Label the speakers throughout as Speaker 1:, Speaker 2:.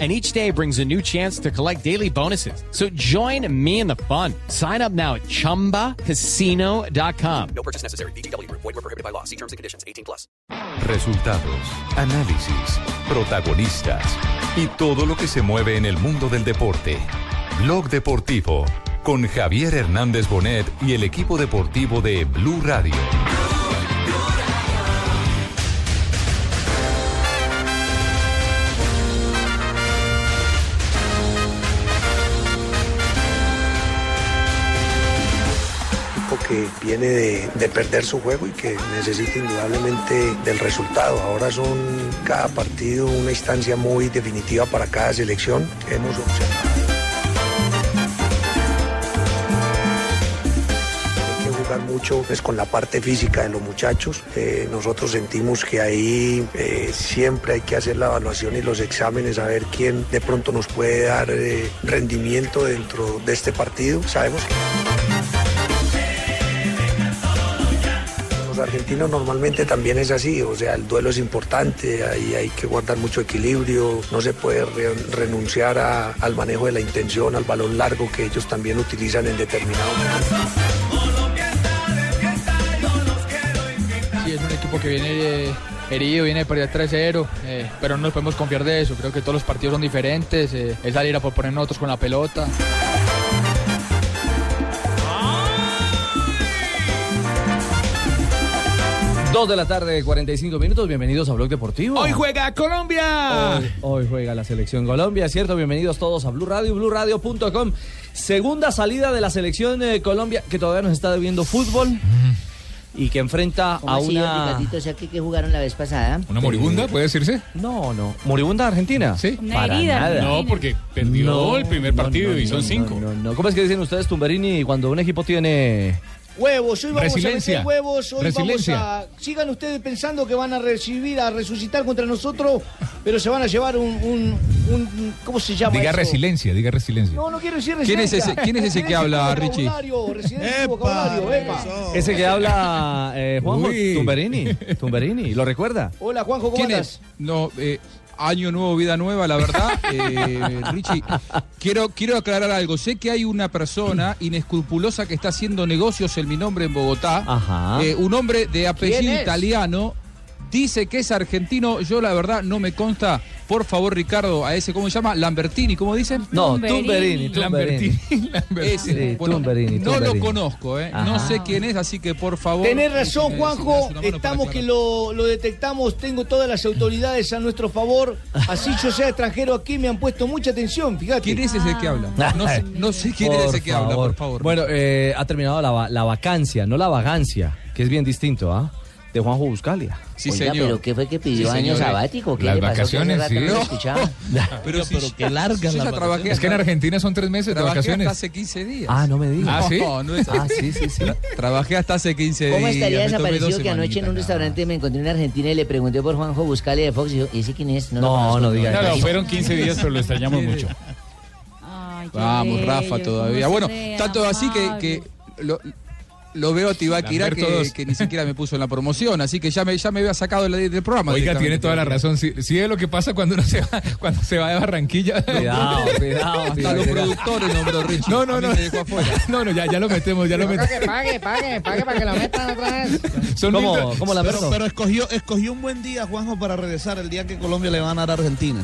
Speaker 1: and each day brings a new chance to collect daily bonuses. So join me in the fun. Sign up now at ChumbaCasino.com.
Speaker 2: No purchase necessary. BGW. Void were prohibited by law. See terms and conditions. 18 plus.
Speaker 3: Resultados, análisis, protagonistas y todo lo que se mueve en el mundo del deporte. Blog Deportivo con Javier Hernández Bonet y el equipo deportivo de Blue Radio.
Speaker 4: que viene de, de, perder su juego y que necesita indudablemente del resultado. Ahora son cada partido una instancia muy definitiva para cada selección. Hemos observado. Hay que jugar mucho pues, con la parte física de los muchachos. Eh, nosotros sentimos que ahí eh, siempre hay que hacer la evaluación y los exámenes a ver quién de pronto nos puede dar eh, rendimiento dentro de este partido. Sabemos que... los argentinos normalmente también es así, o sea, el duelo es importante, ahí hay que guardar mucho equilibrio, no se puede re renunciar a, al manejo de la intención, al balón largo que ellos también utilizan en determinado
Speaker 5: Sí, es un equipo que viene eh, herido, viene de perder 3-0, eh, pero no nos podemos confiar de eso, creo que todos los partidos son diferentes, eh, es salir a proponer nosotros con la pelota.
Speaker 6: Dos de la tarde, 45 minutos. Bienvenidos a Blog Deportivo.
Speaker 7: Hoy juega Colombia.
Speaker 6: Hoy, hoy juega la selección Colombia, ¿cierto? Bienvenidos todos a Blue Radio, blueradio.com. Segunda salida de la selección de Colombia, que todavía nos está debiendo fútbol. Y que enfrenta a
Speaker 8: así,
Speaker 6: una. Eh,
Speaker 8: Ricardito? O sea, que, que jugaron la vez pasada.
Speaker 7: ¿Una moribunda, puede decirse?
Speaker 6: No, no. ¿Moribunda Argentina?
Speaker 7: Sí.
Speaker 9: Una
Speaker 6: Para
Speaker 9: herida,
Speaker 6: nada.
Speaker 7: No, porque perdió
Speaker 6: No,
Speaker 7: el primer
Speaker 6: no,
Speaker 7: partido
Speaker 6: no,
Speaker 7: y
Speaker 6: no,
Speaker 7: son
Speaker 6: no,
Speaker 7: cinco.
Speaker 6: no, no. ¿Cómo es que dicen ustedes, Tumberini, cuando un equipo tiene.
Speaker 10: Huevos, hoy vamos
Speaker 7: Resiliencia.
Speaker 10: a meter huevos, hoy
Speaker 7: Resiliencia.
Speaker 10: vamos a... Sigan ustedes pensando que van a recibir, a resucitar contra nosotros, pero se van a llevar un... un, un- ¿Cómo se llama
Speaker 11: Diga
Speaker 10: eso?
Speaker 11: resiliencia, diga resiliencia.
Speaker 10: No, no quiero decir
Speaker 11: ¿Quién es
Speaker 10: resiliencia.
Speaker 11: ese- quién es ese que habla, Richie?
Speaker 10: Vocabulario, resiliencia y vocabulario, epa.
Speaker 6: Ese que habla eh, Juanjo Tumberini. Tumberini, ¿lo recuerda?
Speaker 10: Hola, Juanjo, ¿cómo
Speaker 11: ¿Quién
Speaker 10: andas?
Speaker 11: es? No, eh, año nuevo, vida nueva, la verdad. Eh, Richie, quiero, quiero aclarar algo. Sé que hay una persona inescrupulosa que está haciendo negocios en mi nombre en Bogotá.
Speaker 6: Ajá.
Speaker 11: Eh, un hombre de
Speaker 10: ¿Quién
Speaker 11: apellido
Speaker 10: es?
Speaker 11: italiano. Dice que es argentino. Yo, la verdad, no me consta. Por favor, Ricardo, a ese, ¿cómo se llama? Lambertini, ¿cómo dicen?
Speaker 6: No, Tumberini,
Speaker 9: Tumberini.
Speaker 6: Tumberini.
Speaker 11: Ese.
Speaker 6: Sí,
Speaker 11: Bueno,
Speaker 6: Tumberini,
Speaker 11: no lo
Speaker 6: Tumberini.
Speaker 11: conozco, ¿eh? No
Speaker 6: Ajá.
Speaker 11: sé quién es, así que por favor.
Speaker 10: Tenés razón,
Speaker 11: eh,
Speaker 10: Juanjo,
Speaker 11: si me das una mano para
Speaker 10: estamos que
Speaker 11: aclarar.
Speaker 10: lo, lo detectamos, tengo todas las autoridades a nuestro favor, así yo sea extranjero aquí, me han puesto mucha atención,
Speaker 11: ¿Quién
Speaker 10: fíjate.
Speaker 11: es ese que habla? No sé, no sé quién es ese que habla, por favor.
Speaker 6: Bueno, eh, ha terminado la, va- la vacancia, no la vagancia, que es bien distinto, ¿ah? De Juanjo Buscalia.
Speaker 11: sí,
Speaker 8: Oiga,
Speaker 11: señor.
Speaker 8: pero ¿qué fue que pidió
Speaker 11: Sí,
Speaker 8: año
Speaker 11: señor, eh.
Speaker 8: sabático? ¿Qué
Speaker 7: Las
Speaker 8: le pasó?
Speaker 7: vacaciones,
Speaker 8: que hace rato no
Speaker 7: sí.
Speaker 8: lo
Speaker 7: No.
Speaker 8: escuchaba.
Speaker 11: Pero, si
Speaker 7: que largas
Speaker 11: yo ya trabajé
Speaker 7: Es que en
Speaker 11: hasta-
Speaker 7: Argentina son tres meses de
Speaker 11: trabajé
Speaker 7: vacaciones.
Speaker 11: hasta hace 15 días.
Speaker 6: Ah, no me digas.
Speaker 7: Ah, ¿sí?
Speaker 11: No, no es-
Speaker 6: Ah, sí, sí, sí.
Speaker 11: eh, Tra- Trabajé hasta hace 15 días.
Speaker 8: ¿Cómo estaría
Speaker 11: Este me tomé dos
Speaker 8: desaparecido que anoche en
Speaker 11: semanitas,
Speaker 8: un
Speaker 11: nada.
Speaker 8: restaurante me encontré en Argentina y le pregunté por Juanjo Buscali de Fox y dijo, ¿y ese quién es? lo
Speaker 6: No,
Speaker 8: conozco,
Speaker 6: no diga
Speaker 8: lo
Speaker 7: Claro, fueron 15 días, pero lo extrañamos mucho.
Speaker 9: Ay, qué
Speaker 11: Vamos,
Speaker 9: bello,
Speaker 11: Rafa,
Speaker 9: cómo
Speaker 11: todavía.
Speaker 9: se
Speaker 11: Bueno,
Speaker 9: ve,
Speaker 11: tanto así que,
Speaker 9: amable.
Speaker 11: que lo, lo veo a Tibaquirá
Speaker 7: Lamberto
Speaker 11: que,
Speaker 7: dos.
Speaker 11: que ni siquiera me puso en la promoción, así que ya me, ya me había sacado la- del programa.
Speaker 7: Oiga, tiene
Speaker 11: directamente,
Speaker 7: toda la
Speaker 11: Tibaquirá.
Speaker 7: razón. Sí, sí es lo que pasa cuando uno se va, cuando se va de Barranquilla.
Speaker 6: Cuidado, cuidado.
Speaker 11: Hasta los
Speaker 6: Tibaquirá.
Speaker 11: productores nombró Richie.
Speaker 7: No, no,
Speaker 11: A mí
Speaker 7: no.
Speaker 11: me dejó afuera.
Speaker 7: No, no, ya, ya lo metemos, ya lo metemos.
Speaker 8: pague, pague, pague para que lo metan otra vez.
Speaker 7: Son
Speaker 6: ¿Cómo,
Speaker 7: mil-
Speaker 6: cómo la
Speaker 12: Pero,
Speaker 6: perro?
Speaker 12: pero escogió, escogió un buen día, Juanjo, para regresar el día que Colombia le van a dar a Argentina.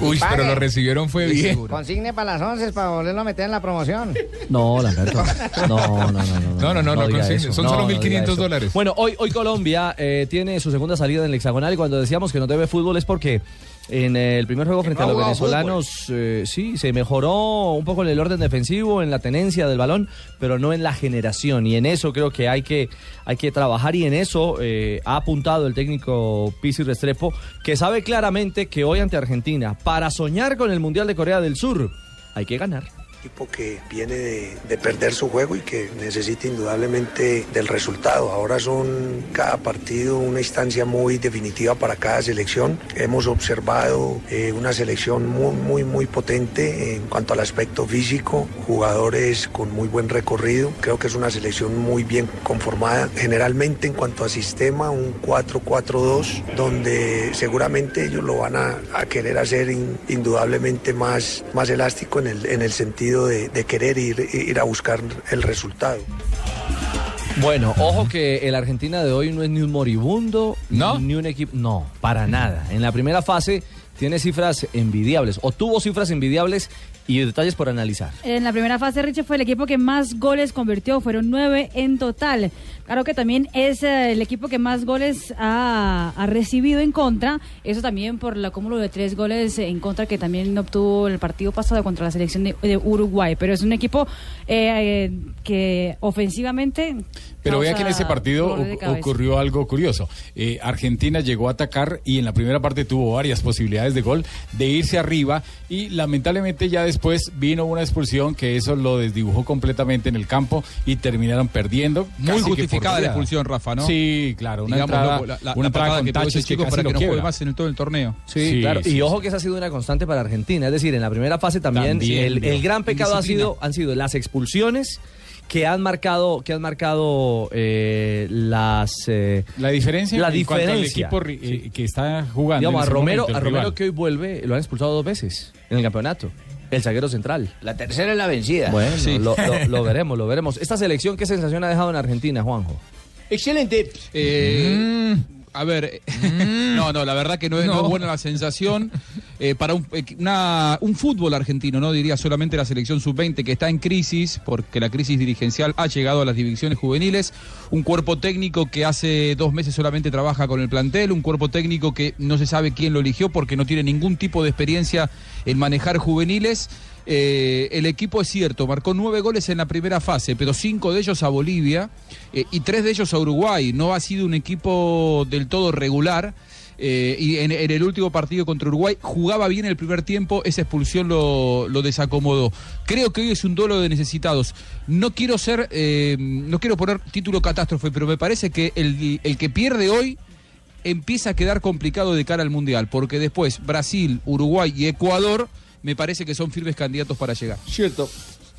Speaker 7: Uy, pero
Speaker 8: Pague.
Speaker 7: lo recibieron fue bien.
Speaker 8: Consigne para las 11 para volverlo a meter en la promoción.
Speaker 6: No, Lamberto. No, no, no.
Speaker 7: No, no, no, no
Speaker 6: diga
Speaker 7: consigne.
Speaker 6: eso.
Speaker 7: Son
Speaker 6: No,
Speaker 7: solo
Speaker 6: no diga
Speaker 7: 1.500
Speaker 6: eso.
Speaker 7: dólares.
Speaker 6: Bueno, hoy, hoy Colombia eh, tiene su segunda salida en el hexagonal y cuando decíamos que no debe fútbol es porque en el primer juego frente a los venezolanos eh, sí, se mejoró un poco en el orden defensivo, en la tenencia del balón, pero no en la generación. Y en eso creo que hay que, hay que trabajar y en eso eh, ha apuntado el técnico Pizzi Restrepo, que sabe claramente que hoy ante Argentina, para soñar con el Mundial de Corea del Sur, hay que ganar.
Speaker 4: equipo que viene de, de perder su juego y que necesita indudablemente del resultado. Ahora son cada partido una instancia muy definitiva para cada selección. Hemos observado eh, una selección muy, muy, muy potente en cuanto al aspecto físico, jugadores con muy buen recorrido. Creo que es una selección muy bien conformada. Generalmente en cuanto a sistema, un 4-4-2, donde seguramente ellos lo van a, a querer hacer in- indudablemente más, más elástico en el, en el sentido de, de querer ir, ir a buscar el resultado.
Speaker 6: Bueno, ojo que el Argentina de hoy no es ni un moribundo, ni un equipo. No, para nada. En la primera fase tiene cifras envidiables, o tuvo cifras envidiables y detalles por analizar.
Speaker 9: En la primera fase, Richie fue el equipo que más goles convirtió, fueron nueve en total. Claro que también es eh, el equipo que más goles ha, ha recibido en contra. Eso también por el acúmulo de tres goles en contra que también obtuvo el partido pasado contra la selección de, de Uruguay. Pero es un equipo eh, eh, que ofensivamente.
Speaker 13: Pero vea
Speaker 9: causa
Speaker 13: que en ese partido
Speaker 9: dolor de
Speaker 13: oc-
Speaker 9: cabeza.
Speaker 13: ocurrió algo curioso. Eh, Argentina llegó a atacar y en la primera parte tuvo varias posibilidades de gol, de irse arriba y lamentablemente ya después vino una expulsión que eso lo desdibujó completamente en el campo y terminaron perdiendo.
Speaker 11: Muy
Speaker 13: casi que por
Speaker 11: justificada la
Speaker 13: goleada.
Speaker 11: expulsión, Rafa, ¿no?
Speaker 13: Sí, claro, una
Speaker 11: Digamos,
Speaker 13: entrada,
Speaker 11: lo- la- la-
Speaker 13: una
Speaker 11: la
Speaker 13: entrada
Speaker 11: patada
Speaker 13: con
Speaker 11: que tuvo ese
Speaker 13: taches
Speaker 11: chico
Speaker 13: casi
Speaker 11: para
Speaker 13: lo
Speaker 11: que no juegue
Speaker 13: quiebra.
Speaker 11: más en el- todo el torneo.
Speaker 6: Sí, claro. y ojo que esa ha sido una constante para Argentina. Es decir, en la primera fase también,
Speaker 11: También,
Speaker 6: el,
Speaker 11: veo.
Speaker 6: el gran pecado ha
Speaker 11: Indisciplina.
Speaker 6: sido, han sido las expulsiones que han marcado, que han marcado eh, las eh,
Speaker 13: La diferencia
Speaker 6: La
Speaker 13: en cuanto al
Speaker 6: diferencia.
Speaker 13: equipo ri- eh, que está jugando.
Speaker 6: Digamos, a
Speaker 13: en ese
Speaker 6: Romero,
Speaker 13: momento, el
Speaker 6: a Romero
Speaker 13: rival.
Speaker 6: que hoy vuelve, lo han expulsado dos veces en el campeonato. El zaguero central.
Speaker 8: La tercera es la vencida.
Speaker 6: Bueno,
Speaker 8: Sí.
Speaker 6: lo, lo- lo veremos, lo veremos. Esta selección, ¿qué sensación ha dejado en Argentina, Juanjo?
Speaker 10: Excelente.
Speaker 11: Eh, A ver, no, no, la verdad que no es, no es buena la sensación eh, para un, eh, una- un fútbol argentino, no diría solamente la selección sub-20 que está en crisis, porque la crisis dirigencial ha llegado a las divisiones juveniles, un cuerpo técnico que hace dos meses solamente trabaja con el plantel, un cuerpo técnico que no se sabe quién lo eligió porque no tiene ningún tipo de experiencia en manejar juveniles. Eh, el equipo es cierto, marcó nueve goles en la primera fase, pero cinco de ellos a Bolivia eh, y tres de ellos a Uruguay. No ha sido un equipo del todo regular. eh, y en, en el último partido contra Uruguay jugaba bien el primer tiempo, esa expulsión lo, lo desacomodó. Creo que hoy es un duelo de necesitados. No quiero ser, eh, no quiero poner título catástrofe, pero me parece que el, el que pierde hoy empieza a quedar complicado de cara al Mundial, porque después Brasil, Uruguay y Ecuador me parece que son firmes candidatos para llegar.
Speaker 10: Cierto.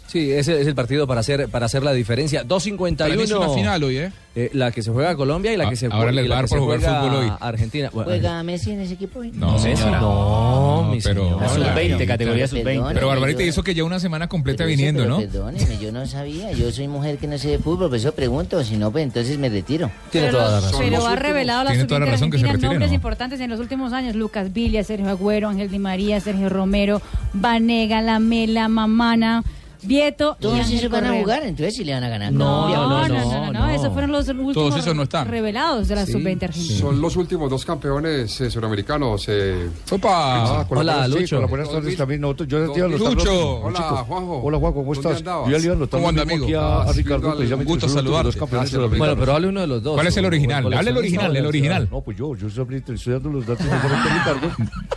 Speaker 6: Sí, ese es el partido para hacer, para hacer la diferencia. 2.51.
Speaker 11: Para mí es una final hoy, ¿eh? Ah,
Speaker 6: Eh, la que se juega a Colombia y la que se
Speaker 11: ahora
Speaker 6: jue-
Speaker 11: les
Speaker 6: y la
Speaker 11: va a dar
Speaker 6: que se
Speaker 11: por jugar
Speaker 6: juega
Speaker 11: fútbol hoy.
Speaker 6: a Argentina. Bueno,
Speaker 8: ¿Juega Pues, Messi en ese equipo? ¿eh? hoy?
Speaker 6: No, Messi
Speaker 11: señora.
Speaker 6: no, mi
Speaker 11: pero-
Speaker 6: señora.
Speaker 11: La sub-veinte, categoría sub-veinte.
Speaker 8: Perdóneme,
Speaker 11: Pero Barbarita,
Speaker 8: yo-
Speaker 11: y eso que ya una semana completa
Speaker 8: pero eso,
Speaker 11: viniendo,
Speaker 8: pero
Speaker 11: ¿no?
Speaker 8: Perdóneme, yo no sabía. Yo soy mujer que no sé de fútbol, por eso pregunto. Si no, pues entonces me retiro.
Speaker 9: Tiene Pero toda la razón. Pero ha revelado la sub-20 argentina nombres importantes en los últimos años. Lucas Villa, Sergio Agüero, Ángel Di María, Sergio Romero, Vanega, Lamela, Mamana, Vieto. y
Speaker 8: Todos
Speaker 9: Ángel
Speaker 8: esos van a
Speaker 9: Correa.
Speaker 8: jugar, entonces sí le van a ganar.
Speaker 9: No, no, no, no, no, Esos fueron los últimos
Speaker 14: Todos esos no están.
Speaker 9: revelados de la
Speaker 14: Sí,
Speaker 9: sub-20 argentina.
Speaker 14: Son los últimos dos campeones eh, suramericanos. Eh.
Speaker 11: ¡Opa!
Speaker 14: Ah, con la
Speaker 15: Hola,
Speaker 14: buenas- sí,
Speaker 15: Lucho.
Speaker 14: con la buenas tardes también. Nosotros, yo ya te iba a anotar los-
Speaker 15: Lucho.
Speaker 14: Hola,
Speaker 15: Chicos.
Speaker 14: Juanjo.
Speaker 15: Hola, Juanjo, ¿cómo
Speaker 14: ¿Dónde
Speaker 15: estás?
Speaker 14: andabas?
Speaker 15: Yo ya le iba a anotar
Speaker 14: ¿Cómo
Speaker 15: lo
Speaker 14: anda,
Speaker 15: mismo
Speaker 14: amigo?
Speaker 15: aquí a, a
Speaker 14: Ah,
Speaker 15: Ricardo, pues,
Speaker 14: Silvio,
Speaker 15: precisamente, que
Speaker 14: un gusto
Speaker 15: son los últimos dos
Speaker 14: saludarte.
Speaker 15: campeones
Speaker 14: Gracias,
Speaker 15: de la
Speaker 14: amigo.
Speaker 15: América.
Speaker 14: Bueno, pero hable uno de los dos. ¿Cuál es el original?
Speaker 15: Buen
Speaker 14: Hable el
Speaker 15: coleccionista,
Speaker 14: original, el
Speaker 15: buen
Speaker 14: original.
Speaker 15: coleccionista. No, pues yo, yo solamente estoy dando los datos precisamente a Ricardo.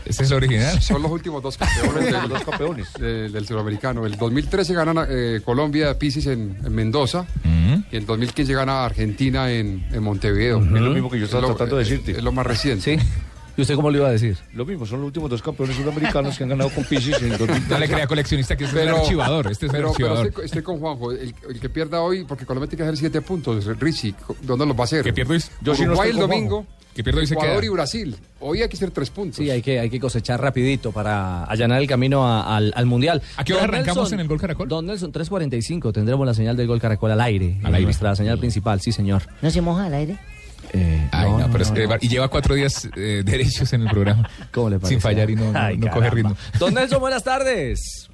Speaker 14: ¿Ese es el original? Son los últimos dos campeones, del, dos campeones eh, del suramericano. El 2013 gana eh, Colombia Pisis en, en Mendoza. Y el 2015 gana Argentina en, en Montevideo.
Speaker 15: Es lo mismo que yo estaba
Speaker 14: Es lo-
Speaker 15: tratando de decirte.
Speaker 14: Es lo más reciente.
Speaker 6: Sí. ¿Y usted cómo lo iba a decir?
Speaker 15: Lo mismo, son los últimos dos campeones sudamericanos que han ganado con Pisis en el 2013.
Speaker 14: No le crea
Speaker 11: coleccionista
Speaker 7: este
Speaker 14: Pero-
Speaker 11: este
Speaker 14: pero- pero estoy, estoy con Juanjo. El, el que pierda hoy, porque Colombia tiene que hacer 7 puntos. Richie, ¿dónde los va a hacer?
Speaker 11: Que pierda hoy-
Speaker 14: Yo
Speaker 11: Yo sí no
Speaker 14: Uruguay
Speaker 11: estoy
Speaker 14: el
Speaker 11: con
Speaker 14: domingo.
Speaker 11: Juanjo. Que pierda hoy se
Speaker 14: Ecuador
Speaker 11: queda.
Speaker 14: y Brasil. Hoy hay que hacer 3 puntos.
Speaker 6: Sí, hay que, hay que cosechar rapidito para allanar el camino a- al, al Mundial.
Speaker 14: ¿A qué hora
Speaker 6: Don
Speaker 14: arrancamos en
Speaker 6: el Gol Caracol? Don Nelson, 3.45 tendremos la señal del Gol Caracol al aire. Al aire. Nuestra señal principal, sí, señor.
Speaker 8: ¿No se moja al aire?
Speaker 11: Ay,
Speaker 7: Ah,
Speaker 11: no, pero es que Bar- y lleva cuatro días eh, derechos en el programa.
Speaker 6: ¿Cómo le
Speaker 11: Sin
Speaker 6: parece?
Speaker 11: fallar y no, no-
Speaker 6: Ay,
Speaker 11: no coge ritmo.
Speaker 6: Don Nelson, buenas tardes.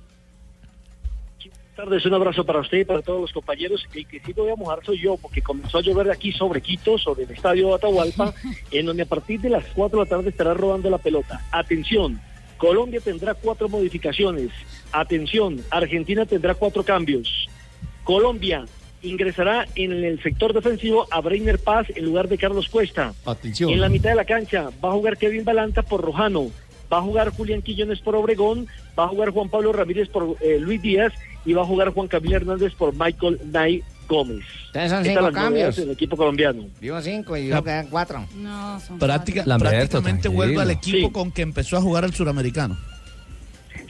Speaker 16: Buenas tardes, un abrazo para usted y para todos los compañeros. El que sí me voy a mojar soy yo, porque comenzó a llover de aquí sobre Quito, sobre el estadio Atahualpa, en donde a partir de las 4 de la tarde estará rodando la pelota. Atención, Colombia tendrá cuatro modificaciones. Atención, Argentina tendrá cuatro cambios. Colombia ingresará en el sector defensivo a Breiner Paz en lugar de Carlos Cuesta.
Speaker 15: Atención.
Speaker 16: En la mitad de la cancha va a jugar Kevin Balanta por Rojano, va a jugar Julián Quillones por Obregón, va a jugar Juan Pablo Ramírez por eh, Luis Díaz y va a jugar Juan Camilo Hernández por Michael Knight Gómez.
Speaker 8: Entonces son
Speaker 16: Estas
Speaker 8: cinco
Speaker 16: las novedades
Speaker 8: cambios.
Speaker 16: del equipo colombiano.
Speaker 8: Vimos cinco y
Speaker 16: La-
Speaker 8: yo quedan cuatro. No, son
Speaker 12: Práctica- prácticamente vuelve al equipo con que empezó a jugar el suramericano.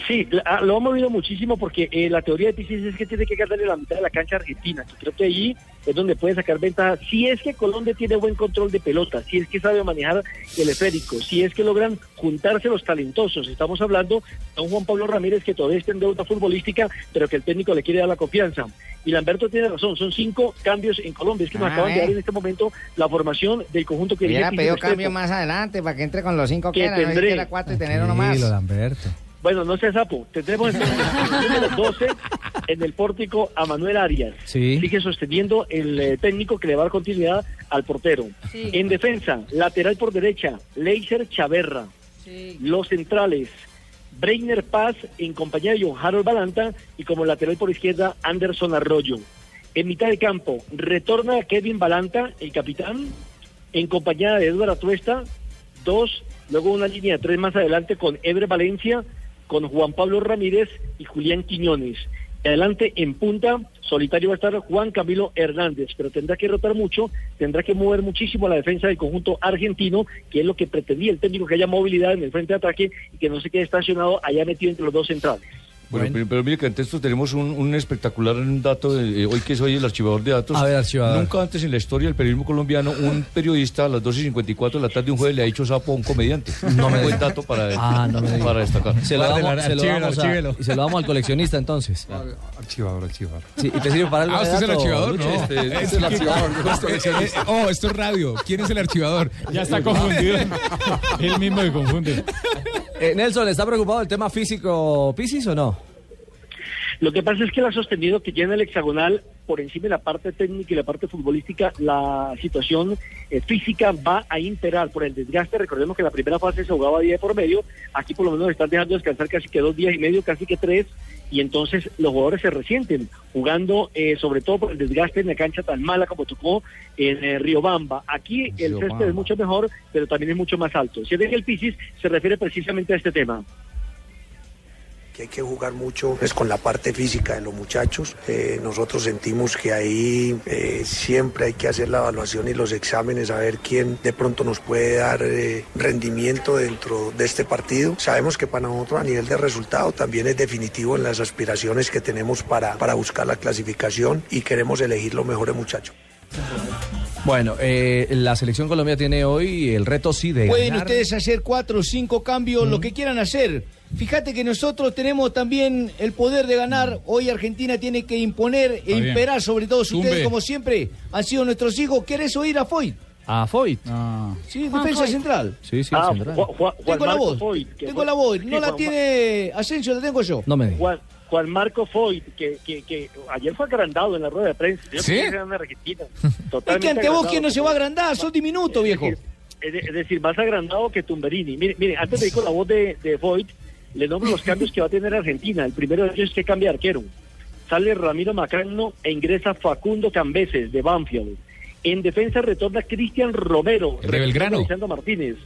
Speaker 16: Sí, la- ah, lo hemos movido muchísimo porque eh, la teoría de Pisis es que tiene que ganarle la mitad de la cancha a Argentina. que creo que ahí es donde puede sacar ventaja. Si es que Colombia tiene buen control de pelota, si es que sabe manejar el esférico, si es que logran juntarse los talentosos. Estamos hablando de un Juan Pablo Ramírez que todavía está en deuda futbolística, pero que el técnico le quiere dar la confianza. Y Lamberto tiene razón, son cinco cambios en Colombia. Es que nos
Speaker 8: Ah,
Speaker 16: acaban de
Speaker 8: ve.
Speaker 16: dar en este momento la formación del conjunto que
Speaker 8: Hubiera
Speaker 16: dirige
Speaker 8: pedido
Speaker 16: Pisis Restrepo.
Speaker 8: cambio más adelante para que entre con los cinco que
Speaker 16: Que
Speaker 8: eran. No es
Speaker 16: tendré.
Speaker 8: que era cuatro y tener uno más.
Speaker 16: Bueno, no sea sapo. Tendremos entonces el número 12 en el pórtico a Manuel Arias.
Speaker 6: Sí.
Speaker 16: Sigue sosteniendo el eh, técnico que le va a dar continuidad al portero.
Speaker 17: Sí.
Speaker 16: En defensa, lateral por derecha, Leiser Chaverra. Los centrales, Breiner Paz en compañía de John Harold Balanta y como lateral por izquierda, Anderson Arroyo. En mitad de campo, retorna Kevin Balanta, el capitán, en compañía de Eduardo Atuesta, dos, luego una línea de tres más adelante con Ebre Valencia, con Juan Pablo Ramírez y Julián Quiñones. Y Adelante en punta, solitario va a estar Juan Camilo Hernández, pero tendrá que rotar mucho, tendrá que mover muchísimo a la defensa del conjunto argentino, que es lo que pretendía el técnico, que haya movilidad en el frente de ataque y que no se quede estacionado allá metido entre los dos centrales.
Speaker 15: Bueno, pero, pero mire que ante esto tenemos un, un espectacular dato, de- eh, hoy que soy el archivador de datos.
Speaker 6: A ver, archivador.
Speaker 15: Nunca antes en la historia del periodismo colombiano un periodista a las 12 y 54 de la tarde un jueves le ha dicho sapo a un comediante. No me buen dato para,
Speaker 6: Ah, no me diga.
Speaker 15: para destacar.
Speaker 6: Se lo damos, se lo
Speaker 15: Archívelo,
Speaker 6: damos a-
Speaker 15: archívelo.
Speaker 6: y se lo damos al coleccionista entonces.
Speaker 14: Archivador, archivador.
Speaker 6: Sí, ¿y te sirve para algo de
Speaker 11: Ah, usted es el
Speaker 6: dato,
Speaker 11: archivador,
Speaker 6: Lucho?
Speaker 11: ¿no?
Speaker 6: Este-
Speaker 11: Es-
Speaker 7: Eh,
Speaker 11: es- es- Oh, esto es radio. ¿Quién es el archivador?
Speaker 13: Ya está confundido.
Speaker 6: El mismo que confunde. Eh, Nelson, ¿está preocupado el tema físico Pisis o no?
Speaker 16: Lo que pasa es que él ha sostenido que ya en el hexagonal, por encima de la parte técnica y la parte futbolística, la situación eh, física va a imperar por el desgaste. Recordemos que la primera fase se jugaba día de por medio, aquí por lo menos están dejando descansar casi que dos días y medio, casi que tres, y entonces los jugadores se resienten jugando eh, sobre todo por el desgaste en la cancha tan mala como tocó en eh, Riobamba. Aquí el césped es mucho mejor, pero también es mucho más alto. Si es que el Pisis se refiere precisamente a este tema.
Speaker 4: que hay que jugar mucho pues, con la parte física de los muchachos. Eh, nosotros sentimos que ahí eh, siempre hay que hacer la evaluación y los exámenes, a ver quién de pronto nos puede dar eh, rendimiento dentro de este partido. Sabemos que para nosotros a nivel de resultado también es definitivo en las aspiraciones que tenemos para, para buscar la clasificación y queremos elegir los mejores muchachos.
Speaker 6: Bueno, eh, la selección Colombia tiene hoy el reto sí de
Speaker 10: Pueden
Speaker 6: ganar.
Speaker 10: ustedes hacer cuatro o cinco cambios, lo que quieran hacer. Fíjate que nosotros tenemos también el poder de ganar. Hoy Argentina tiene que imponer e
Speaker 6: bien.
Speaker 10: imperar sobre todo. Ustedes,
Speaker 6: Tumbe.
Speaker 10: como siempre, han sido nuestros hijos. ¿Quieres oír a Foyt?
Speaker 6: A Foyt.
Speaker 10: Sí,
Speaker 6: Juan
Speaker 10: defensa
Speaker 6: Ah, Foyt.
Speaker 10: central.
Speaker 6: Sí, sí,
Speaker 10: Ah,
Speaker 6: central.
Speaker 10: Ju- Ju- Tengo la voz. Tengo la voz. No la tiene Asensio, la tengo yo.
Speaker 6: No me digas.
Speaker 16: Juan, Juan Marco Foyt, que, que, que ayer fue agrandado en la rueda de prensa. Yo pensé
Speaker 10: ¿Sí?
Speaker 16: que era una argentina.
Speaker 10: Es
Speaker 16: Totalmente
Speaker 10: que ante vos,
Speaker 16: agrandado.
Speaker 10: ¿quién no se va a agrandar? Sos diminuto, viejo.
Speaker 16: Es, de- es decir, más agrandado que Tumberini. Mire, mire antes de ir con la voz de, de Voigt, le nombro los cambios que va a tener Argentina. El primero de ellos es que cambia de arquero. Sale Ramiro Macrano e ingresa Facundo Cambeses de Banfield. En defensa retorna Cristian Romero.
Speaker 11: El de Belgrano.
Speaker 16: reemplazando a Martínez.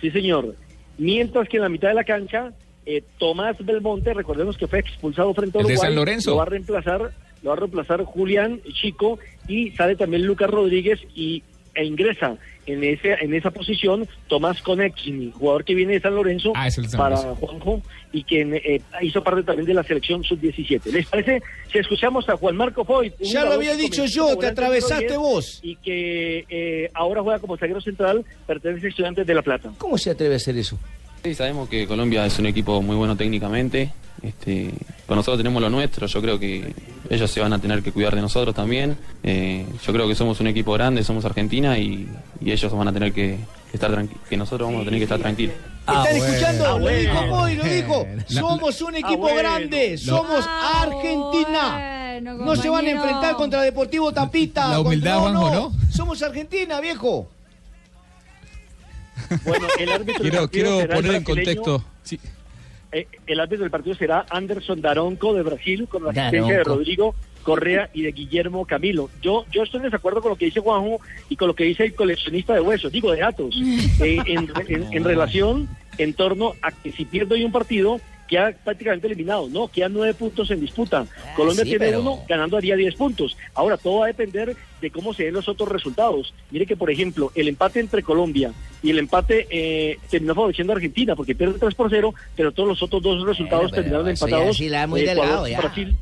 Speaker 16: Sí, señor. Mientras que en la mitad de la cancha, eh, Tomás Belmonte, recordemos que fue expulsado frente a
Speaker 11: El de
Speaker 16: Uruguay.
Speaker 11: San Lorenzo.
Speaker 16: Lo va a reemplazar, lo va a reemplazar Julián Chico y sale también Lucas Rodríguez y e ingresa en ese en esa posición Tomás Conexini, jugador que viene de San Lorenzo
Speaker 11: Ah, es el de San
Speaker 16: para
Speaker 11: Lorenzo.
Speaker 16: Juanjo y quien eh, hizo parte también de la selección sub-17. ¿Les parece si escuchamos a Juan Marco Foy? un
Speaker 10: Ya lo
Speaker 16: jugador
Speaker 10: había
Speaker 16: que
Speaker 10: dicho
Speaker 16: comenzó
Speaker 10: yo,
Speaker 16: como
Speaker 10: te
Speaker 16: volante
Speaker 10: atravesaste
Speaker 16: número 10
Speaker 10: vos.
Speaker 16: Y que eh, ahora juega como zaguero central, pertenece a Estudiantes de La Plata.
Speaker 10: ¿Cómo se atreve a hacer eso?
Speaker 18: Sí, sabemos que Colombia es un equipo muy bueno técnicamente. Este, pero nosotros tenemos lo nuestro. Yo creo que ellos se van a tener que cuidar de nosotros también. Eh, yo creo que somos un equipo grande, somos Argentina y, y ellos van a tener que, que estar tranquilos. Que nosotros vamos a tener que estar tranquilos.
Speaker 6: Ah,
Speaker 10: ¿Están escuchando? lo dijo
Speaker 18: bueno.
Speaker 10: Foy, lo dijo.
Speaker 18: La-
Speaker 10: Somos un equipo
Speaker 18: bueno.
Speaker 10: grande,
Speaker 18: Lo-
Speaker 10: somos Argentina.
Speaker 9: Eh,
Speaker 10: no se van a
Speaker 9: compañero.
Speaker 10: enfrentar contra Deportivo Tapita.
Speaker 11: La humildad,
Speaker 10: contra- no,
Speaker 11: Juanjo,
Speaker 10: Somos Argentina, viejo.
Speaker 16: Bueno, el árbitro del
Speaker 11: Quiero,
Speaker 16: partido
Speaker 11: quiero
Speaker 16: será el
Speaker 11: poner en
Speaker 16: brasileño-
Speaker 11: contexto. Sí.
Speaker 16: eh, el árbitro del partido será Anderson Daronco de Brasil con la asistencia de
Speaker 11: Daronco.
Speaker 16: Rodrigo Correa y de Guillermo Camilo. Yo yo estoy en desacuerdo con lo que dice Juanjo y con lo que dice el coleccionista de huesos, digo de datos, eh, en, en- en relación en torno a que si pierdo hoy un partido queda prácticamente eliminado. No, quedan nueve puntos en disputa.
Speaker 8: Ah,
Speaker 16: Colombia
Speaker 17: sí,
Speaker 16: tiene
Speaker 17: pero-
Speaker 16: uno, ganando haría diez puntos. Ahora, todo va a depender de cómo se den los otros resultados. Mire que, por ejemplo, el empate entre Colombia y el empate eh, terminó favoreciendo a Argentina, porque pierde 3 por 0, pero todos los otros dos resultados
Speaker 8: pero
Speaker 16: terminaron
Speaker 8: eso ya
Speaker 16: empatados. eh,
Speaker 8: sí la da muy
Speaker 16: Ecuador,
Speaker 8: delgado, ya.
Speaker 16: Brasil.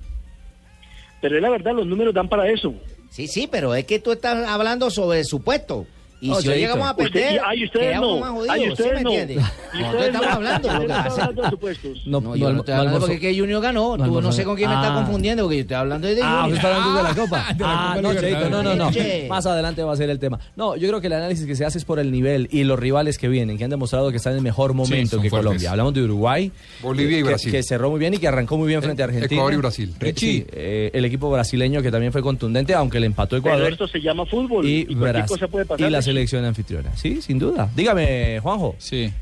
Speaker 16: Pero es la verdad, los números dan para eso.
Speaker 8: Sí, sí, pero es que tú estás hablando sobre supuesto. Y
Speaker 16: No,
Speaker 8: si hoy
Speaker 16: Cheito.
Speaker 8: llegamos a
Speaker 16: Usted-
Speaker 8: perder,
Speaker 16: y- ay, ustedes
Speaker 8: quedamos
Speaker 16: no,
Speaker 8: más jodidos,
Speaker 16: ay,
Speaker 8: ¿sí
Speaker 16: ustedes
Speaker 8: me
Speaker 16: no.
Speaker 8: entiendes?
Speaker 16: Y
Speaker 8: Nosotros
Speaker 16: ustedes
Speaker 8: estamos
Speaker 16: no,
Speaker 8: hablando.
Speaker 16: ustedes
Speaker 8: lo que
Speaker 16: están
Speaker 8: pasa-
Speaker 16: hablando de supuestos.
Speaker 8: No, yo no estoy hablando porque es que Junior ganó.
Speaker 6: No
Speaker 8: Tú no sé
Speaker 6: almorzó.
Speaker 8: con quién me estás
Speaker 6: Ah.
Speaker 8: confundiendo, porque yo estoy hablando de Junior.
Speaker 6: Ah, usted está hablando de la Copa. Ah, no, Cheito, no, no, no.
Speaker 8: Che.
Speaker 6: Más adelante va a ser el tema. No, yo creo que el análisis que se hace es por el nivel y los rivales que vienen, que han demostrado que están en el mejor momento
Speaker 14: son
Speaker 6: que
Speaker 14: fuertes.
Speaker 6: Colombia. Hablamos de Uruguay. eh,
Speaker 14: Bolivia y
Speaker 6: que-
Speaker 14: Brasil. Eh,
Speaker 6: Que cerró muy bien y que arrancó muy bien frente a Argentina.
Speaker 14: Ecuador y Brasil.
Speaker 6: Re- sí, eh, el equipo brasileño que también fue contundente, aunque le empató Ecuador.
Speaker 16: Pero esto se llama fútbol
Speaker 6: y,
Speaker 16: y, cualquier
Speaker 6: Brasil-
Speaker 16: cosa puede pasar.
Speaker 6: y la selección anfitriona. Sí, sin duda. Dígame, Juanjo.
Speaker 11: Sí.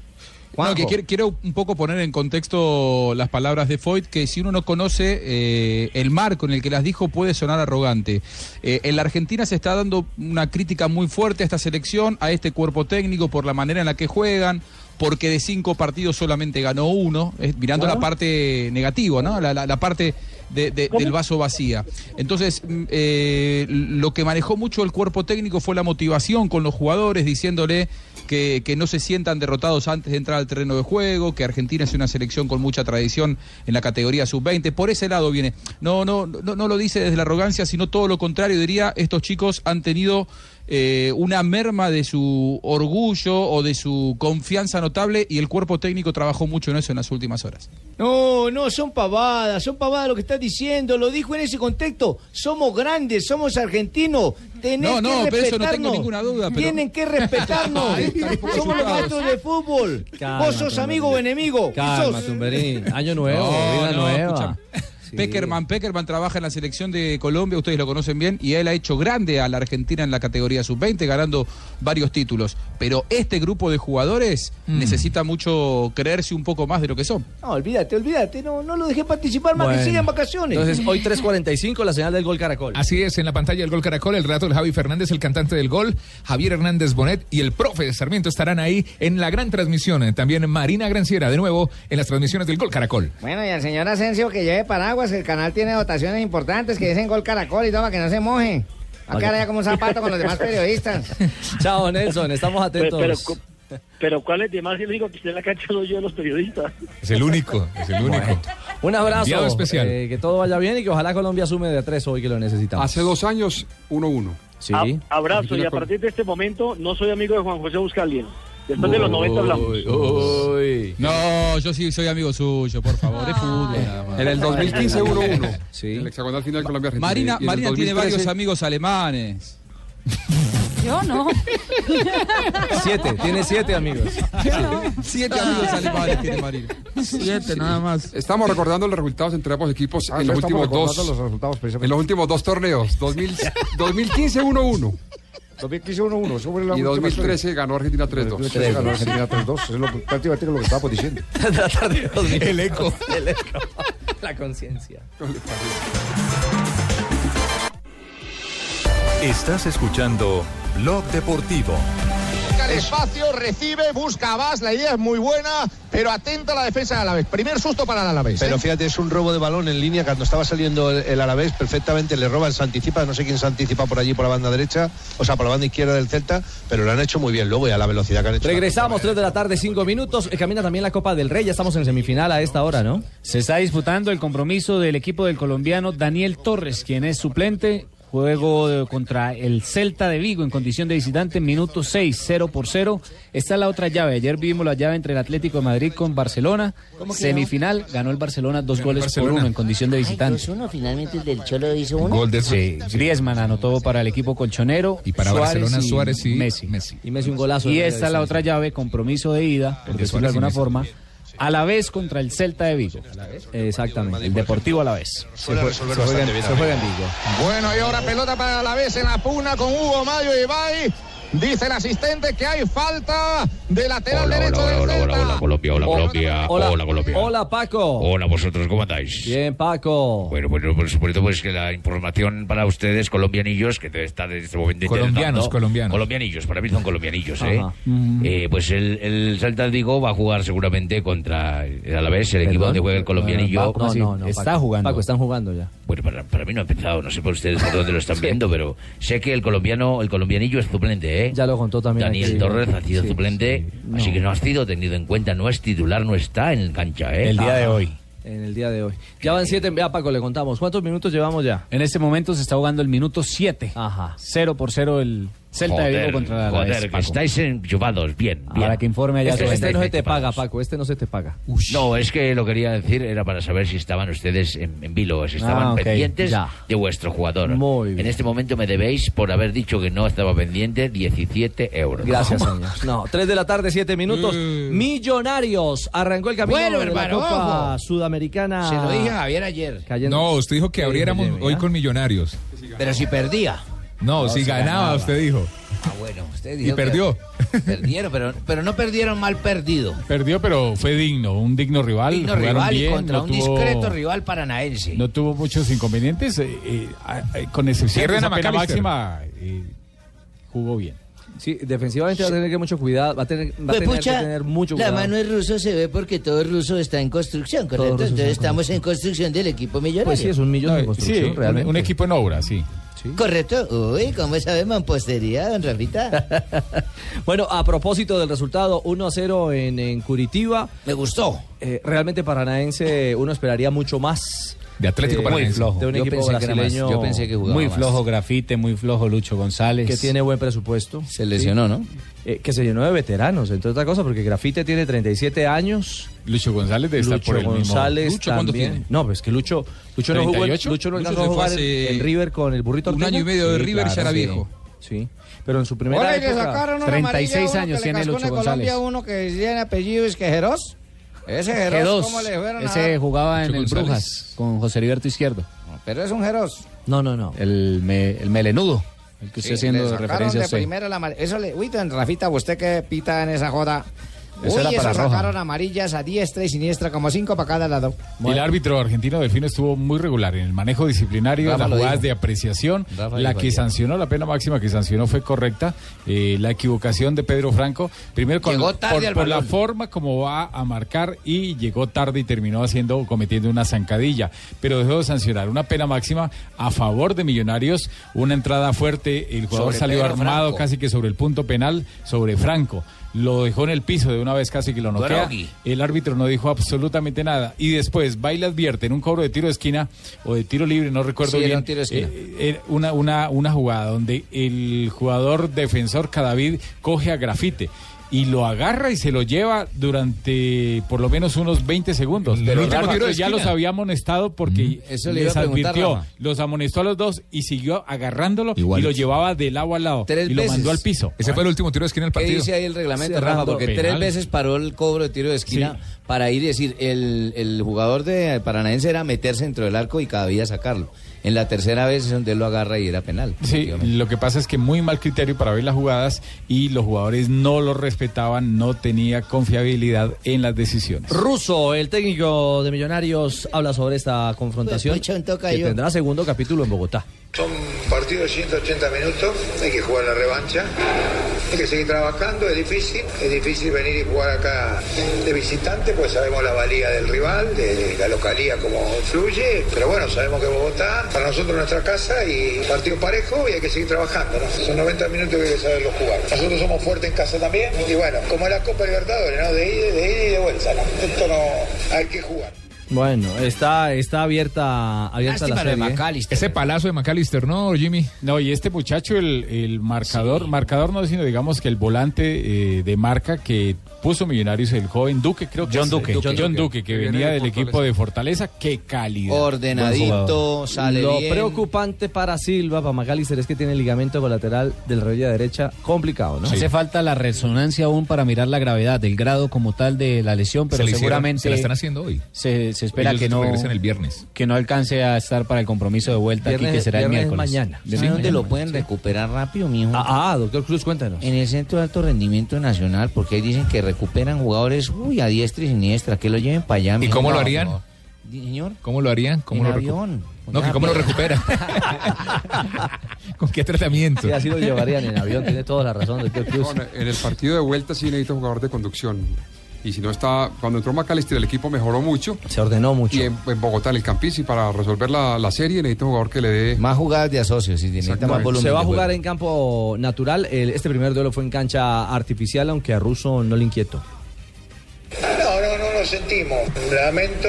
Speaker 11: No, que quiero, quiero un poco poner en contexto las palabras de Foyt, que si uno no conoce eh, el marco en el que las dijo puede sonar arrogante. Eh, en la Argentina se está dando una crítica muy fuerte a esta selección, a este cuerpo técnico, por la manera en la que juegan, porque de cinco partidos solamente ganó uno, eh, mirando la parte negativa, ¿no? la, la- la parte de- de- del vaso vacía. Entonces, mm, eh, lo que manejó mucho el cuerpo técnico fue la motivación con los jugadores, diciéndole que, que no se sientan derrotados antes de entrar al terreno de juego, que Argentina es una selección con mucha tradición en la categoría sub-20. Por ese lado viene. No, no, no, no lo dice desde la arrogancia, sino todo lo contrario. Diría, estos chicos han tenido eh, una merma de su orgullo o de su confianza notable y el cuerpo técnico trabajó mucho en eso en las últimas horas.
Speaker 10: No, no, son pavadas, son pavadas lo que estás diciendo. Lo dijo en ese contexto. Somos grandes, somos argentinos. Tenés
Speaker 11: No, no,
Speaker 10: que
Speaker 11: pero eso no
Speaker 10: respetarnos.
Speaker 11: tengo ninguna duda, pero-
Speaker 10: Tienen que respetarnos.
Speaker 11: Ay, tan poco
Speaker 10: somos
Speaker 11: resultados.
Speaker 10: maestros de fútbol.
Speaker 6: Calma,
Speaker 10: Vos sos amigo o enemigo.
Speaker 6: Calma,
Speaker 10: Sos-
Speaker 6: Tumberín. Año nuevo, vida nueva.
Speaker 11: Peckerman, Peckerman trabaja en la selección de Colombia, ustedes lo conocen bien, y él ha hecho grande a la Argentina en la categoría sub-20, ganando varios títulos. Pero este grupo de jugadores
Speaker 6: Mm.
Speaker 11: necesita mucho creerse un poco más de lo que son.
Speaker 10: No, olvídate, olvídate. No, no lo dejé participar más
Speaker 11: Bueno.
Speaker 10: que siga en vacaciones.
Speaker 11: Entonces, hoy
Speaker 6: 3.45, la señal del gol Caracol.
Speaker 7: Así es, en la pantalla del gol Caracol, el relato de Javi Fernández, el cantante del gol, Javier Hernández Bonet y el profe de Sarmiento estarán ahí en la gran transmisión. También Marina Granciera, de nuevo, en las transmisiones del gol Caracol.
Speaker 17: Bueno, y al señor Asensio que lleve paraguas, que el canal tiene dotaciones importantes, que dicen gol caracol y todo, para que no se moje. Va a
Speaker 6: Vale.
Speaker 17: quedar allá como un zapato con los demás periodistas.
Speaker 6: Chao, Nelson. Estamos
Speaker 17: Pues,
Speaker 6: atentos.
Speaker 17: pero
Speaker 16: cu- Pero cuál es de más el único que está en la cancha soy yo de los periodistas.
Speaker 7: Es el único, es el único.
Speaker 6: Un abrazo.
Speaker 14: Enviado especial.
Speaker 6: Eh, que todo vaya bien y que ojalá Colombia asume de a tres hoy que lo necesitamos.
Speaker 14: Hace dos años, 1-1.
Speaker 6: Sí.
Speaker 12: Ah,
Speaker 16: Abrazo y a partir de este momento no soy amigo de Juan José Buscalien. Después de los 90 hablamos.
Speaker 11: No, yo sí soy amigo suyo, por favor, es fútbol. nada más.
Speaker 14: En el 2015, 1-1.
Speaker 6: Sí.
Speaker 14: El hexagonal final Colombia-Argentina.
Speaker 11: Marina,
Speaker 14: Y en el
Speaker 11: Marina tiene
Speaker 14: 2013,
Speaker 11: varios amigos alemanes.
Speaker 9: Yo no.
Speaker 6: Siete, tiene siete amigos.
Speaker 11: Siete amigos alemanes tiene Marina. Siete, nada más.
Speaker 14: Estamos recordando los resultados entre ambos equipos
Speaker 11: Ah,
Speaker 14: en,
Speaker 11: no
Speaker 14: los
Speaker 11: estamos
Speaker 14: últimos dos,
Speaker 11: recordando los
Speaker 12: resultados,
Speaker 14: en los últimos dos torneos. 2000 2015 1-1
Speaker 12: 2015 1-1, eso fue la
Speaker 14: y
Speaker 12: última
Speaker 14: 2013 ganó Argentina 3-2.
Speaker 12: 2013 ganó Argentina 3-2, eso es lo, prácticamente lo que estábamos diciendo.
Speaker 6: El eco. El eco. La conciencia.
Speaker 3: Estás escuchando Blog Deportivo.
Speaker 19: Busca el espacio, recibe, busca más. La idea es muy buena, pero atenta a la defensa de Alavés. Primer susto para el Alavés.
Speaker 12: Pero
Speaker 19: ¿eh?
Speaker 12: fíjate, es un robo de balón en línea. Cuando estaba saliendo el, el Alavés, perfectamente le roban, se anticipa. No sé quién se anticipa por allí, por la banda derecha, o sea, por la banda izquierda del Celta, pero lo han hecho muy bien luego y a la velocidad que han hecho.
Speaker 6: Regresamos, 3 de la tarde, 5 minutos. Eh, Camina también la Copa del Rey. Ya estamos en semifinal a esta hora, ¿no?
Speaker 20: Se está disputando el compromiso del equipo del colombiano Daniel Torres, quien es suplente. Juego eh, contra el Celta de Vigo en condición de visitante, minuto 6, 0 por 0. Esta es la otra llave. Ayer vimos la llave entre el Atlético de Madrid con Barcelona. Semifinal, ganó el Barcelona dos goles por uno en condición de visitante.
Speaker 8: uno, finalmente el del Cholo hizo uno.
Speaker 20: Sí, Griezmann anotó para el equipo colchonero. Y
Speaker 7: para Barcelona, Suárez y
Speaker 20: Messi.
Speaker 6: Y Messi un golazo.
Speaker 20: Y
Speaker 6: de
Speaker 20: esta es
Speaker 6: distancia.
Speaker 20: la otra llave, compromiso de ida, por
Speaker 6: de
Speaker 20: decirlo de
Speaker 6: Suárez y
Speaker 20: alguna
Speaker 6: Messi.
Speaker 20: forma, a la vez contra el Celta de Vigo. Exactamente. El Deportivo a la vez.
Speaker 12: Suele resolver bastante bien
Speaker 20: se
Speaker 12: también.
Speaker 20: juega en Vigo.
Speaker 19: Bueno, y ahora pelota para el Alavés en la pugna con Hugo Mayo y Ibai. Dice el asistente que hay falta de lateral derecho del Celta.
Speaker 21: Hola Colombia, hola Colombia,
Speaker 6: hola.
Speaker 21: hola Colombia.
Speaker 6: Hola, Paco.
Speaker 21: Hola vosotros, ¿cómo andáis?
Speaker 6: Bien, Paco.
Speaker 21: Bueno, bueno, por supuesto, pues que la información para ustedes, colombianillos, que está desde este momento
Speaker 7: Colombianos,
Speaker 21: intentando-
Speaker 7: colombianos.
Speaker 21: Colombianillos, para mí son colombianillos, ¿eh?
Speaker 7: Ajá.
Speaker 6: Mm.
Speaker 21: Eh, pues el, el Celta de Vigo va a jugar seguramente contra, a la vez, el equipo donde juega el colombianillo.
Speaker 6: Paco, sí, Paco. Paco, están jugando ya.
Speaker 21: Bueno, para, para mí no ha empezado, no sé por ustedes por dónde lo están viendo, pero sé que el colombiano, el colombianillo es suplente, ¿eh?
Speaker 6: Ya lo contó también.
Speaker 21: Daniel
Speaker 6: aquí.
Speaker 21: Torres ha sido
Speaker 6: Sí,
Speaker 21: suplente, así que no ha sido tenido en cuenta, no es titular, no está en cancha, ¿eh?
Speaker 6: El día de hoy. En el día de hoy. Ya van siete. Vea, Paco, le contamos. ¿Cuántos minutos llevamos ya?
Speaker 20: En este momento se está jugando el minuto 7.
Speaker 6: Ajá.
Speaker 20: 0 por 0 el Celta de Vigo contra la
Speaker 21: joder, que estáis enchufados, bien, bien.
Speaker 20: Para que informe allá.
Speaker 21: Este-
Speaker 20: sobre-
Speaker 21: este
Speaker 6: Este no se te
Speaker 21: Equipados.
Speaker 6: paga, Paco. Este no se te paga.
Speaker 21: No, es que lo quería decir, era para saber si estaban ustedes en, en vilo, si estaban
Speaker 6: Ah, ok,
Speaker 21: pendientes
Speaker 6: ya.
Speaker 21: de vuestro jugador. En este momento me debéis, por haber dicho que no estaba pendiente, 17 euros.
Speaker 6: Gracias, señor. No, 3 de la tarde, 7 minutos. Millonarios arrancó el camino
Speaker 7: Bueno,
Speaker 6: de
Speaker 7: hermano,
Speaker 6: la Copa
Speaker 7: ojo.
Speaker 6: Sudamericana.
Speaker 7: ayer.
Speaker 6: Cayendo-
Speaker 7: No, usted dijo que
Speaker 6: Sí,
Speaker 7: abriéramos
Speaker 6: Guillermo,
Speaker 7: hoy
Speaker 6: ¿ya?
Speaker 7: con Millonarios.
Speaker 6: Pero si perdía.
Speaker 7: No,
Speaker 22: No,
Speaker 7: si
Speaker 22: si
Speaker 7: ganaba,
Speaker 22: ganaba.
Speaker 7: usted dijo.
Speaker 22: Ah, bueno, usted
Speaker 7: Y
Speaker 22: dijo que
Speaker 7: perdió.
Speaker 22: Perdieron, pero, pero no perdieron mal perdido.
Speaker 13: Perdió, pero fue digno, un digno rival.
Speaker 22: Digno
Speaker 13: jugaron
Speaker 22: rival y
Speaker 13: bien,
Speaker 22: contra
Speaker 13: no
Speaker 22: un
Speaker 13: tuvo-
Speaker 22: discreto rival paranaense.
Speaker 13: No tuvo muchos inconvenientes, eh, eh, a- a- con excepción de
Speaker 7: Pierden
Speaker 13: esa
Speaker 7: a
Speaker 13: pena
Speaker 7: McAllister.
Speaker 13: máxima, eh, jugó bien.
Speaker 6: Sí, defensivamente va a tener que mucho cuidado, va a tener, va a
Speaker 22: Pues,
Speaker 6: tener
Speaker 22: pucha,
Speaker 6: que tener mucho
Speaker 22: la
Speaker 6: cuidado.
Speaker 22: mano es ruso se ve porque todo ruso está en construcción,
Speaker 6: Todo
Speaker 22: ¿correcto?
Speaker 6: ruso está
Speaker 22: Entonces
Speaker 6: en
Speaker 22: estamos en construcción del equipo millonario.
Speaker 6: Pues sí, es un millón de
Speaker 22: No,
Speaker 6: construcción,
Speaker 22: sí, un-
Speaker 6: realmente.
Speaker 13: Un equipo en obra, sí.
Speaker 22: ¿Correcto? Uy, ¿cómo sabe mampostería, don Rafita?
Speaker 6: Bueno, a propósito del resultado, 1 a 0 en, en Curitiba. Me gustó. realmente paranaense uno esperaría mucho más.
Speaker 7: De
Speaker 6: eh, De un
Speaker 20: Yo
Speaker 6: equipo
Speaker 20: pensé que era más.
Speaker 6: brasileño.
Speaker 20: Yo pensé que jugaba Muy flojo Grafite, muy flojo Lucho González.
Speaker 6: que tiene buen presupuesto. Se
Speaker 20: lesionó,
Speaker 6: ¿no? que se llenó de veteranos, entre otras cosas, porque Grafite tiene 37 años.
Speaker 13: Lucho González debe estar
Speaker 6: Lucho
Speaker 13: por el mismo-
Speaker 6: González
Speaker 13: ¿Lucho cuánto
Speaker 6: también.
Speaker 13: tiene?
Speaker 6: No, pues que Lucho, Lucho no jugó, en-
Speaker 13: 38?
Speaker 6: Lucho no
Speaker 13: Lucho
Speaker 6: alcanzó a
Speaker 13: se fue
Speaker 6: jugar en-
Speaker 13: hace
Speaker 6: en River con el burrito.
Speaker 13: un
Speaker 6: Ortega.
Speaker 13: año y medio de
Speaker 6: Sí,
Speaker 13: River, ya era
Speaker 6: sí.
Speaker 13: viejo.
Speaker 6: Sí, pero en su primera
Speaker 17: Oye, que
Speaker 6: época-
Speaker 17: sacaron una amarilla a uno que le cascó en Colombia uno que tiene apellido es que Jerós. Ese Jerós, ¿cómo le fueron a
Speaker 20: Ese
Speaker 17: dar?
Speaker 20: jugaba en
Speaker 17: Lucho
Speaker 20: el
Speaker 17: González.
Speaker 20: Brujas con José Heriberto Izquierdo.
Speaker 17: Pero es un Jerós.
Speaker 6: No, no, no.
Speaker 20: El, me- el melenudo, el que
Speaker 17: Sí,
Speaker 20: usted haciendo
Speaker 17: le sacaron
Speaker 20: referencia a
Speaker 17: de
Speaker 20: usted.
Speaker 17: primera la amarilla. Eso le, uy, don Rafita, usted que pita en esa joda.
Speaker 13: Eso
Speaker 17: uy,
Speaker 13: era
Speaker 17: eso
Speaker 13: para roja.
Speaker 17: sacaron amarillas a diestra y siniestra, como cinco para cada lado.
Speaker 13: Y El árbitro argentino Delfino estuvo muy regular en el manejo disciplinario,
Speaker 17: Rafa
Speaker 13: las
Speaker 17: lo dijo.
Speaker 13: jugadas de apreciación.
Speaker 17: Rafa
Speaker 13: la
Speaker 17: dijo
Speaker 13: que
Speaker 17: ayer.
Speaker 13: sancionó, la pena máxima que sancionó fue correcta. eh, la equivocación de Pedro Franco, primero con,
Speaker 22: Llegó tarde
Speaker 13: por,
Speaker 22: al
Speaker 13: por la
Speaker 22: balón.
Speaker 13: forma como va a marcar y llegó tarde y terminó haciendo cometiendo una zancadilla. Pero dejó de sancionar una pena máxima a favor de Millonarios, una entrada fuerte, el jugador
Speaker 22: Sobre
Speaker 13: salió
Speaker 22: Pedro
Speaker 13: armado
Speaker 22: Franco.
Speaker 13: casi que sobre el punto penal, sobre Franco. Lo dejó en el piso de una vez casi que lo noquea.
Speaker 22: Brogui.
Speaker 13: El árbitro no dijo absolutamente nada. Y después Baila advierte en un cobro de tiro de esquina o de tiro libre, no recuerdo
Speaker 22: Sí, era
Speaker 13: bien.
Speaker 22: un tiro de esquina.
Speaker 13: eh, era una, una, una jugada donde el jugador defensor Cadavid coge a Grafite. Y lo agarra y se lo lleva durante por lo menos unos 20 segundos.
Speaker 7: El
Speaker 13: Pero
Speaker 7: último
Speaker 13: el árbitro
Speaker 7: tiro de
Speaker 13: ya
Speaker 7: esquina.
Speaker 13: los había amonestado porque
Speaker 7: Eso le
Speaker 13: Mm.
Speaker 7: iba
Speaker 13: les
Speaker 7: a preguntar,
Speaker 13: advirtió.
Speaker 7: Rafa.
Speaker 13: Los amonestó a los dos y siguió agarrándolo y
Speaker 7: Igualito.
Speaker 13: lo llevaba de lado a lado. y lo mandó al piso.
Speaker 7: Ese fue el último tiro de esquina del
Speaker 22: ¿Qué
Speaker 7: partido.
Speaker 22: dice ahí el reglamento, Rafa? Porque tres veces paró el cobro de tiro de esquina para ir y decir, el, el jugador de Paranaense era meterse dentro del arco y cada día sacarlo. En la tercera vez es donde él lo agarra y era penal.
Speaker 13: Sí, lo que pasa es que muy mal criterio para ver las jugadas y los jugadores no lo respetaban, no tenía confiabilidad en las decisiones.
Speaker 6: Russo, el técnico de Millonarios, habla sobre esta
Speaker 17: Pues,
Speaker 6: confrontación que tendrá segundo capítulo en Bogotá.
Speaker 23: Son partidos de 180 minutos, hay que jugar la revancha, hay que seguir trabajando, es difícil, es difícil venir y jugar acá de visitante, pues sabemos la valía del rival, de la localía como influye, pero bueno, sabemos que Bogotá, para nosotros nuestra casa y partido parejo y hay que seguir trabajando, ¿no? Son 90 minutos que hay que saberlo jugar. Nosotros somos fuertes en casa también y bueno, como la Copa Libertadores, ¿no? De ida, de ida y de vuelta, ¿no? Esto no hay que jugar.
Speaker 6: Bueno, está, está abierta, abierta la serie. ¿eh?
Speaker 13: Ese palazo de McAllister, ¿no, Jimmy? No, y este muchacho, el, el marcador, marcador no, sino digamos que el volante eh, de marca que puso Millonarios, el joven Duque, creo que
Speaker 22: John
Speaker 13: es,
Speaker 22: Duque.
Speaker 13: John,
Speaker 22: John Duque.
Speaker 13: Duque, que
Speaker 22: Que viene
Speaker 13: venía
Speaker 22: de
Speaker 13: del equipo de Fortaleza. ¡Qué calidad! Buen
Speaker 22: Ordenadito,
Speaker 13: jugador.
Speaker 22: sale
Speaker 6: Lo
Speaker 22: bien.
Speaker 6: preocupante para Silva, para Macalister, es que tiene el ligamento colateral del rodilla derecha complicado, ¿no?
Speaker 20: Hace falta la resonancia aún para mirar la gravedad, el grado como tal de la lesión,
Speaker 6: Se
Speaker 20: pero
Speaker 6: le hicieron,
Speaker 20: seguramente
Speaker 6: se la están haciendo
Speaker 13: hoy.
Speaker 20: Se, se espera
Speaker 7: Ellos
Speaker 20: que no
Speaker 7: regresan el viernes.
Speaker 20: que no alcance a estar para el compromiso de vuelta aquí que será el miércoles. De
Speaker 17: ¿Sabe dónde
Speaker 20: mañana.
Speaker 17: lo pueden recuperar rápido, mijo? Ah,
Speaker 6: doctor Cruz, cuéntanos.
Speaker 17: En el Centro de Alto Rendimiento Nacional, porque ahí dicen que recuperan jugadores, uy, a diestra y siniestra, que lo lleven para allá.
Speaker 7: ¿Y
Speaker 17: mijo.
Speaker 7: cómo lo
Speaker 17: No,
Speaker 7: harían?
Speaker 17: no. Señor.
Speaker 7: ¿Cómo lo harían? ¿Cómo
Speaker 17: En
Speaker 7: lo recu-
Speaker 17: avión.
Speaker 7: No, que
Speaker 6: pues.
Speaker 7: cómo lo recupera. ¿Con qué tratamiento?
Speaker 6: Sí, así lo llevarían en avión, tiene toda la razón, doctor Cruz.
Speaker 14: Bueno, en el partido de vuelta sí necesita un jugador de conducción. Y si no está, cuando entró McAllister el equipo mejoró mucho.
Speaker 6: Se ordenó mucho.
Speaker 14: Y en, en Bogotá, en el Campín, y para resolver la, la serie necesita un jugador que le dé...
Speaker 17: Más jugadas de asocios, si necesita
Speaker 14: más volumen
Speaker 6: Se va a
Speaker 14: de
Speaker 6: jugar en campo natural. El- este primer duelo fue en cancha artificial, aunque a Russo no le inquietó.
Speaker 23: No, no, no lo sentimos. Lamento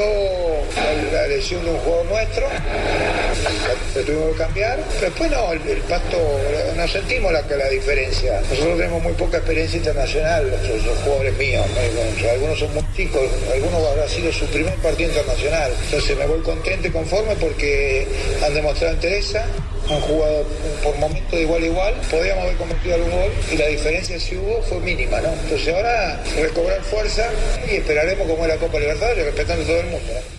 Speaker 23: la lesión de un juego nuestro. Lo tuvimos que cambiar. Después no, el, el pacto, no sentimos la, la diferencia. Nosotros tenemos muy poca experiencia internacional, los, los jugadores míos. ¿no? Algunos son muy chicos, algunos habrá sido su primer partido internacional. Entonces me voy contento y conforme porque han demostrado entereza, han jugado por momentos de igual a igual, podíamos haber cometido algún gol y la diferencia si hubo fue mínima, ¿no? Entonces ahora recobrar fuerza y esperaremos como es la Copa Libertadores, respetando a todo el mundo. ¿no?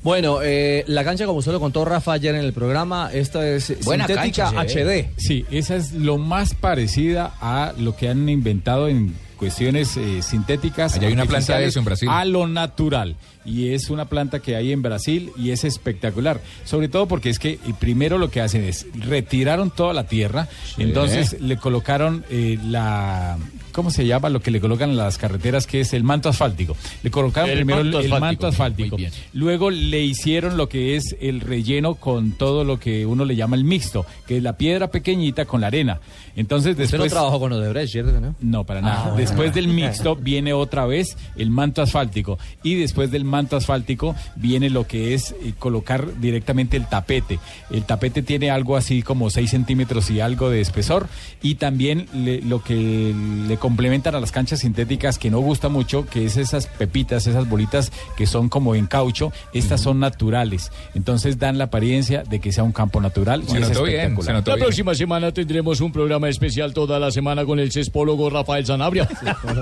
Speaker 6: Bueno, eh, la cancha, como usted lo contó Rafa ayer en el programa, esta es sintética HD.
Speaker 13: Sí, ¿eh? esa es lo más parecida a lo que han inventado en cuestiones eh, sintéticas.
Speaker 7: Allá hay una planta de
Speaker 13: artificiales,
Speaker 7: eso en Brasil.
Speaker 13: A lo natural. Y es una planta que hay en Brasil y es espectacular. Sobre todo porque es que eh, primero lo que hacen es retiraron toda la tierra, entonces le colocaron eh, la... ¿Cómo se llama lo que le colocan a las carreteras? Que es el manto asfáltico. Le colocaron
Speaker 11: El
Speaker 13: primero
Speaker 11: manto
Speaker 13: el
Speaker 11: asfáltico.
Speaker 13: manto asfáltico. Luego le hicieron lo que es el relleno con todo lo que uno le llama el mixto, que es la piedra pequeñita con la arena. Entonces
Speaker 6: Usted no
Speaker 13: después
Speaker 6: trabajó con Odebrecht, ¿cierto que no?
Speaker 13: no, para nada.
Speaker 6: Ah, bueno.
Speaker 13: Después del mixto viene otra vez el manto asfáltico. Y después del manto asfáltico viene lo que es eh, colocar directamente el tapete. El tapete tiene algo así como 6 centímetros y algo de espesor. Y también le- lo que le complementan a las canchas sintéticas que no gusta mucho, que es esas pepitas, esas bolitas que son como en caucho. Estas son naturales. Entonces dan la apariencia de que sea un campo natural. y es espectacular.
Speaker 12: la próxima semana tendremos un programa especial toda la semana con el sespólogo Rafael Sanabria,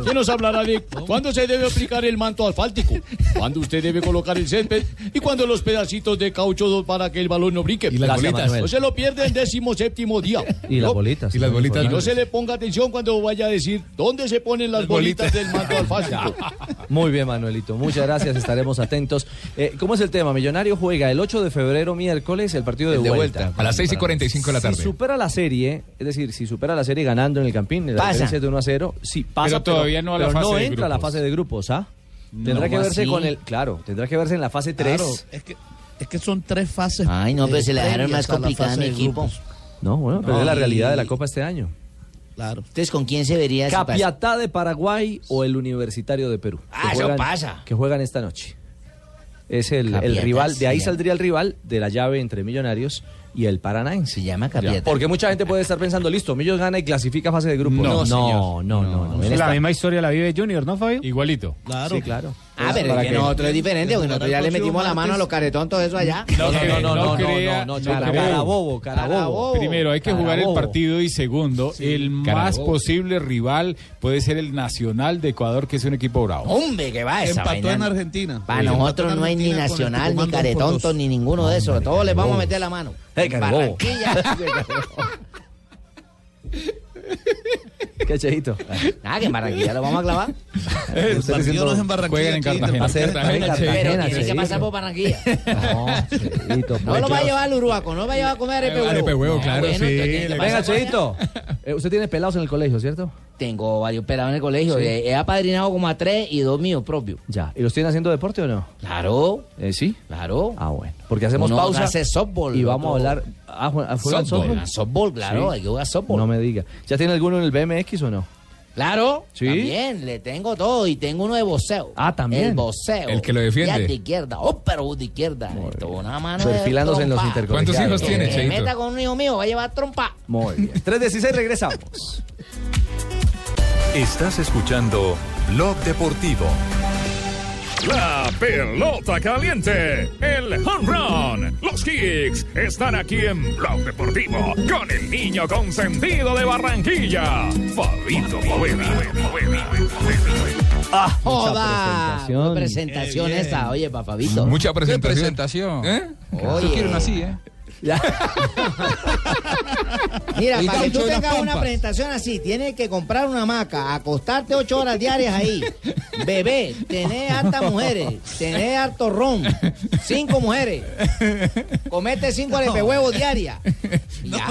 Speaker 12: que nos hablará de cuándo se debe aplicar el manto asfáltico, cuándo usted debe colocar el césped y cuándo los pedacitos de caucho do- para que el balón no brinque.
Speaker 6: Y las Gracias, bolitas. Manuel.
Speaker 12: No se lo pierde el décimo séptimo día.
Speaker 6: Y
Speaker 7: Oh,
Speaker 6: las
Speaker 12: No.
Speaker 6: bolitas.
Speaker 12: Y no se le ponga atención cuando vaya a decir dónde se ponen las bolitas del manto asfáltico.
Speaker 6: Muy bien, Manuelito. Muchas gracias. Estaremos atentos. Eh, ¿Cómo es el tema? Millonario juega el 8 de febrero, miércoles, el partido de,
Speaker 7: El de
Speaker 6: vuelta.
Speaker 7: vuelta. A las 6 y 45 de la tarde.
Speaker 6: Si supera la serie, es decir, si supera la serie ganando en el Campín, la
Speaker 7: Pasa.
Speaker 6: diferencia es de 1 a 0, sí, pasa.
Speaker 7: Pero todavía no a la
Speaker 6: pero
Speaker 7: fase
Speaker 6: no
Speaker 7: de
Speaker 6: entra a la
Speaker 7: grupos.
Speaker 6: fase de grupos, ¿ah?
Speaker 7: No,
Speaker 6: Tendrá que verse
Speaker 7: así.
Speaker 6: con el. Claro, tendrá que verse en la fase 3.
Speaker 2: Claro, es que, es que son tres fases.
Speaker 17: Ay, no, pero
Speaker 2: eh,
Speaker 17: se la dejaron
Speaker 2: previas
Speaker 17: más
Speaker 2: a la
Speaker 17: complicada a
Speaker 2: fase
Speaker 17: mi
Speaker 2: de
Speaker 17: equipo.
Speaker 2: grupos.
Speaker 6: No, bueno, pero
Speaker 17: No,
Speaker 6: es la
Speaker 17: y-
Speaker 6: realidad de la Copa este año.
Speaker 2: Claro.
Speaker 17: Entonces, ¿con quién se vería? si pasa?
Speaker 6: Capiatá de Paraguay o el Universitario de Perú.
Speaker 17: Ah,
Speaker 6: Que
Speaker 17: eso
Speaker 6: juegan-
Speaker 17: pasa.
Speaker 6: Que juegan esta noche. Es el, el
Speaker 17: Capiatá
Speaker 6: rival, de ahí
Speaker 17: se
Speaker 6: saldría el rival de la llave entre Millonarios y el Paranaense. Se
Speaker 17: llama
Speaker 6: Capiatá. Porque mucha gente puede estar pensando, listo, Millos gana y clasifica fase de grupo.
Speaker 20: No,
Speaker 6: no, no,
Speaker 20: señor.
Speaker 6: no, no, no. Él
Speaker 20: Es la
Speaker 6: está-
Speaker 20: misma historia la vive Junior, ¿no, Fabio?
Speaker 13: Igualito.
Speaker 2: Claro.
Speaker 6: Sí, claro.
Speaker 22: Ah, pero es que nosotros es diferente, porque nosotros ya le metimos la mano a los caretones, todo eso allá.
Speaker 13: No, no, no, no, no, no,
Speaker 6: crea-
Speaker 13: no, no,
Speaker 6: no
Speaker 13: cara-
Speaker 6: crea-
Speaker 13: Carabobo,
Speaker 6: Carabobo.
Speaker 13: Primero, hay que jugar el
Speaker 6: Carabobo.
Speaker 13: partido y segundo, el más
Speaker 2: Carabobo.
Speaker 13: posible rival puede ser el Nacional de Ecuador, que es un equipo bravo.
Speaker 2: Hombre, que va esa
Speaker 13: Empató
Speaker 2: vaina.
Speaker 13: en
Speaker 2: Argentina.
Speaker 22: Para nosotros no hay ni nacional, ni caretonto, ni ninguno de esos. Todos les vamos a meter la mano.
Speaker 6: Eh, Carabobo.
Speaker 22: Barranquilla.
Speaker 6: Qué chejito.
Speaker 22: Ah, que en Barranquilla lo vamos a clavar.
Speaker 6: El
Speaker 2: partido no es en Barranquilla,
Speaker 13: Juegan en
Speaker 2: aquí,
Speaker 13: Cartagena.
Speaker 2: Hace-
Speaker 13: Cartagena,
Speaker 2: Cartagena,
Speaker 13: sí.
Speaker 22: Pero tiene
Speaker 13: Cartagena,
Speaker 22: que
Speaker 13: sí.
Speaker 22: pasar por Barranquilla.
Speaker 6: Chejito,
Speaker 22: No lo va a
Speaker 6: pues.
Speaker 22: llevar al Uruguaco, no lo va a llevar a comer arepe huevo. Ah, bueno, entonces tiene que
Speaker 6: Venga,
Speaker 22: pasar por allá.
Speaker 6: Cheito. eh, usted tiene pelados en el colegio, ¿cierto?
Speaker 22: Tengo varios pelados en el colegio. Eh, He he apadrinado como a tres y dos míos propios.
Speaker 6: Ya. ¿Y los tienen haciendo deporte o no? ¿Eh,
Speaker 22: Claro.
Speaker 6: ¿Sí?
Speaker 22: Claro.
Speaker 6: Ah, bueno. Porque hacemos
Speaker 22: Uno
Speaker 6: pausa.
Speaker 22: hace softball,
Speaker 6: y
Speaker 22: el
Speaker 6: vamos a
Speaker 22: otro-
Speaker 6: hablar. Ah, jue- ah, ¿juegan
Speaker 22: Softball.
Speaker 6: softball?
Speaker 22: Ah, softball, claro, hay que jugar softball.
Speaker 6: No me diga. ¿Ya tiene alguno en el BMX o no?
Speaker 22: Claro,
Speaker 6: Sí.
Speaker 22: también le tengo todo y tengo uno de voceo.
Speaker 6: Ah, también.
Speaker 22: El voceo.
Speaker 6: El que lo defiende.
Speaker 22: Ya de izquierda, oh, pero de izquierda. Esto, una mano de
Speaker 6: Perfilándose en los
Speaker 22: trompa.
Speaker 6: intercolegiados. ¿Cuántos hijos tiene,
Speaker 22: Que
Speaker 6: Cheito?
Speaker 22: Se meta con un hijo mío, va a llevar trompa.
Speaker 6: Muy bien. 3.16, regresamos.
Speaker 3: Estás escuchando Blog Deportivo.
Speaker 24: La pelota caliente, el home run, los kicks están aquí en Blog Deportivo con el niño consentido de Barranquilla, Fabito Poveda.
Speaker 22: ¡Ah,
Speaker 6: joda!
Speaker 22: joda!
Speaker 6: presentación.
Speaker 22: presentación
Speaker 6: Qué bien.
Speaker 22: esta, oye, pa' Fabito.
Speaker 7: Mucha
Speaker 22: Qué
Speaker 7: presentación.
Speaker 11: presentación.
Speaker 7: ¿Eh?
Speaker 22: Oye.
Speaker 11: ¿eh?
Speaker 17: Mira,
Speaker 22: El
Speaker 17: para que
Speaker 22: gaucho
Speaker 17: tú
Speaker 22: de las
Speaker 17: tengas una
Speaker 22: pampas.
Speaker 17: presentación así, tienes que comprar una hamaca, acostarte ocho horas diarias ahí, bebé, tener hartas mujeres, tener harto ron, cinco mujeres, comete cinco arepehuevos diarias.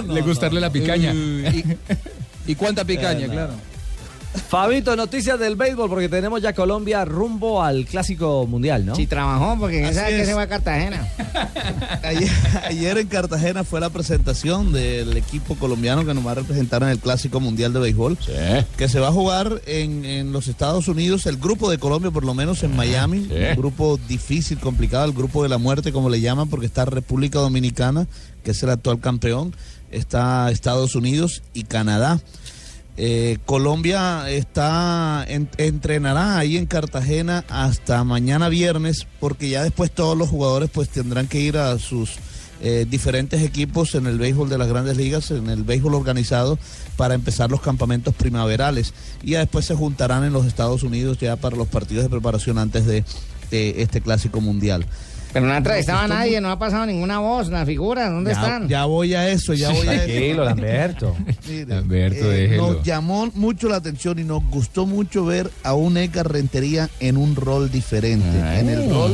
Speaker 7: Le gustarle la picaña.
Speaker 11: ¿Y, cuánta picaña, claro?
Speaker 6: Fabito, noticias del béisbol, porque tenemos ya Colombia rumbo al Clásico Mundial, ¿no?
Speaker 17: Sí, trabajó, porque
Speaker 6: quién
Speaker 17: quién sabe
Speaker 6: que
Speaker 17: que se va a Cartagena.
Speaker 2: Ayer, ayer en Cartagena fue la presentación del equipo colombiano que nos va a representar en el Clásico Mundial de Béisbol,
Speaker 12: ¿Eh?
Speaker 2: que se va a jugar en, en los Estados Unidos, el grupo de Colombia, por lo menos en Miami, un grupo difícil, complicado, el grupo de la muerte, como le llaman, porque está República Dominicana, que es el actual campeón, está Estados Unidos y Canadá. Eh, Colombia está en- entrenará ahí en Cartagena hasta mañana viernes, porque ya después todos los jugadores pues tendrán que ir a sus eh, diferentes equipos en el béisbol de las Grandes Ligas, en el béisbol organizado, para empezar los campamentos primaverales. Y ya después se juntarán en los Estados Unidos ya para los partidos de preparación antes de, de este clásico mundial.
Speaker 17: Pero no ha entrevistado a nadie, no ha pasado ninguna voz, las figuras, ¿dónde
Speaker 2: pues, ya,
Speaker 17: están?
Speaker 2: Ya voy a eso, ya voy a eso.
Speaker 6: Lamberto.
Speaker 7: Alberto, déjelo.
Speaker 2: Eh, Nos llamó mucho la atención y nos gustó mucho ver a un Edgar Rentería en un rol diferente. En el rol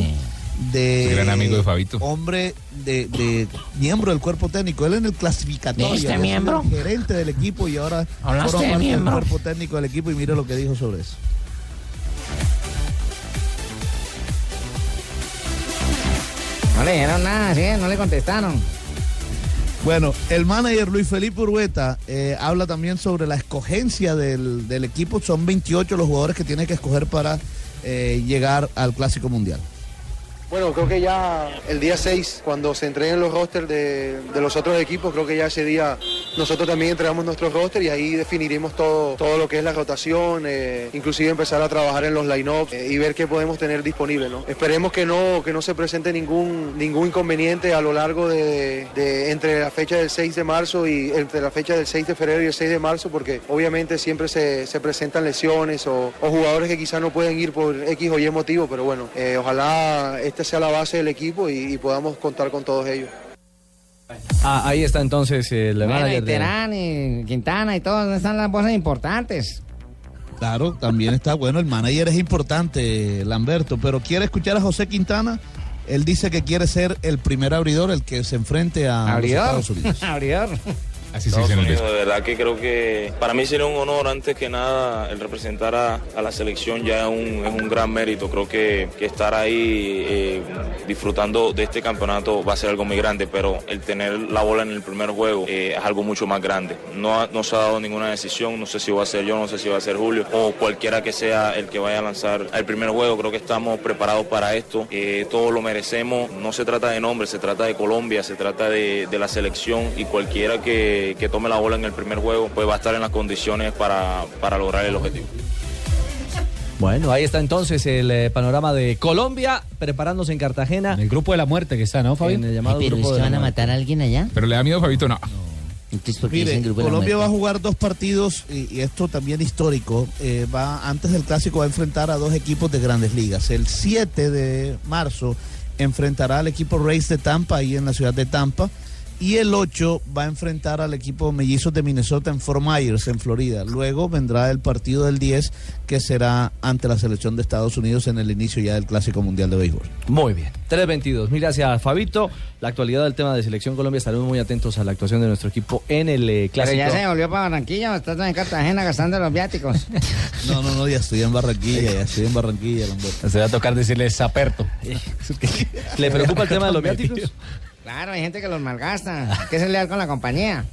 Speaker 2: de.
Speaker 7: Gran amigo de Fabito.
Speaker 2: Hombre de, de miembro del cuerpo técnico. Él en el clasificatorio.
Speaker 17: ¿De este
Speaker 2: había sido
Speaker 17: miembro?
Speaker 2: el gerente del equipo y ahora
Speaker 17: ¿Hablaste
Speaker 2: forma
Speaker 17: de
Speaker 2: parte del
Speaker 17: miembro?
Speaker 2: cuerpo técnico del equipo y mire lo que dijo sobre eso.
Speaker 17: No le dijeron nada, sí, no le contestaron.
Speaker 2: Bueno, el manager Luis Felipe Urueta eh, habla también sobre la escogencia del, del equipo. Son 28 los jugadores que tiene que escoger para eh, llegar al Clásico Mundial.
Speaker 4: Bueno, creo que ya el día 6, cuando se entreguen los rosters de, de los otros equipos, creo que ya ese día nosotros también entregamos nuestros rosters y ahí definiremos todo, todo lo que es la rotación, eh, inclusive empezar a trabajar en los line-ups eh, y ver qué podemos tener disponible. ¿no? Esperemos que no, que no se presente ningún, ningún inconveniente a lo largo de, de entre la fecha del 6 de marzo y entre la fecha del 6 de febrero y el 6 de marzo, porque obviamente siempre se, se presentan lesiones o, o jugadores que quizás no pueden ir por X o Y motivo, pero bueno, eh, ojalá esta sea la base del equipo y- y podamos contar con todos ellos.
Speaker 6: Ah, ahí está entonces el
Speaker 17: Bueno, y
Speaker 6: manager de-
Speaker 17: Terán y Quintana y todos, ¿dónde están las voces importantes?
Speaker 2: Claro, también está bueno. El manager es importante, Lamberto, pero quiere escuchar a José Quintana. Él dice que quiere ser el primer abridor, el que se enfrente a los
Speaker 17: Abridor.
Speaker 2: Estados Unidos.
Speaker 17: Abridor.
Speaker 7: Así
Speaker 15: Estados
Speaker 2: se
Speaker 15: Unidos, de verdad que creo que para mí sería un honor antes que nada el representar a, a la selección ya es un, es un gran mérito. Creo que, que estar ahí eh, disfrutando de este campeonato va a ser algo muy grande, pero el tener la bola en el primer juego eh, es algo mucho más grande. No, ha- no se ha dado ninguna decisión, no sé si va a ser yo, no sé si va a ser Julio o cualquiera que sea el que vaya a lanzar el primer juego. Creo que estamos preparados para esto, eh, todos lo merecemos. No se trata de nombre, se trata de Colombia, se trata de, de la selección y cualquiera que, que tome la bola en el primer juego pues va a estar en las condiciones para, para lograr el objetivo.
Speaker 6: Bueno, ahí está entonces el eh, panorama de Colombia preparándose en Cartagena. El
Speaker 20: grupo de la muerte que está, ¿no, Fabio?
Speaker 6: En el llamado
Speaker 20: Ay, pero
Speaker 6: grupo de
Speaker 20: es que
Speaker 6: la
Speaker 20: van a
Speaker 6: muerte.
Speaker 8: ¿Matar a alguien allá?
Speaker 7: Pero le da miedo, Fabito, no.
Speaker 8: Entonces, ¿por qué
Speaker 2: Mire,
Speaker 8: dicen grupo de la
Speaker 2: Colombia va a
Speaker 8: muerte?
Speaker 2: jugar dos partidos y, y esto también histórico. eh, va antes del clásico va a enfrentar a dos equipos de Grandes Ligas. El 7 de marzo enfrentará al equipo Rays de Tampa ahí en la ciudad de Tampa y el 8 va a enfrentar al equipo Mellizos de Minnesota en Fort Myers en Florida. Luego vendrá el partido del 10 que será ante la selección de Estados Unidos en el inicio ya del clásico mundial de béisbol.
Speaker 6: Muy bien. 3.22. Mil gracias, Fabito. La actualidad del tema de Selección Colombia. Estaremos muy atentos a la actuación de nuestro equipo en el eh,
Speaker 17: Pero
Speaker 6: clásico.
Speaker 17: ya se volvió para Barranquilla, o está en Cartagena gastando los viáticos.
Speaker 2: No, no, no, ya estoy en Barranquilla, ya estoy en Barranquilla,
Speaker 18: Se va a tocar decirle Saperto.
Speaker 6: ¿Le preocupa el tema de los
Speaker 18: viáticos?
Speaker 17: Claro, hay gente que los malgasta. Hay que ser leal con la compañía.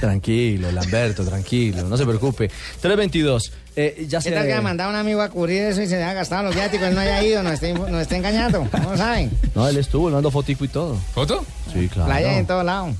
Speaker 6: Tranquilo, Lamberto, tranquilo. No se preocupe. 3.22. Eh, ya
Speaker 17: ¿Qué
Speaker 6: se...
Speaker 17: tal que ha mandado a un amigo a cubrir eso y se le ha gastado los viáticos? Él no haya ido, nos está, inf- nos está engañando. ¿Cómo saben?
Speaker 6: No, él estuvo, le mando fotico y todo.
Speaker 7: ¿Foto?
Speaker 6: Sí, claro.
Speaker 17: Playa en todo lado.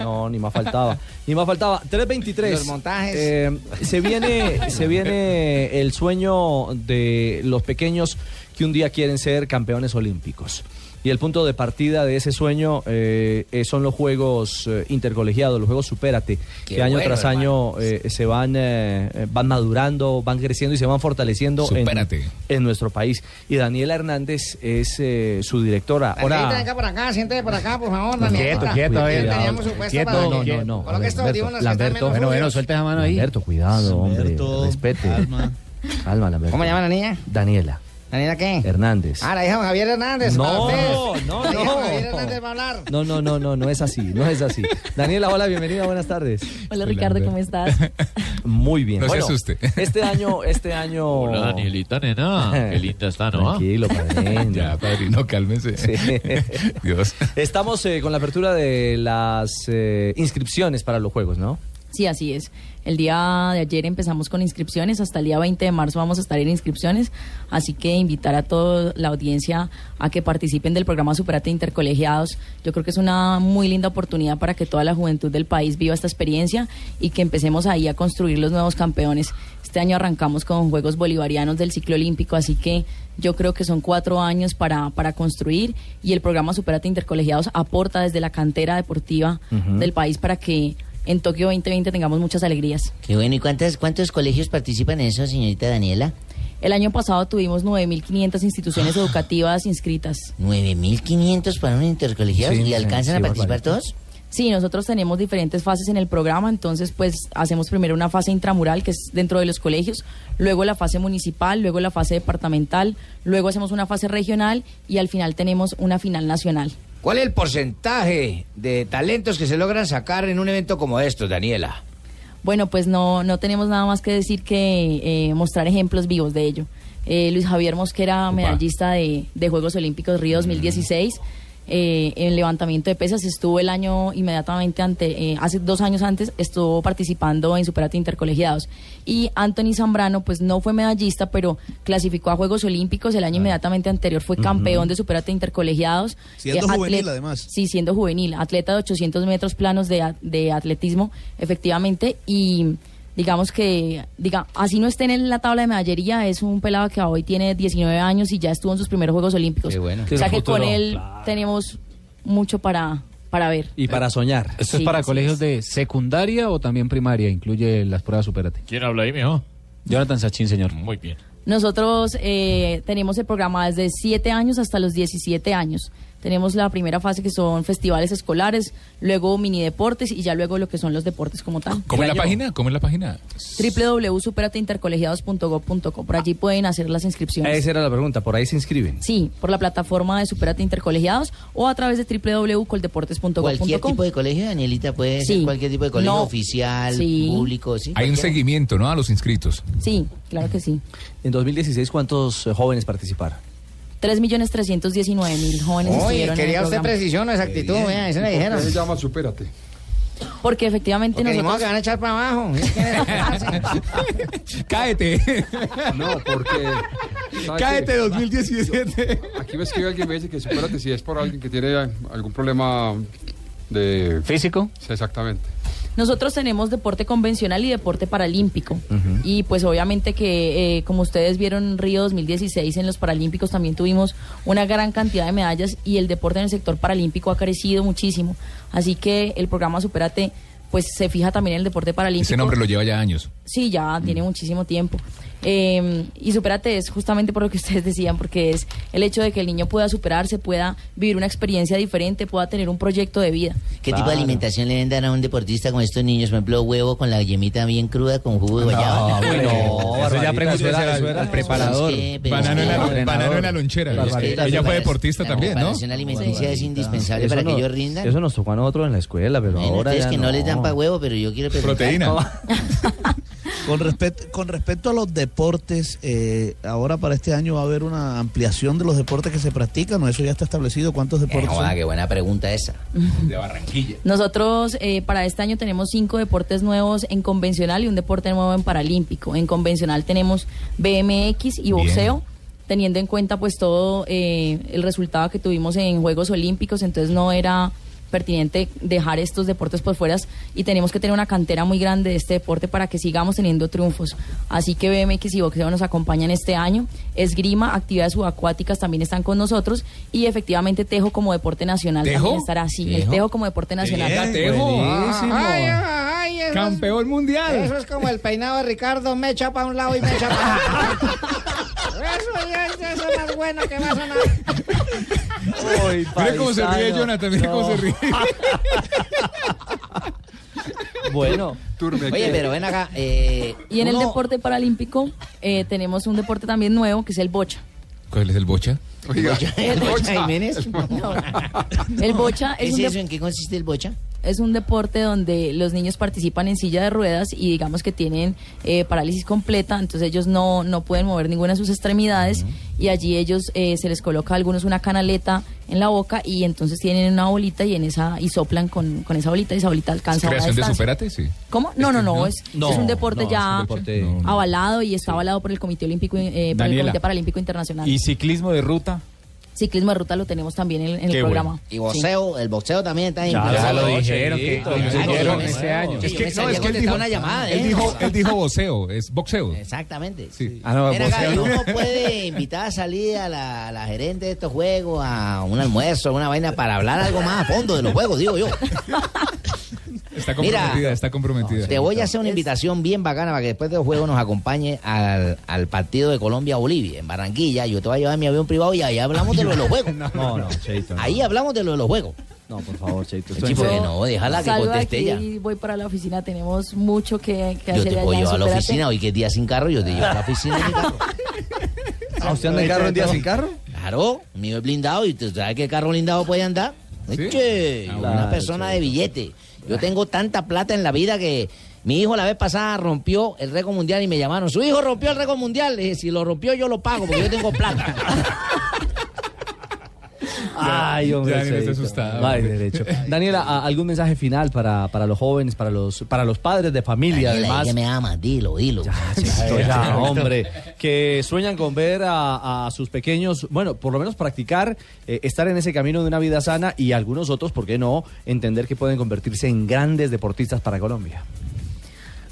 Speaker 6: No, ni más faltaba. Ni más faltaba. 3.23.
Speaker 17: Los montajes.
Speaker 6: Eh, se, viene, se viene el sueño de los pequeños que un día quieren ser campeones olímpicos. Y el punto de partida de ese sueño eh, eh, son los juegos eh, intercolegiados, los juegos Supérate, que año
Speaker 21: bueno,
Speaker 6: tras año eh, se van, eh, eh, van madurando, van creciendo y se van fortaleciendo en,
Speaker 7: Supérate.
Speaker 6: en nuestro país. Y Daniela Hernández es eh, su directora.
Speaker 17: Ahora.
Speaker 6: Ahora,
Speaker 17: venga por acá, siéntate por acá, por favor,
Speaker 6: No,
Speaker 17: Danielita.
Speaker 6: quieto, quieto,
Speaker 17: Aquí
Speaker 6: eh,
Speaker 17: teníamos
Speaker 6: no,
Speaker 17: su puesto
Speaker 6: quieto,
Speaker 17: para-
Speaker 6: no, no, no,
Speaker 17: Coloca
Speaker 6: a
Speaker 17: estos
Speaker 6: ver,
Speaker 17: divinos que
Speaker 6: Lamberto,
Speaker 17: están menos
Speaker 6: bueno, bueno,
Speaker 17: rubios.
Speaker 6: suelta esa mano ahí. Alberto, cuidado, hombre, respete. Calma. Calma, Lamberto.
Speaker 17: ¿Cómo llama la niña?
Speaker 6: Daniela.
Speaker 17: ¿Daniela qué?
Speaker 6: Hernández.
Speaker 17: Ah, la hija de Javier Hernández.
Speaker 6: No,
Speaker 17: para ustedes.
Speaker 6: no,
Speaker 17: La hija de
Speaker 6: no.
Speaker 17: Javier Hernández va a hablar.
Speaker 6: No, no, no, no, no es así, no es así. Daniela, hola, bienvenida, buenas tardes.
Speaker 9: Hola Ricardo, ¿cómo estás?
Speaker 6: Muy bien.
Speaker 10: No se
Speaker 6: Bueno,
Speaker 10: asuste.
Speaker 6: Este año, este año.
Speaker 10: Hola, Danielita, nena. Qué linda está, ¿no?
Speaker 6: Tranquilo, padrino.
Speaker 10: ya, padrino, cálmese. Dios.
Speaker 6: Estamos eh, con la apertura de las eh, inscripciones para los juegos, ¿no?
Speaker 9: Sí, así es. El día de ayer empezamos con inscripciones, hasta el día 20 de marzo vamos a estar en inscripciones, así que invitar a toda la audiencia a que participen del programa Superate Intercolegiados. Yo creo que es una muy linda oportunidad para que toda la juventud del país viva esta experiencia y que empecemos ahí a construir los nuevos campeones. Este año arrancamos con Juegos Bolivarianos del Ciclo Olímpico, así que yo creo que son cuatro años para, para construir y el programa Superate Intercolegiados aporta desde la cantera deportiva
Speaker 22: Ujú.
Speaker 9: del país para que en Tokio 2020 tengamos muchas alegrías.
Speaker 22: Qué bueno. ¿Y cuántas, cuántos colegios participan en eso, señorita Daniela?
Speaker 9: El año pasado tuvimos 9.500 instituciones educativas inscritas.
Speaker 22: 9.500 para un intercolegiado.
Speaker 9: Sí,
Speaker 22: ¿Y
Speaker 9: sí,
Speaker 22: alcanzan
Speaker 9: sí,
Speaker 22: a participar
Speaker 9: bastante.
Speaker 22: todos?
Speaker 9: Sí, nosotros tenemos diferentes fases en el programa, entonces pues hacemos primero una fase intramural que es dentro de los colegios, luego la fase municipal, luego la fase departamental, luego hacemos una fase regional y al final tenemos una final nacional.
Speaker 21: ¿Cuál es el porcentaje de talentos que se logran sacar en un evento como estos, Daniela?
Speaker 9: Bueno, pues no, no tenemos nada más que decir que eh, mostrar ejemplos vivos de ello. Eh, Luis Javier Mosquera, medallista de, de Juegos Olímpicos
Speaker 2: Mm.
Speaker 9: Río 2016, eh, en levantamiento de pesas, estuvo el año inmediatamente ante, eh, hace dos años antes, estuvo participando en Superate Intercolegiados. Y Anthony Zambrano, pues no fue medallista, pero clasificó a Juegos Olímpicos el
Speaker 2: Ah.
Speaker 9: año inmediatamente anterior, fue campeón de Superate Intercolegiados.
Speaker 2: Siendo
Speaker 9: atlet-
Speaker 2: juvenil, además.
Speaker 9: Sí, siendo juvenil, atleta de 800 metros planos de, a- de atletismo, efectivamente, y digamos que, diga, así no esté en la tabla de medallería, es un pelado que hoy tiene 19 años y ya estuvo en sus primeros Juegos Olímpicos.
Speaker 6: Qué bueno.
Speaker 9: O sea
Speaker 6: Qué
Speaker 9: que con
Speaker 6: futuro,
Speaker 9: él tenemos mucho para, para ver.
Speaker 6: Y para soñar.
Speaker 20: ¿Esto es
Speaker 9: Sí,
Speaker 20: para
Speaker 9: así
Speaker 20: colegios de secundaria o también primaria? Incluye las pruebas Superate.
Speaker 10: ¿Quién habla ahí, mijo?
Speaker 20: Jonathan Sachin, señor.
Speaker 10: Muy bien.
Speaker 9: Nosotros eh, tenemos el programa desde 7 años hasta los 17 años. Tenemos la primera fase que son festivales escolares, luego mini deportes y ya luego lo que son los deportes como tal.
Speaker 7: ¿Cómo es la página? ¿Cómo es la página?
Speaker 9: www.superateintercolegiados.gov.co. Por allí pueden hacer las inscripciones.
Speaker 6: Esa era la pregunta, por ahí se inscriben.
Speaker 9: Sí, por la plataforma de Superate Intercolegiados o a través de www.coldeportes.gov.co.
Speaker 22: ¿Cualquier tipo de colegio, Danielita? Puede ser
Speaker 9: Sí.
Speaker 22: cualquier tipo de Pues, colegio
Speaker 9: No.
Speaker 22: oficial,
Speaker 9: Sí.
Speaker 22: público, sí.
Speaker 7: Hay un
Speaker 22: cualquiera.
Speaker 7: seguimiento, ¿no? A los inscritos.
Speaker 9: Sí, claro que sí.
Speaker 6: En 2016, ¿cuántos eh, jóvenes participaron?
Speaker 9: 3.319.000 jóvenes
Speaker 17: Oye,
Speaker 9: estuvieron en el
Speaker 17: quería usted
Speaker 9: programa.
Speaker 17: precisión o exactitud, vea, eso le dijeron.
Speaker 14: Se llama Supérate.
Speaker 9: Porque efectivamente
Speaker 17: Porque ni modo
Speaker 9: nosotros...
Speaker 17: que van a echar para abajo. Es que-
Speaker 7: Cáete.
Speaker 14: No, porque. ¿sabe
Speaker 7: Cáete
Speaker 14: qué?
Speaker 7: 2017.
Speaker 14: Aquí me escribe alguien y me dice que supérate si es por alguien que tiene eh, algún problema de.
Speaker 20: ¿Físico?
Speaker 14: Sí, exactamente.
Speaker 9: Nosotros tenemos deporte convencional y deporte paralímpico. Y pues obviamente que eh, como ustedes vieron Río 2016 en los Paralímpicos también tuvimos una gran cantidad de medallas y el deporte en el sector paralímpico ha crecido muchísimo. Así que el programa Superate pues se fija también en el deporte paralímpico.
Speaker 7: Ese nombre lo Mm. lleva ya años.
Speaker 9: Sí, ya tiene muchísimo tiempo. Eh, y superate es justamente por lo que ustedes decían, porque es el hecho de que el niño pueda superarse, pueda vivir una experiencia diferente, pueda tener un proyecto de vida.
Speaker 22: ¿Qué tipo de alimentación le deben dar a un deportista con estos niños? Por ejemplo, huevo con la yemita bien cruda, con jugo de guayaba.
Speaker 6: hombre, no, Eso ya pregúnteselo al- al preparador.
Speaker 22: Banano en la-
Speaker 7: banano en la lonchera. Ella fue deportista también, ¿no?
Speaker 22: La preparación alimenticia es indispensable
Speaker 6: Eso
Speaker 22: para que
Speaker 6: no-
Speaker 22: ellos rindan.
Speaker 6: Eso nos tocó a nosotros en la escuela, pero
Speaker 22: Bueno,
Speaker 6: ahora.
Speaker 22: ustedes
Speaker 6: ya
Speaker 22: que no. les dan pa' huevo, pero yo quiero preguntar.
Speaker 2: Proteína. Con, respect- con respecto a los deportes, eh, ahora para este año va a haber una ampliación de los deportes que se practican, ¿o eso ya está establecido? ¿Cuántos
Speaker 8: Eh,
Speaker 2: deportes?
Speaker 22: joda,
Speaker 2: son?
Speaker 22: qué buena pregunta esa.
Speaker 7: De Barranquilla.
Speaker 9: Nosotros eh, para este año tenemos cinco deportes nuevos en convencional y un deporte nuevo en paralímpico. En convencional tenemos BMX y boxeo. teniendo en cuenta pues todo eh, el resultado que tuvimos en Juegos Olímpicos, entonces no era pertinente dejar estos deportes por fuera y tenemos que tener una cantera muy grande de este deporte para que sigamos teniendo triunfos. Así que BMX y Boxeo nos acompañan este año. Esgrima, actividades subacuáticas también están con nosotros y efectivamente Tejo como deporte nacional
Speaker 7: ¿Tejo?
Speaker 9: también estará así. El
Speaker 7: ¿Tejo?
Speaker 9: Tejo como deporte nacional.
Speaker 7: Bien, buenísimo.
Speaker 17: Ay, ay, eso es-
Speaker 7: Campeón mundial.
Speaker 17: Eso es como el peinado de Ricardo, mecha para un lado y mecha para Eso ya es eso es más bueno que va a sonar.
Speaker 7: Mira cómo se ríe
Speaker 17: paisano.
Speaker 7: Jonathan, mira cómo se ríe.
Speaker 6: Bueno.
Speaker 17: Oye, pero
Speaker 9: ven acá.
Speaker 22: eh,
Speaker 9: y en el deporte paralímpico eh, tenemos un deporte también nuevo que es el bocha.
Speaker 7: ¿Cuál es el bocha?
Speaker 14: Oiga,
Speaker 9: El
Speaker 14: Bocha.
Speaker 9: Jiménez. El bocha
Speaker 22: ¿Qué
Speaker 9: es, un
Speaker 22: es
Speaker 9: dep-
Speaker 22: eso? ¿En qué consiste el bocha?
Speaker 9: es un deporte donde los niños participan en silla de ruedas y digamos que tienen eh, parálisis completa, entonces ellos no, no pueden mover ninguna de sus extremidades y allí ellos eh, se les coloca a algunos una canaleta en la boca y entonces tienen una bolita y en esa y soplan con, con esa bolita y esa bolita alcanza una
Speaker 7: Creación de
Speaker 9: distancia.
Speaker 7: Superate, sí.
Speaker 9: ¿Cómo? No, no, no, es,
Speaker 7: No,
Speaker 9: es un deporte
Speaker 7: no,
Speaker 9: ya
Speaker 7: es un deporte- No, no.
Speaker 9: avalado y está avalado por el Comité Olímpico eh, por el
Speaker 13: Daniela,
Speaker 9: Comité Paralímpico Internacional.
Speaker 13: ¿Y ciclismo de ruta?
Speaker 9: Ciclismo de ruta lo tenemos también en, en el
Speaker 13: Qué
Speaker 9: programa.
Speaker 13: bueno.
Speaker 22: Y boxeo, el boxeo también está
Speaker 13: Ya, ya lo
Speaker 22: impulsado.
Speaker 13: dijeron,
Speaker 22: Oye,
Speaker 13: que-
Speaker 22: claro,
Speaker 13: lo
Speaker 22: claro,
Speaker 13: dijeron
Speaker 22: claro.
Speaker 13: este año.
Speaker 22: Oye,
Speaker 13: Es que-
Speaker 22: yo me
Speaker 13: no, es que él
Speaker 22: contestaba
Speaker 13: dijo-
Speaker 22: una llamada,
Speaker 7: Él
Speaker 22: ¿eh?
Speaker 7: dijo, él dijo voceo, es boxeo.
Speaker 22: Exactamente.
Speaker 7: pues, Sí.
Speaker 22: Ah, uno puede invitar a salir a la, a la gerente de estos juegos a un almuerzo, a una vaina para hablar algo más a fondo de los juegos, digo yo.
Speaker 7: Está
Speaker 22: Mira.
Speaker 7: comprometida, está comprometida.
Speaker 22: Te voy a hacer una invitación bien bacana para que después de los juegos nos acompañe al, al partido de Colombia-Bolivia en Barranquilla. Yo te voy a llevar en mi avión privado y ahí hablamos de lo de los juegos.
Speaker 6: No, no, Cheito. no.
Speaker 22: Ahí hablamos de lo de los juegos.
Speaker 6: No, por favor, Cheito.
Speaker 22: Sí, porque no, déjala que
Speaker 9: Salgo de
Speaker 22: conteste
Speaker 9: aquí
Speaker 22: ella.
Speaker 9: y voy para la oficina, tenemos mucho que, que
Speaker 22: Yo
Speaker 9: hacer
Speaker 22: te
Speaker 9: allá
Speaker 22: puedo
Speaker 9: en
Speaker 22: llevar a la
Speaker 9: Superate.
Speaker 22: oficina, hoy que es día sin carro, yo te llevo a la oficina en mi carro.
Speaker 6: Ah, ¿usted anda en carro en día sin
Speaker 22: carro? Claro, mío es blindado y tú sabes que el carro blindado puede andar.
Speaker 6: ¿Sí?
Speaker 22: Che,
Speaker 6: Ah,
Speaker 22: una
Speaker 6: claro,
Speaker 22: persona de billete. Yo tengo tanta plata en la vida que mi hijo la vez pasada rompió el récord mundial y me llamaron. Su hijo rompió el récord mundial. Le dije, si lo rompió yo lo pago porque yo tengo plata.
Speaker 6: Ay, hombre.
Speaker 7: ya Daniela está
Speaker 6: Cheito.
Speaker 7: asustada,
Speaker 6: Vaya
Speaker 7: hombre.
Speaker 6: derecho. Daniela, ¿a- ¿algún mensaje final para, para los jóvenes, para los, para los padres de familia,
Speaker 22: Daniela,
Speaker 6: además?
Speaker 22: ella me ama, dilo, dilo.
Speaker 6: Cheito, ya, hombre, que sueñan con ver a, a sus pequeños, bueno, por lo menos practicar, eh, estar en ese camino de una vida sana y algunos otros, ¿por qué no?, entender que pueden convertirse en grandes deportistas para Colombia.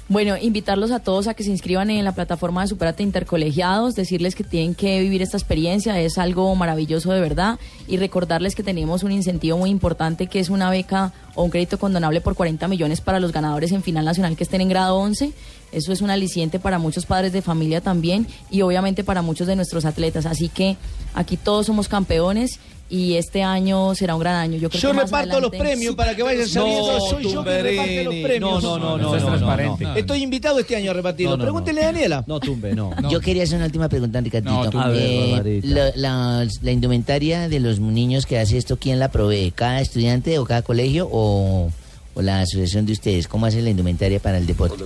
Speaker 9: Bueno, invitarlos a todos a que se inscriban en la plataforma de Superate Intercolegiados, decirles que tienen que vivir esta experiencia, es algo maravilloso de verdad, y recordarles que tenemos un incentivo muy importante que es una beca o un crédito condonable por 40 millones para los ganadores en final nacional que estén en grado 11. Eso es un aliciente para muchos padres de familia también y obviamente para muchos de nuestros atletas. Así que aquí todos somos campeones y este año será un gran año. Yo, creo
Speaker 17: Yo
Speaker 9: que más
Speaker 17: reparto los
Speaker 9: adelante-
Speaker 17: premios para que vayan saliendo. Soy yo que reparte los premios.
Speaker 6: No, no, no, no, no, no, no.
Speaker 17: Estoy invitado este año a repartirlo.
Speaker 6: No, no, no.
Speaker 17: Pregúntele a Daniela.
Speaker 6: No, tumbe, no.
Speaker 22: Yo quería hacer una última pregunta, Ricardito.
Speaker 6: No, tú- A ver,
Speaker 22: Eh,
Speaker 6: Barbarita.
Speaker 22: la, la- la indumentaria de los niños que hace esto, ¿quién la provee? ¿Cada estudiante o cada colegio o, o la asociación de ustedes? ¿Cómo hace la indumentaria para el deporte?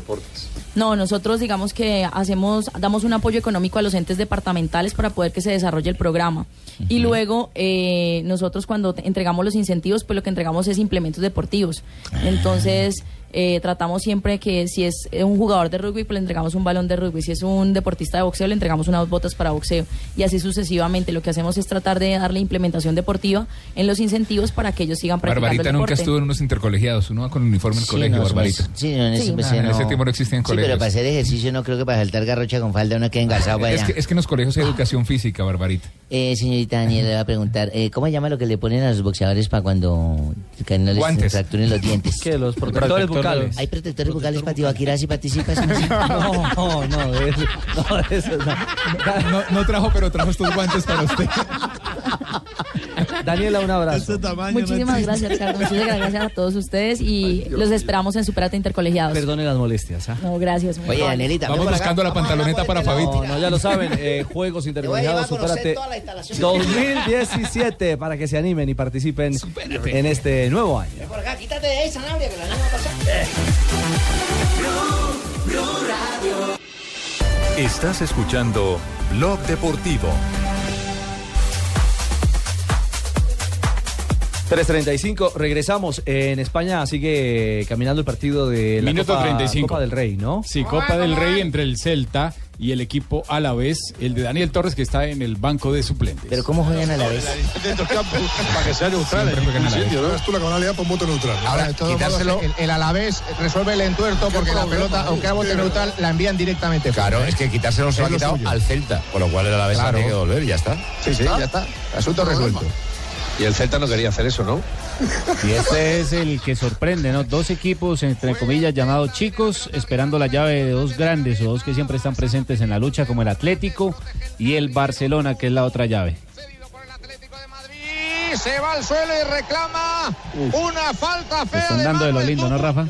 Speaker 9: No, nosotros digamos que hacemos, damos un apoyo económico a los entes departamentales para poder que se desarrolle el programa. Y luego eh, nosotros cuando te- entregamos los incentivos, pues lo que entregamos es implementos deportivos.
Speaker 7: Ah.
Speaker 9: Entonces eh, tratamos siempre que si es eh, un jugador de rugby, pues le entregamos un balón de rugby. Si es un deportista de boxeo, le entregamos unas botas para boxeo. Y así sucesivamente. Lo que hacemos es tratar de darle implementación deportiva en los incentivos para que ellos sigan practicando
Speaker 7: Barbarita
Speaker 9: el
Speaker 7: nunca
Speaker 9: deporte.
Speaker 7: estuvo en unos intercolegiados, uno va con uniforme al
Speaker 22: Sí,
Speaker 7: colegio,
Speaker 22: no,
Speaker 7: Barbarita.
Speaker 22: sí, sí, no, en ese, pues,
Speaker 7: Ah, en
Speaker 22: no.
Speaker 7: ese tiempo no existían
Speaker 22: Sí, pero pues,
Speaker 7: colegios.
Speaker 22: para hacer ejercicio no creo que para saltar garrocha con falda uno quede engasado para
Speaker 7: es,
Speaker 22: allá.
Speaker 7: que, es que en los colegios hay educación física, Barbarita.
Speaker 22: Eh, señorita Daniela, le voy a preguntar, eh, ¿cómo se llama lo que le ponen a los boxeadores para cuando que no les
Speaker 6: Guantes.
Speaker 22: fracturen los dientes?
Speaker 6: ¿Qué? Los protectores bucales.
Speaker 22: ¿Hay protectores bucales para Tibaquirá si participas?
Speaker 6: No, no, no, eso, no, eso no.
Speaker 7: No, no trajo, pero trajo estos guantes para usted.
Speaker 6: Daniela, un abrazo.
Speaker 9: Muchísimas gracias, Carlos. Muchísimas gracias a todos ustedes y los esperamos en Superate Intercolegiados.
Speaker 6: Perdone las molestias. ¿ah?
Speaker 9: No, gracias. muy
Speaker 6: Oye,
Speaker 9: amable.
Speaker 6: Danielita,
Speaker 7: Vamos buscando la pantaloneta para Fabito.
Speaker 6: No, no, ya lo saben, eh, Juegos Intercolegiados
Speaker 17: Te voy a llevar a conocer
Speaker 6: Superate
Speaker 17: toda la instalación.
Speaker 6: 2017 para que se animen y participen en este nuevo año.
Speaker 17: Por acá, quítate de ahí, Sanabria, que la niña va a pasar.
Speaker 3: Estás escuchando Blog Deportivo.
Speaker 6: 3.35, regresamos. En España sigue caminando el partido de la
Speaker 13: Minuto
Speaker 6: Copa,
Speaker 13: 35.
Speaker 6: Copa del Rey, ¿no?
Speaker 13: Sí, Copa del Rey entre el Celta y el equipo a la vez, el de Daniel Torres, que está en el banco de suplentes.
Speaker 21: Pero ¿cómo juegan a la vez?
Speaker 12: Dentro del campo, para que sea neutral.
Speaker 13: Siempre juegan a la vez.
Speaker 12: Es tú la canalidad por un voto neutral.
Speaker 16: Ahora, quitárselo. El, el Alavés resuelve el entuerto porque la pelota, aunque haga bote neutral, la envían directamente.
Speaker 22: este. Claro, es que quitárselo se lo ha
Speaker 16: ¿Eh? Es lo
Speaker 22: quitado
Speaker 16: suyo.
Speaker 22: al ¿Ah? Celta, con lo cual el Alavés
Speaker 16: Claro.
Speaker 22: tiene que volver y ya está.
Speaker 16: Sí, sí, ya está. Asunto resuelto.
Speaker 12: Y el Celta no quería hacer eso, ¿no?
Speaker 20: Y este es el que sorprende, ¿no? Dos equipos, entre comillas, llamados chicos, esperando la llave de dos grandes o dos que siempre están presentes en la lucha, como el Atlético y el Barcelona, que es la otra llave.
Speaker 16: Y se va al suelo y reclama una falta
Speaker 20: Le Están dando de lo lindo, ¿no, Rafa?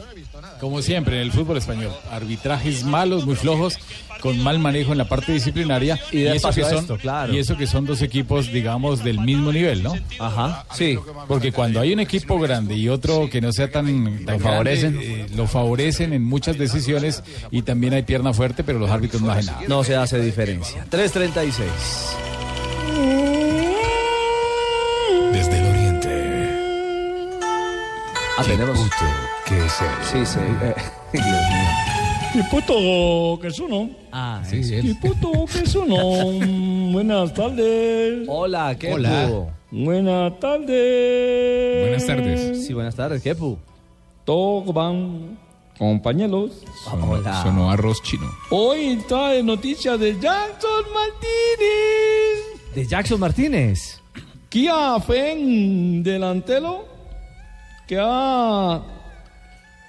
Speaker 13: Como siempre en el fútbol español, arbitrajes malos, muy flojos, con mal manejo en la parte disciplinaria
Speaker 6: Y da
Speaker 13: eso
Speaker 6: paso
Speaker 13: que
Speaker 6: a
Speaker 13: son
Speaker 6: esto, claro.
Speaker 13: y eso que son dos equipos digamos del mismo nivel, ¿no?
Speaker 6: Ajá. Sí.
Speaker 13: Porque cuando hay un equipo grande y otro que no sea tan, tan
Speaker 6: favorecen.
Speaker 13: grande, eh, lo favorecen en muchas decisiones y también hay pierna fuerte, pero los árbitros no hacen nada.
Speaker 6: No se hace diferencia. 336.
Speaker 3: Desde el oriente.
Speaker 6: Ah, tenemos.
Speaker 3: ¿Qué es él?
Speaker 6: Sí, sí.
Speaker 19: Y puto, que es uno.
Speaker 6: Ah, sí, sí.
Speaker 19: Y puto, que es uno. Mm, Buenas tardes.
Speaker 6: Hola, ¿qué
Speaker 19: Hola.
Speaker 6: hubo?
Speaker 19: Buenas tardes.
Speaker 6: Buenas tardes. Sí, buenas tardes, ¿qué pu?
Speaker 19: Todo van, compañeros.
Speaker 7: Sonó,
Speaker 22: Ah.
Speaker 7: sonó arroz chino.
Speaker 19: Hoy trae noticias de Jackson Martínez.
Speaker 6: De Jackson Martínez.
Speaker 19: Kia Fen, delantero, que ha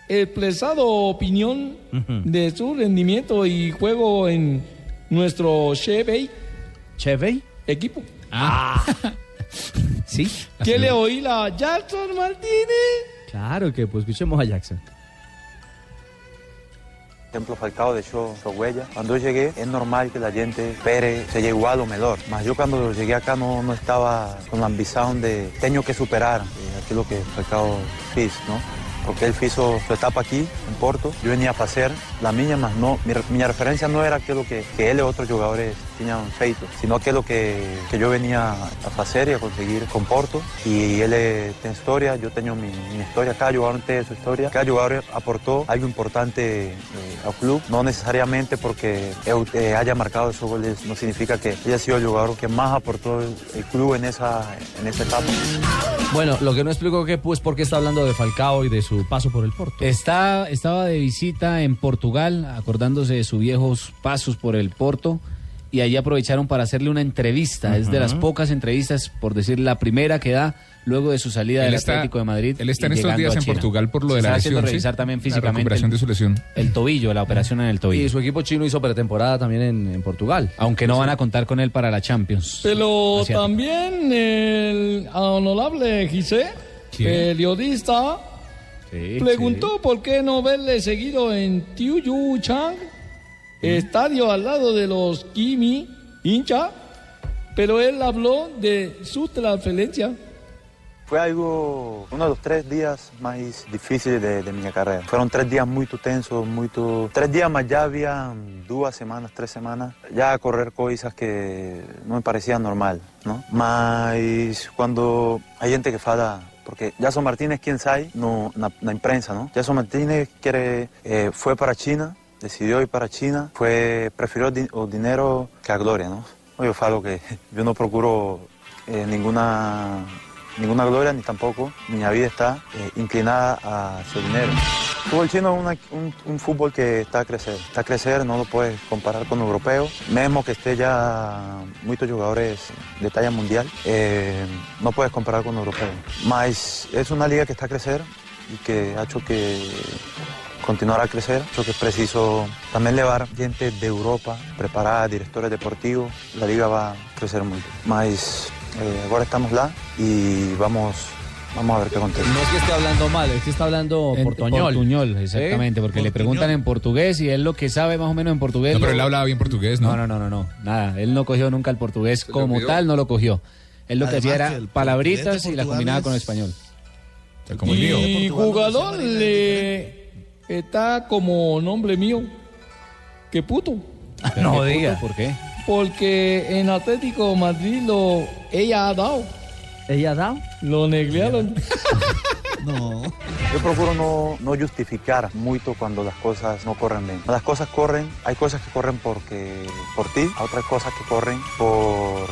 Speaker 19: expresado opinión de su rendimiento y juego en nuestro Chevey.
Speaker 6: ¿Chevey?
Speaker 19: Equipo.
Speaker 6: Ah. sí.
Speaker 19: ¿Qué le oí la Jackson Martínez?
Speaker 6: Claro que, pues escuchemos a Jackson.
Speaker 25: Ejemplo Falcao dejó su huella. Cuando yo llegué, es normal que la gente espere, se llegue igual o mejor. Mas yo cuando llegué acá no, no estaba con la ambición de tengo que superar eh, aquello que Falcao hizo, ¿no? Porque él hizo su etapa aquí, en Porto. Yo venía a hacer la mía, mas no, mi, re- mi referencia no era aquello que, que él y otros jugadores tenían feito, sino aquello que, que yo venía a hacer y a conseguir con Porto. Y él eh, tiene historia, yo tengo mi, mi historia, cada jugador tiene su historia. Cada jugador aportó algo importante eh, al club, no necesariamente porque eu eh, haya marcado esos goles, no significa que haya sido el jugador que más aportó el, el club en esa, en esa etapa.
Speaker 6: Bueno, lo que no explicó que pues por qué está hablando de Falcao y de su paso por el Porto.
Speaker 20: Está, estaba de visita en Portugal, acordándose de sus viejos pasos por el Porto, y allí aprovecharon para hacerle una entrevista. Es de las
Speaker 7: Ujú.
Speaker 20: pocas entrevistas, por decir la primera que da luego de su salida
Speaker 7: Él
Speaker 20: del
Speaker 7: está-
Speaker 20: Atlético de Madrid.
Speaker 7: Él está
Speaker 20: y
Speaker 7: en estos
Speaker 20: llegando
Speaker 7: días
Speaker 20: a
Speaker 7: en
Speaker 20: China.
Speaker 7: Portugal por lo
Speaker 20: Se
Speaker 7: de la
Speaker 20: está
Speaker 7: lesión.
Speaker 20: haciendo
Speaker 7: ¿sí?
Speaker 20: revisar también
Speaker 7: La
Speaker 20: físicamente
Speaker 7: recuperación
Speaker 20: el-
Speaker 7: de su lesión.
Speaker 20: el tobillo, la operación en el tobillo.
Speaker 6: Y su equipo chino hizo pretemporada también en, en Portugal.
Speaker 20: Aunque no van a contar con él para la Champions.
Speaker 19: Pero
Speaker 20: Asiático.
Speaker 19: también el honorable Gisé,
Speaker 20: Sí.
Speaker 19: periodista, preguntó por qué no verle seguido en Tiuyu Chang, estadio al lado de los Kimi, hincha, pero él habló de su transferencia.
Speaker 25: Fue algo, uno de los tres días más difíciles de, de mi carrera. Fueron tres días muy tensos, muy... Tres días más ya había dos semanas, tres semanas, ya a correr cosas que no me parecían normal, ¿no? Mas cuando hay gente que fala... Porque Jason Martínez, quien sabe, no, na, na imprensa, ¿no? Jason Martínez quiere, eh, fue para China, decidió ir para China, fue, prefirió di- o dinero que a gloria, ¿no? Yo falo que yo no procuro eh, ninguna ninguna gloria ni tampoco mi vida está eh, inclinada hacia el dinero. El fútbol chino es una- un, un fútbol que está a crecer, está a crecer, no lo puedes comparar con europeo, mismo que esté ya muchos jugadores de talla mundial, eh, no puedes comparar con europeo. Mas es una liga que está a crecer y que ha hecho que continuar a crecer, creo que es preciso también llevar gente de Europa preparada, directores deportivos, la liga va a crecer mucho. Mas eh, ahora estamos lá y vamos, vamos a ver qué acontece.
Speaker 6: No es que esté hablando mal, es que está hablando
Speaker 20: En
Speaker 6: portoñol.
Speaker 20: portuñol, exactamente, porque le preguntan en portugués y él lo que sabe más o menos en portugués.
Speaker 7: No, pero
Speaker 20: lo-
Speaker 7: él hablaba bien portugués, ¿no?
Speaker 20: No, no, no, no, nada. Él no cogió nunca el portugués como
Speaker 7: olvidó.
Speaker 20: tal, no lo cogió. Él lo que
Speaker 7: Además
Speaker 20: hacía
Speaker 7: que
Speaker 20: era
Speaker 7: el
Speaker 20: palabritas
Speaker 7: portugués de
Speaker 20: y la
Speaker 7: Portugal
Speaker 20: combinaba
Speaker 7: es-
Speaker 20: con el español.
Speaker 19: Mi jugador le está como nombre mío, que puto.
Speaker 20: No
Speaker 19: ¿Qué
Speaker 20: diga.
Speaker 19: puto?
Speaker 20: ¿Por qué?
Speaker 19: Porque en Atlético de Madrid lo ella ha dado.
Speaker 6: ¿Ella ha dado?
Speaker 19: Lo neglearon.
Speaker 2: No.
Speaker 25: Yo procuro no, no justificar mucho cuando las cosas no corren bien. Las cosas corren, hay cosas que corren porque por ti, hay otras cosas que corren por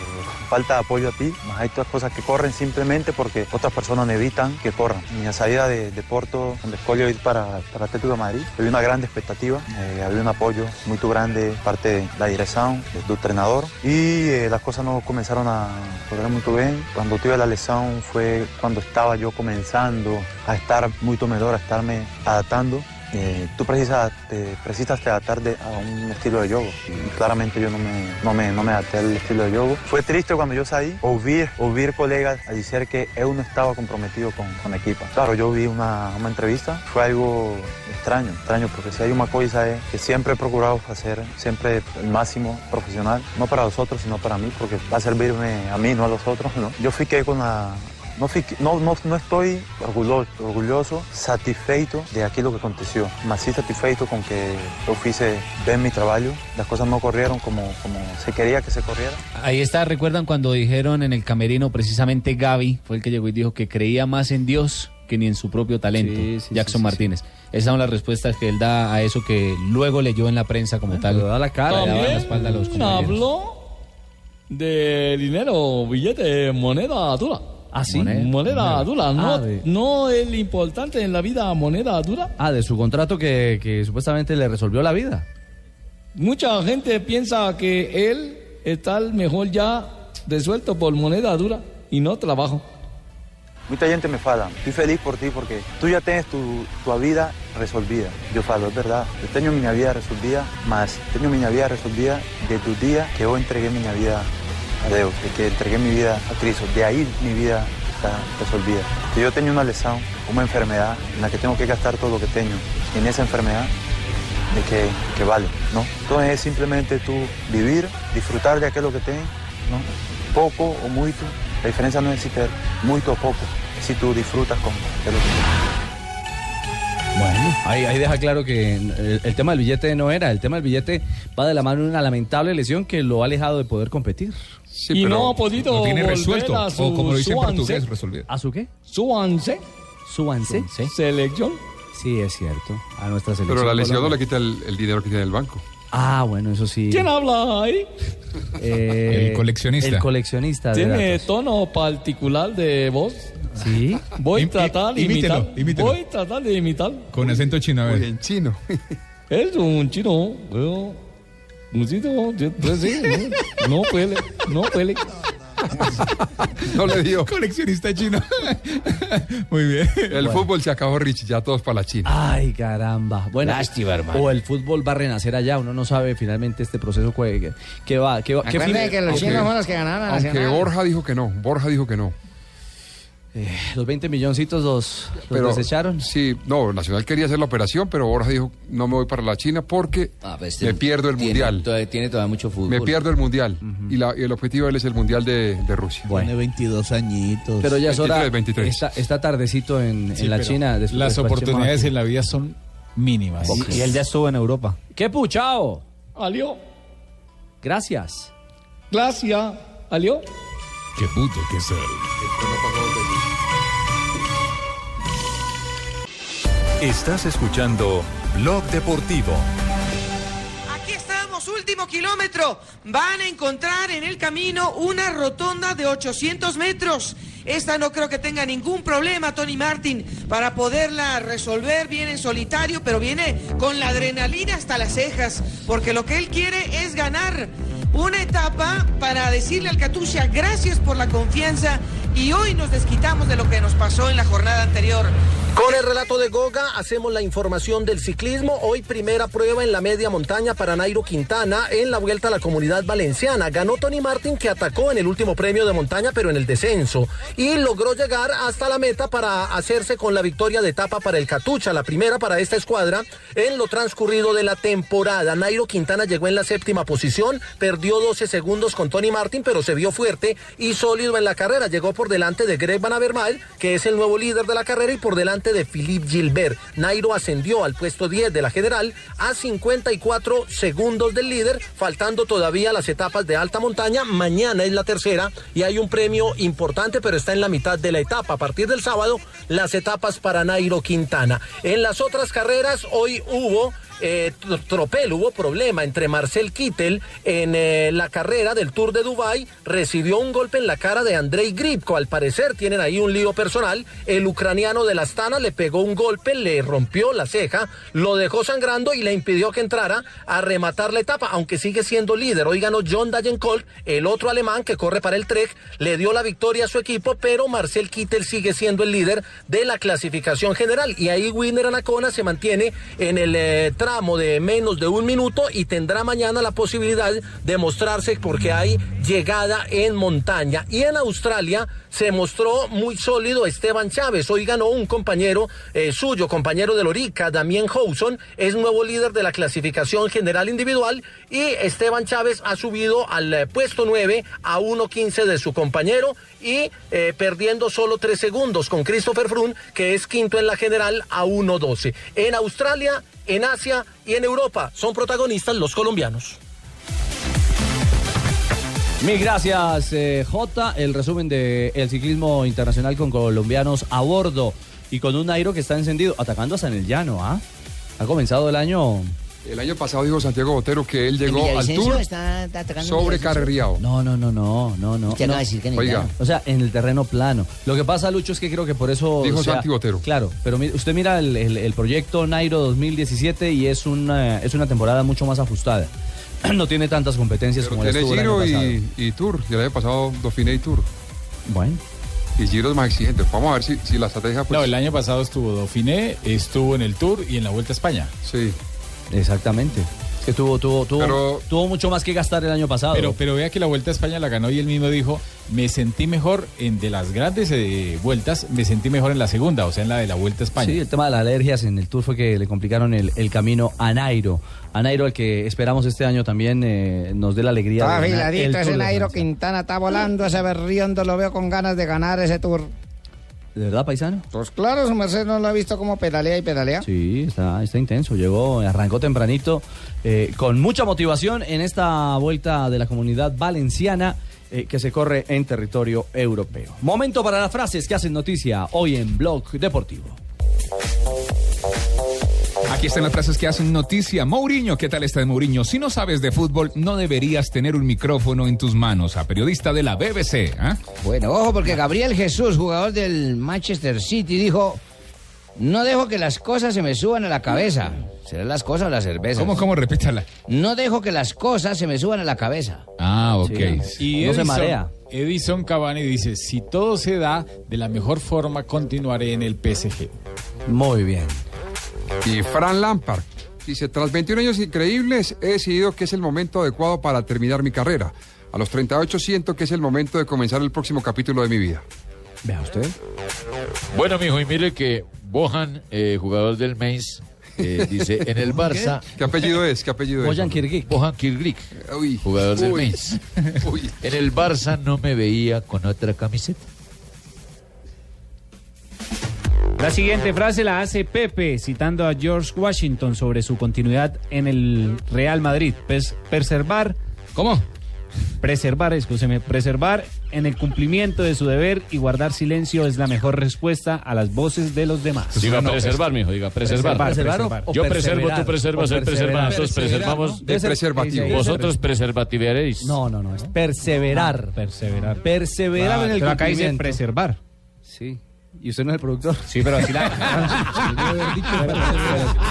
Speaker 25: falta de apoyo a ti, más hay otras cosas que corren simplemente porque otras personas evitan que corran. En la salida de, de Porto, donde escogió ir para, para Atlético de Madrid, había una gran expectativa, eh, había un apoyo muy grande de parte de la dirección, de tu entrenador, y eh, las cosas no comenzaron a correr muy bien. Cuando tuve la lesión fue cuando estaba yo comenzando a estar muy mejor, a estarme adaptando. Eh, tú precisas, te, precisas te adaptarte a un estilo de juego. Y claramente yo no me, no me, no me adapté al estilo de juego. Fue triste cuando yo salí, oír, oír colegas a decir que yo no estaba comprometido con, con equipa. Claro, yo vi una, una entrevista, fue algo extraño, extraño, porque si hay una cosa es que siempre he procurado hacer, siempre el máximo profesional, no para los otros, sino para mí, porque va a servirme a mí, no a los otros, ¿no? Yo fiqué con la, no, fui- no, no, no estoy orgulloso, orgulloso, satisfeito de aquello que aconteció, mas sí satisfeito con que yo hice bien mi trabajo, las cosas no corrieron como, como se quería que se corriera.
Speaker 20: Ahí está, recuerdan cuando dijeron en el camerino, precisamente Gaby fue el que llegó y dijo que creía más en Dios que ni en su propio talento, Jackson Martínez. Esas son las respuestas que él da a eso que luego leyó en la prensa como tal. da la
Speaker 19: cara.
Speaker 20: Le daba la espalda a los
Speaker 19: También
Speaker 20: compañeros.
Speaker 19: habló de dinero, billete, moneda dura. ¿Ah,
Speaker 6: sí?
Speaker 19: Moneda,
Speaker 6: Moneda.
Speaker 19: dura. No,
Speaker 6: Ah, de-
Speaker 19: no el importante en la vida, moneda dura.
Speaker 6: Ah, de su contrato que, que supuestamente le resolvió la vida.
Speaker 19: Mucha gente piensa que él está el mejor ya resuelto por moneda dura y no trabajo.
Speaker 25: Mucha gente me fala, estoy feliz por ti porque tú ya tienes tu, tu vida resolvida. Yo falo, es verdad, yo tengo mi vida resolvida, mas tengo mi vida resolvida de tu día que yo entregué mi vida a Dios, de que entregué mi vida a Cristo, de ahí mi vida está resolvida. Que yo tengo una lesión, una enfermedad en la que tengo que gastar todo lo que tengo, en esa enfermedad de que, que vale, ¿no? Entonces es simplemente tú vivir, disfrutar de aquello que tienes, ¿no? Poco o mucho, la diferencia no existe mucho o poco, si tú disfrutas con aquello que tienes.
Speaker 6: Bueno, ahí, ahí deja claro que eh, el, el tema del billete no era. El tema del billete va de la mano de una lamentable lesión que lo ha alejado de poder competir.
Speaker 19: y no ha podido volver a su, su once.
Speaker 6: ¿A su qué?
Speaker 19: Su once.
Speaker 6: Su once.
Speaker 19: Selección.
Speaker 6: Sí, es cierto. A nuestra selección.
Speaker 14: Pero la lesión no
Speaker 6: Colombia.
Speaker 14: le quita el, el dinero que tiene el banco.
Speaker 6: Ah, bueno, eso sí.
Speaker 19: ¿Quién habla ahí?
Speaker 6: Eh,
Speaker 19: El coleccionista.
Speaker 6: El coleccionista. de datos.
Speaker 19: Tiene tono particular de voz.
Speaker 6: Sí.
Speaker 19: Voy a tratar de
Speaker 7: imítelo,
Speaker 19: imitar.
Speaker 7: imítelo.
Speaker 19: Voy a tratar de imitar.
Speaker 7: Con acento chino, a ver.
Speaker 19: en chino. es un chino. Yo, un chino. yo- pues sí, no, no puede. No puede.
Speaker 14: No le dio.
Speaker 7: Coleccionista chino. Muy bien.
Speaker 14: El
Speaker 6: Bueno.
Speaker 14: fútbol se acabó, Richie, ya todos para la China.
Speaker 6: Ay, caramba. Bueno,
Speaker 14: Lástima, hermano.
Speaker 6: O el fútbol va a renacer allá. Uno no sabe finalmente este proceso que, que va. Que, va- que
Speaker 17: Acuérdate
Speaker 6: fin-
Speaker 17: que los
Speaker 6: aunque-
Speaker 17: chinos fueron los que ganaron la
Speaker 14: Aunque
Speaker 17: Nacional.
Speaker 14: Borja dijo que no, Borja dijo que no.
Speaker 6: Eh, Los 20 milloncitos los, los
Speaker 14: Pero,
Speaker 6: desecharon.
Speaker 14: Sí, no, Nacional quería hacer la operación, pero Borja dijo, no me voy para la China porque
Speaker 6: Ah, pues este
Speaker 14: me pierdo el Mundial.
Speaker 22: tiene todavía mucho fútbol.
Speaker 14: Me pierdo el Mundial. y, la- y el objetivo de él es el Mundial de, de Rusia.
Speaker 2: Tiene 22 añitos.
Speaker 6: Pero ya es hora.
Speaker 14: 23, 23.
Speaker 6: Está, está tardecito en,
Speaker 14: Sí,
Speaker 6: en la
Speaker 14: pero
Speaker 6: China. después-
Speaker 13: Las
Speaker 6: después
Speaker 13: oportunidades
Speaker 6: Chema.
Speaker 13: en la vida son mínimas.
Speaker 6: Pocas. Y- y él ya
Speaker 13: estuvo en Europa.
Speaker 6: ¡Qué puchao!
Speaker 19: Alió.
Speaker 6: Gracias.
Speaker 19: Gracias. Alió.
Speaker 10: Qué puto que soy.
Speaker 3: Estás escuchando Blog Deportivo.
Speaker 1: Aquí estamos, último kilómetro. Van a encontrar en el camino una rotonda de 800 metros. Esta no creo que tenga ningún problema Tony Martin para poderla resolver. Viene en solitario, pero viene con la adrenalina hasta las cejas, porque lo que él quiere es ganar. Una etapa para decirle al Catucha gracias por la confianza y hoy nos desquitamos de lo que nos pasó en la jornada anterior.
Speaker 5: Con el relato de Goga hacemos la información del ciclismo. Hoy primera prueba en la media montaña para Nairo Quintana en la vuelta a la comunidad valenciana. Ganó Tony Martin que atacó en el último premio de montaña pero en el descenso y logró llegar hasta la meta para hacerse con la victoria de etapa para el Catucha, la primera para esta escuadra en lo transcurrido de la temporada. Nairo Quintana llegó en la séptima posición, perdió 12 segundos con Tony Martin pero se vio fuerte y sólido en la carrera. Llegó por por delante de Greg Van Avermael, que es el nuevo líder de la carrera, y por delante de Philippe Gilbert. Nairo ascendió al puesto 10 de la general a 54 segundos del líder, faltando todavía las etapas de alta montaña. Mañana es la tercera y hay un premio importante, pero está en la mitad de la etapa. A partir del sábado, las etapas para Nairo Quintana. En las otras carreras, hoy hubo eh, tro- tropel, hubo problema entre Marcel Kittel en eh, la carrera del Tour de Dubai recibió un golpe en la cara de Andrei Gripko, al parecer tienen ahí un lío personal, el ucraniano de la Astana le pegó un golpe, le rompió la ceja, lo dejó sangrando y le impidió que entrara a rematar la etapa, aunque sigue siendo líder, hoy ganó John Dagenkolb, el otro alemán que corre para el Trek, le dio la victoria a su equipo, pero Marcel Kittel sigue siendo el líder de la clasificación general y ahí Winner Anacona se mantiene en el eh, tramo de menos de un minuto y tendrá mañana la posibilidad de mostrarse porque hay llegada en montaña. Y en Australia se mostró muy sólido Esteban Chávez. Hoy ganó un compañero eh, suyo, compañero de Lorica, Damián Houson, es nuevo líder de la clasificación general individual y Esteban Chávez ha subido al eh, puesto 9 a 1.15 de su compañero y eh, perdiendo solo 3 segundos con Christopher Froome, que es quinto en la general a 1.12. En Australia en Asia y en Europa. Son protagonistas los colombianos.
Speaker 6: Mil gracias, eh, Jota. El resumen del ciclismo internacional con colombianos a bordo y con un Nairo que está encendido, atacando hasta en el llano. ¿ah? Ha comenzado el año.
Speaker 14: El año pasado dijo Santiago Botero que él llegó al
Speaker 6: Villavicencio
Speaker 14: Tour
Speaker 6: está- está atacando
Speaker 14: sobrecarriado.
Speaker 6: No, no, no, no, no, no.
Speaker 14: Usted acaba de decir que en el Oiga. llano.
Speaker 6: O sea, en el terreno plano. Lo que pasa, Lucho, es que creo que por eso.
Speaker 14: Dijo
Speaker 6: o sea,
Speaker 14: Santi Botero.
Speaker 6: Claro, pero mi- usted mira el, el- el proyecto Nairo 2017 y es una, es una temporada mucho más ajustada. No tiene tantas competencias como la
Speaker 14: Tiene
Speaker 6: estuvo el año
Speaker 14: Giro
Speaker 6: pasado.
Speaker 14: y, y Tour. Y el año pasado Dauphiné y Tour.
Speaker 6: Bueno.
Speaker 14: Y Giro es más exigente. Vamos a ver si, si la estrategia... Pues,
Speaker 13: No, el año pasado estuvo Dauphiné, estuvo en el Tour y en la Vuelta a España.
Speaker 14: Sí.
Speaker 6: Exactamente. Es que tuvo, tuvo, tuvo,
Speaker 13: Pero-
Speaker 6: tuvo mucho más que gastar el año pasado.
Speaker 13: Pero, pero vea que la Vuelta a España la ganó y él mismo dijo, me sentí mejor en de las grandes eh, vueltas, me sentí mejor en la segunda, o sea, en la de la Vuelta a España.
Speaker 6: Sí, el tema de las alergias en el Tour fue que le complicaron el, el camino a Nairo. A Nairo, al que esperamos este año también eh, nos dé la alegría.
Speaker 17: Está
Speaker 6: de ganar el
Speaker 17: afiladito
Speaker 6: Tour
Speaker 17: ese
Speaker 6: de
Speaker 17: Nairo Quintana, está volando ese berriondo, lo veo con ganas de ganar ese tour.
Speaker 6: Francia. ¿De verdad, paisano?
Speaker 17: Pues claro, su merced no lo ha visto como pedalea y pedalea.
Speaker 6: Sí, está, está intenso. Llegó, arrancó tempranito, eh, con mucha motivación en esta vuelta de la comunidad valenciana eh, que se corre en territorio europeo. Momento para las frases que hacen noticia hoy en Blog Deportivo.
Speaker 7: Aquí están las frases que hacen noticia. Mourinho, ¿qué tal está de Mourinho? Si no sabes de fútbol, no deberías tener un micrófono en tus manos. A periodista de la BBC. ¿ah?
Speaker 8: Bueno, ojo, porque Gabriel Jesús, jugador del Manchester City, dijo: No dejo que las cosas se me suban a la cabeza. ¿Serán las cosas o las cervezas?
Speaker 7: ¿Cómo, cómo? Repítala.
Speaker 8: No dejo que las cosas se me suban a la cabeza.
Speaker 7: Ah, ok.
Speaker 13: Y
Speaker 8: No se
Speaker 13: Edison,
Speaker 8: marea.
Speaker 13: Edison Cavani dice, si todo se da, de la mejor forma continuaré en el PSG.
Speaker 6: Muy bien.
Speaker 14: Y Fran Lampard dice, tras 21 años increíbles, he decidido que es el momento adecuado para terminar mi carrera. A los 38 siento que es el momento de comenzar el próximo capítulo de mi vida.
Speaker 6: Vea usted.
Speaker 4: Bueno, mijo, y mire que Bojan, eh, jugador del Mainz, eh, dice en el Barça.
Speaker 14: ¿Qué apellido es? ¿Qué apellido es?
Speaker 4: Bojan
Speaker 6: Kirgik.
Speaker 4: Bojan Kirgik, jugador del
Speaker 14: Uy.
Speaker 4: Mainz. En el Barça no me veía con otra camiseta.
Speaker 20: La siguiente frase la hace Pepe, citando a George Washington sobre su continuidad en el Real Madrid. Pes- preservar.
Speaker 7: ¿Cómo?
Speaker 20: Preservar, escúcheme, preservar en el cumplimiento de su deber y guardar silencio es la mejor respuesta a las voces de los demás.
Speaker 4: Pues
Speaker 12: Pues
Speaker 4: Diga preservar, mijo, diga preservar.
Speaker 20: Preservar, o
Speaker 4: Yo preservo,
Speaker 20: perseverar,
Speaker 4: tú preservas,
Speaker 20: o
Speaker 4: él preserva,
Speaker 20: perseverar.
Speaker 4: nosotros preservamos.
Speaker 6: Perseverar, ¿no? Debe ser- preservativo. sí, sí,
Speaker 4: Vosotros preservativeréis.
Speaker 6: No, no, no. Es perseverar.
Speaker 20: Perseverar.
Speaker 6: Perseverar
Speaker 20: Ah,
Speaker 6: en el
Speaker 20: pero acá dice
Speaker 6: cumplimiento.
Speaker 20: preservar.
Speaker 6: Sí. ¿Y usted no es el productor?
Speaker 20: Sí, pero así Pero,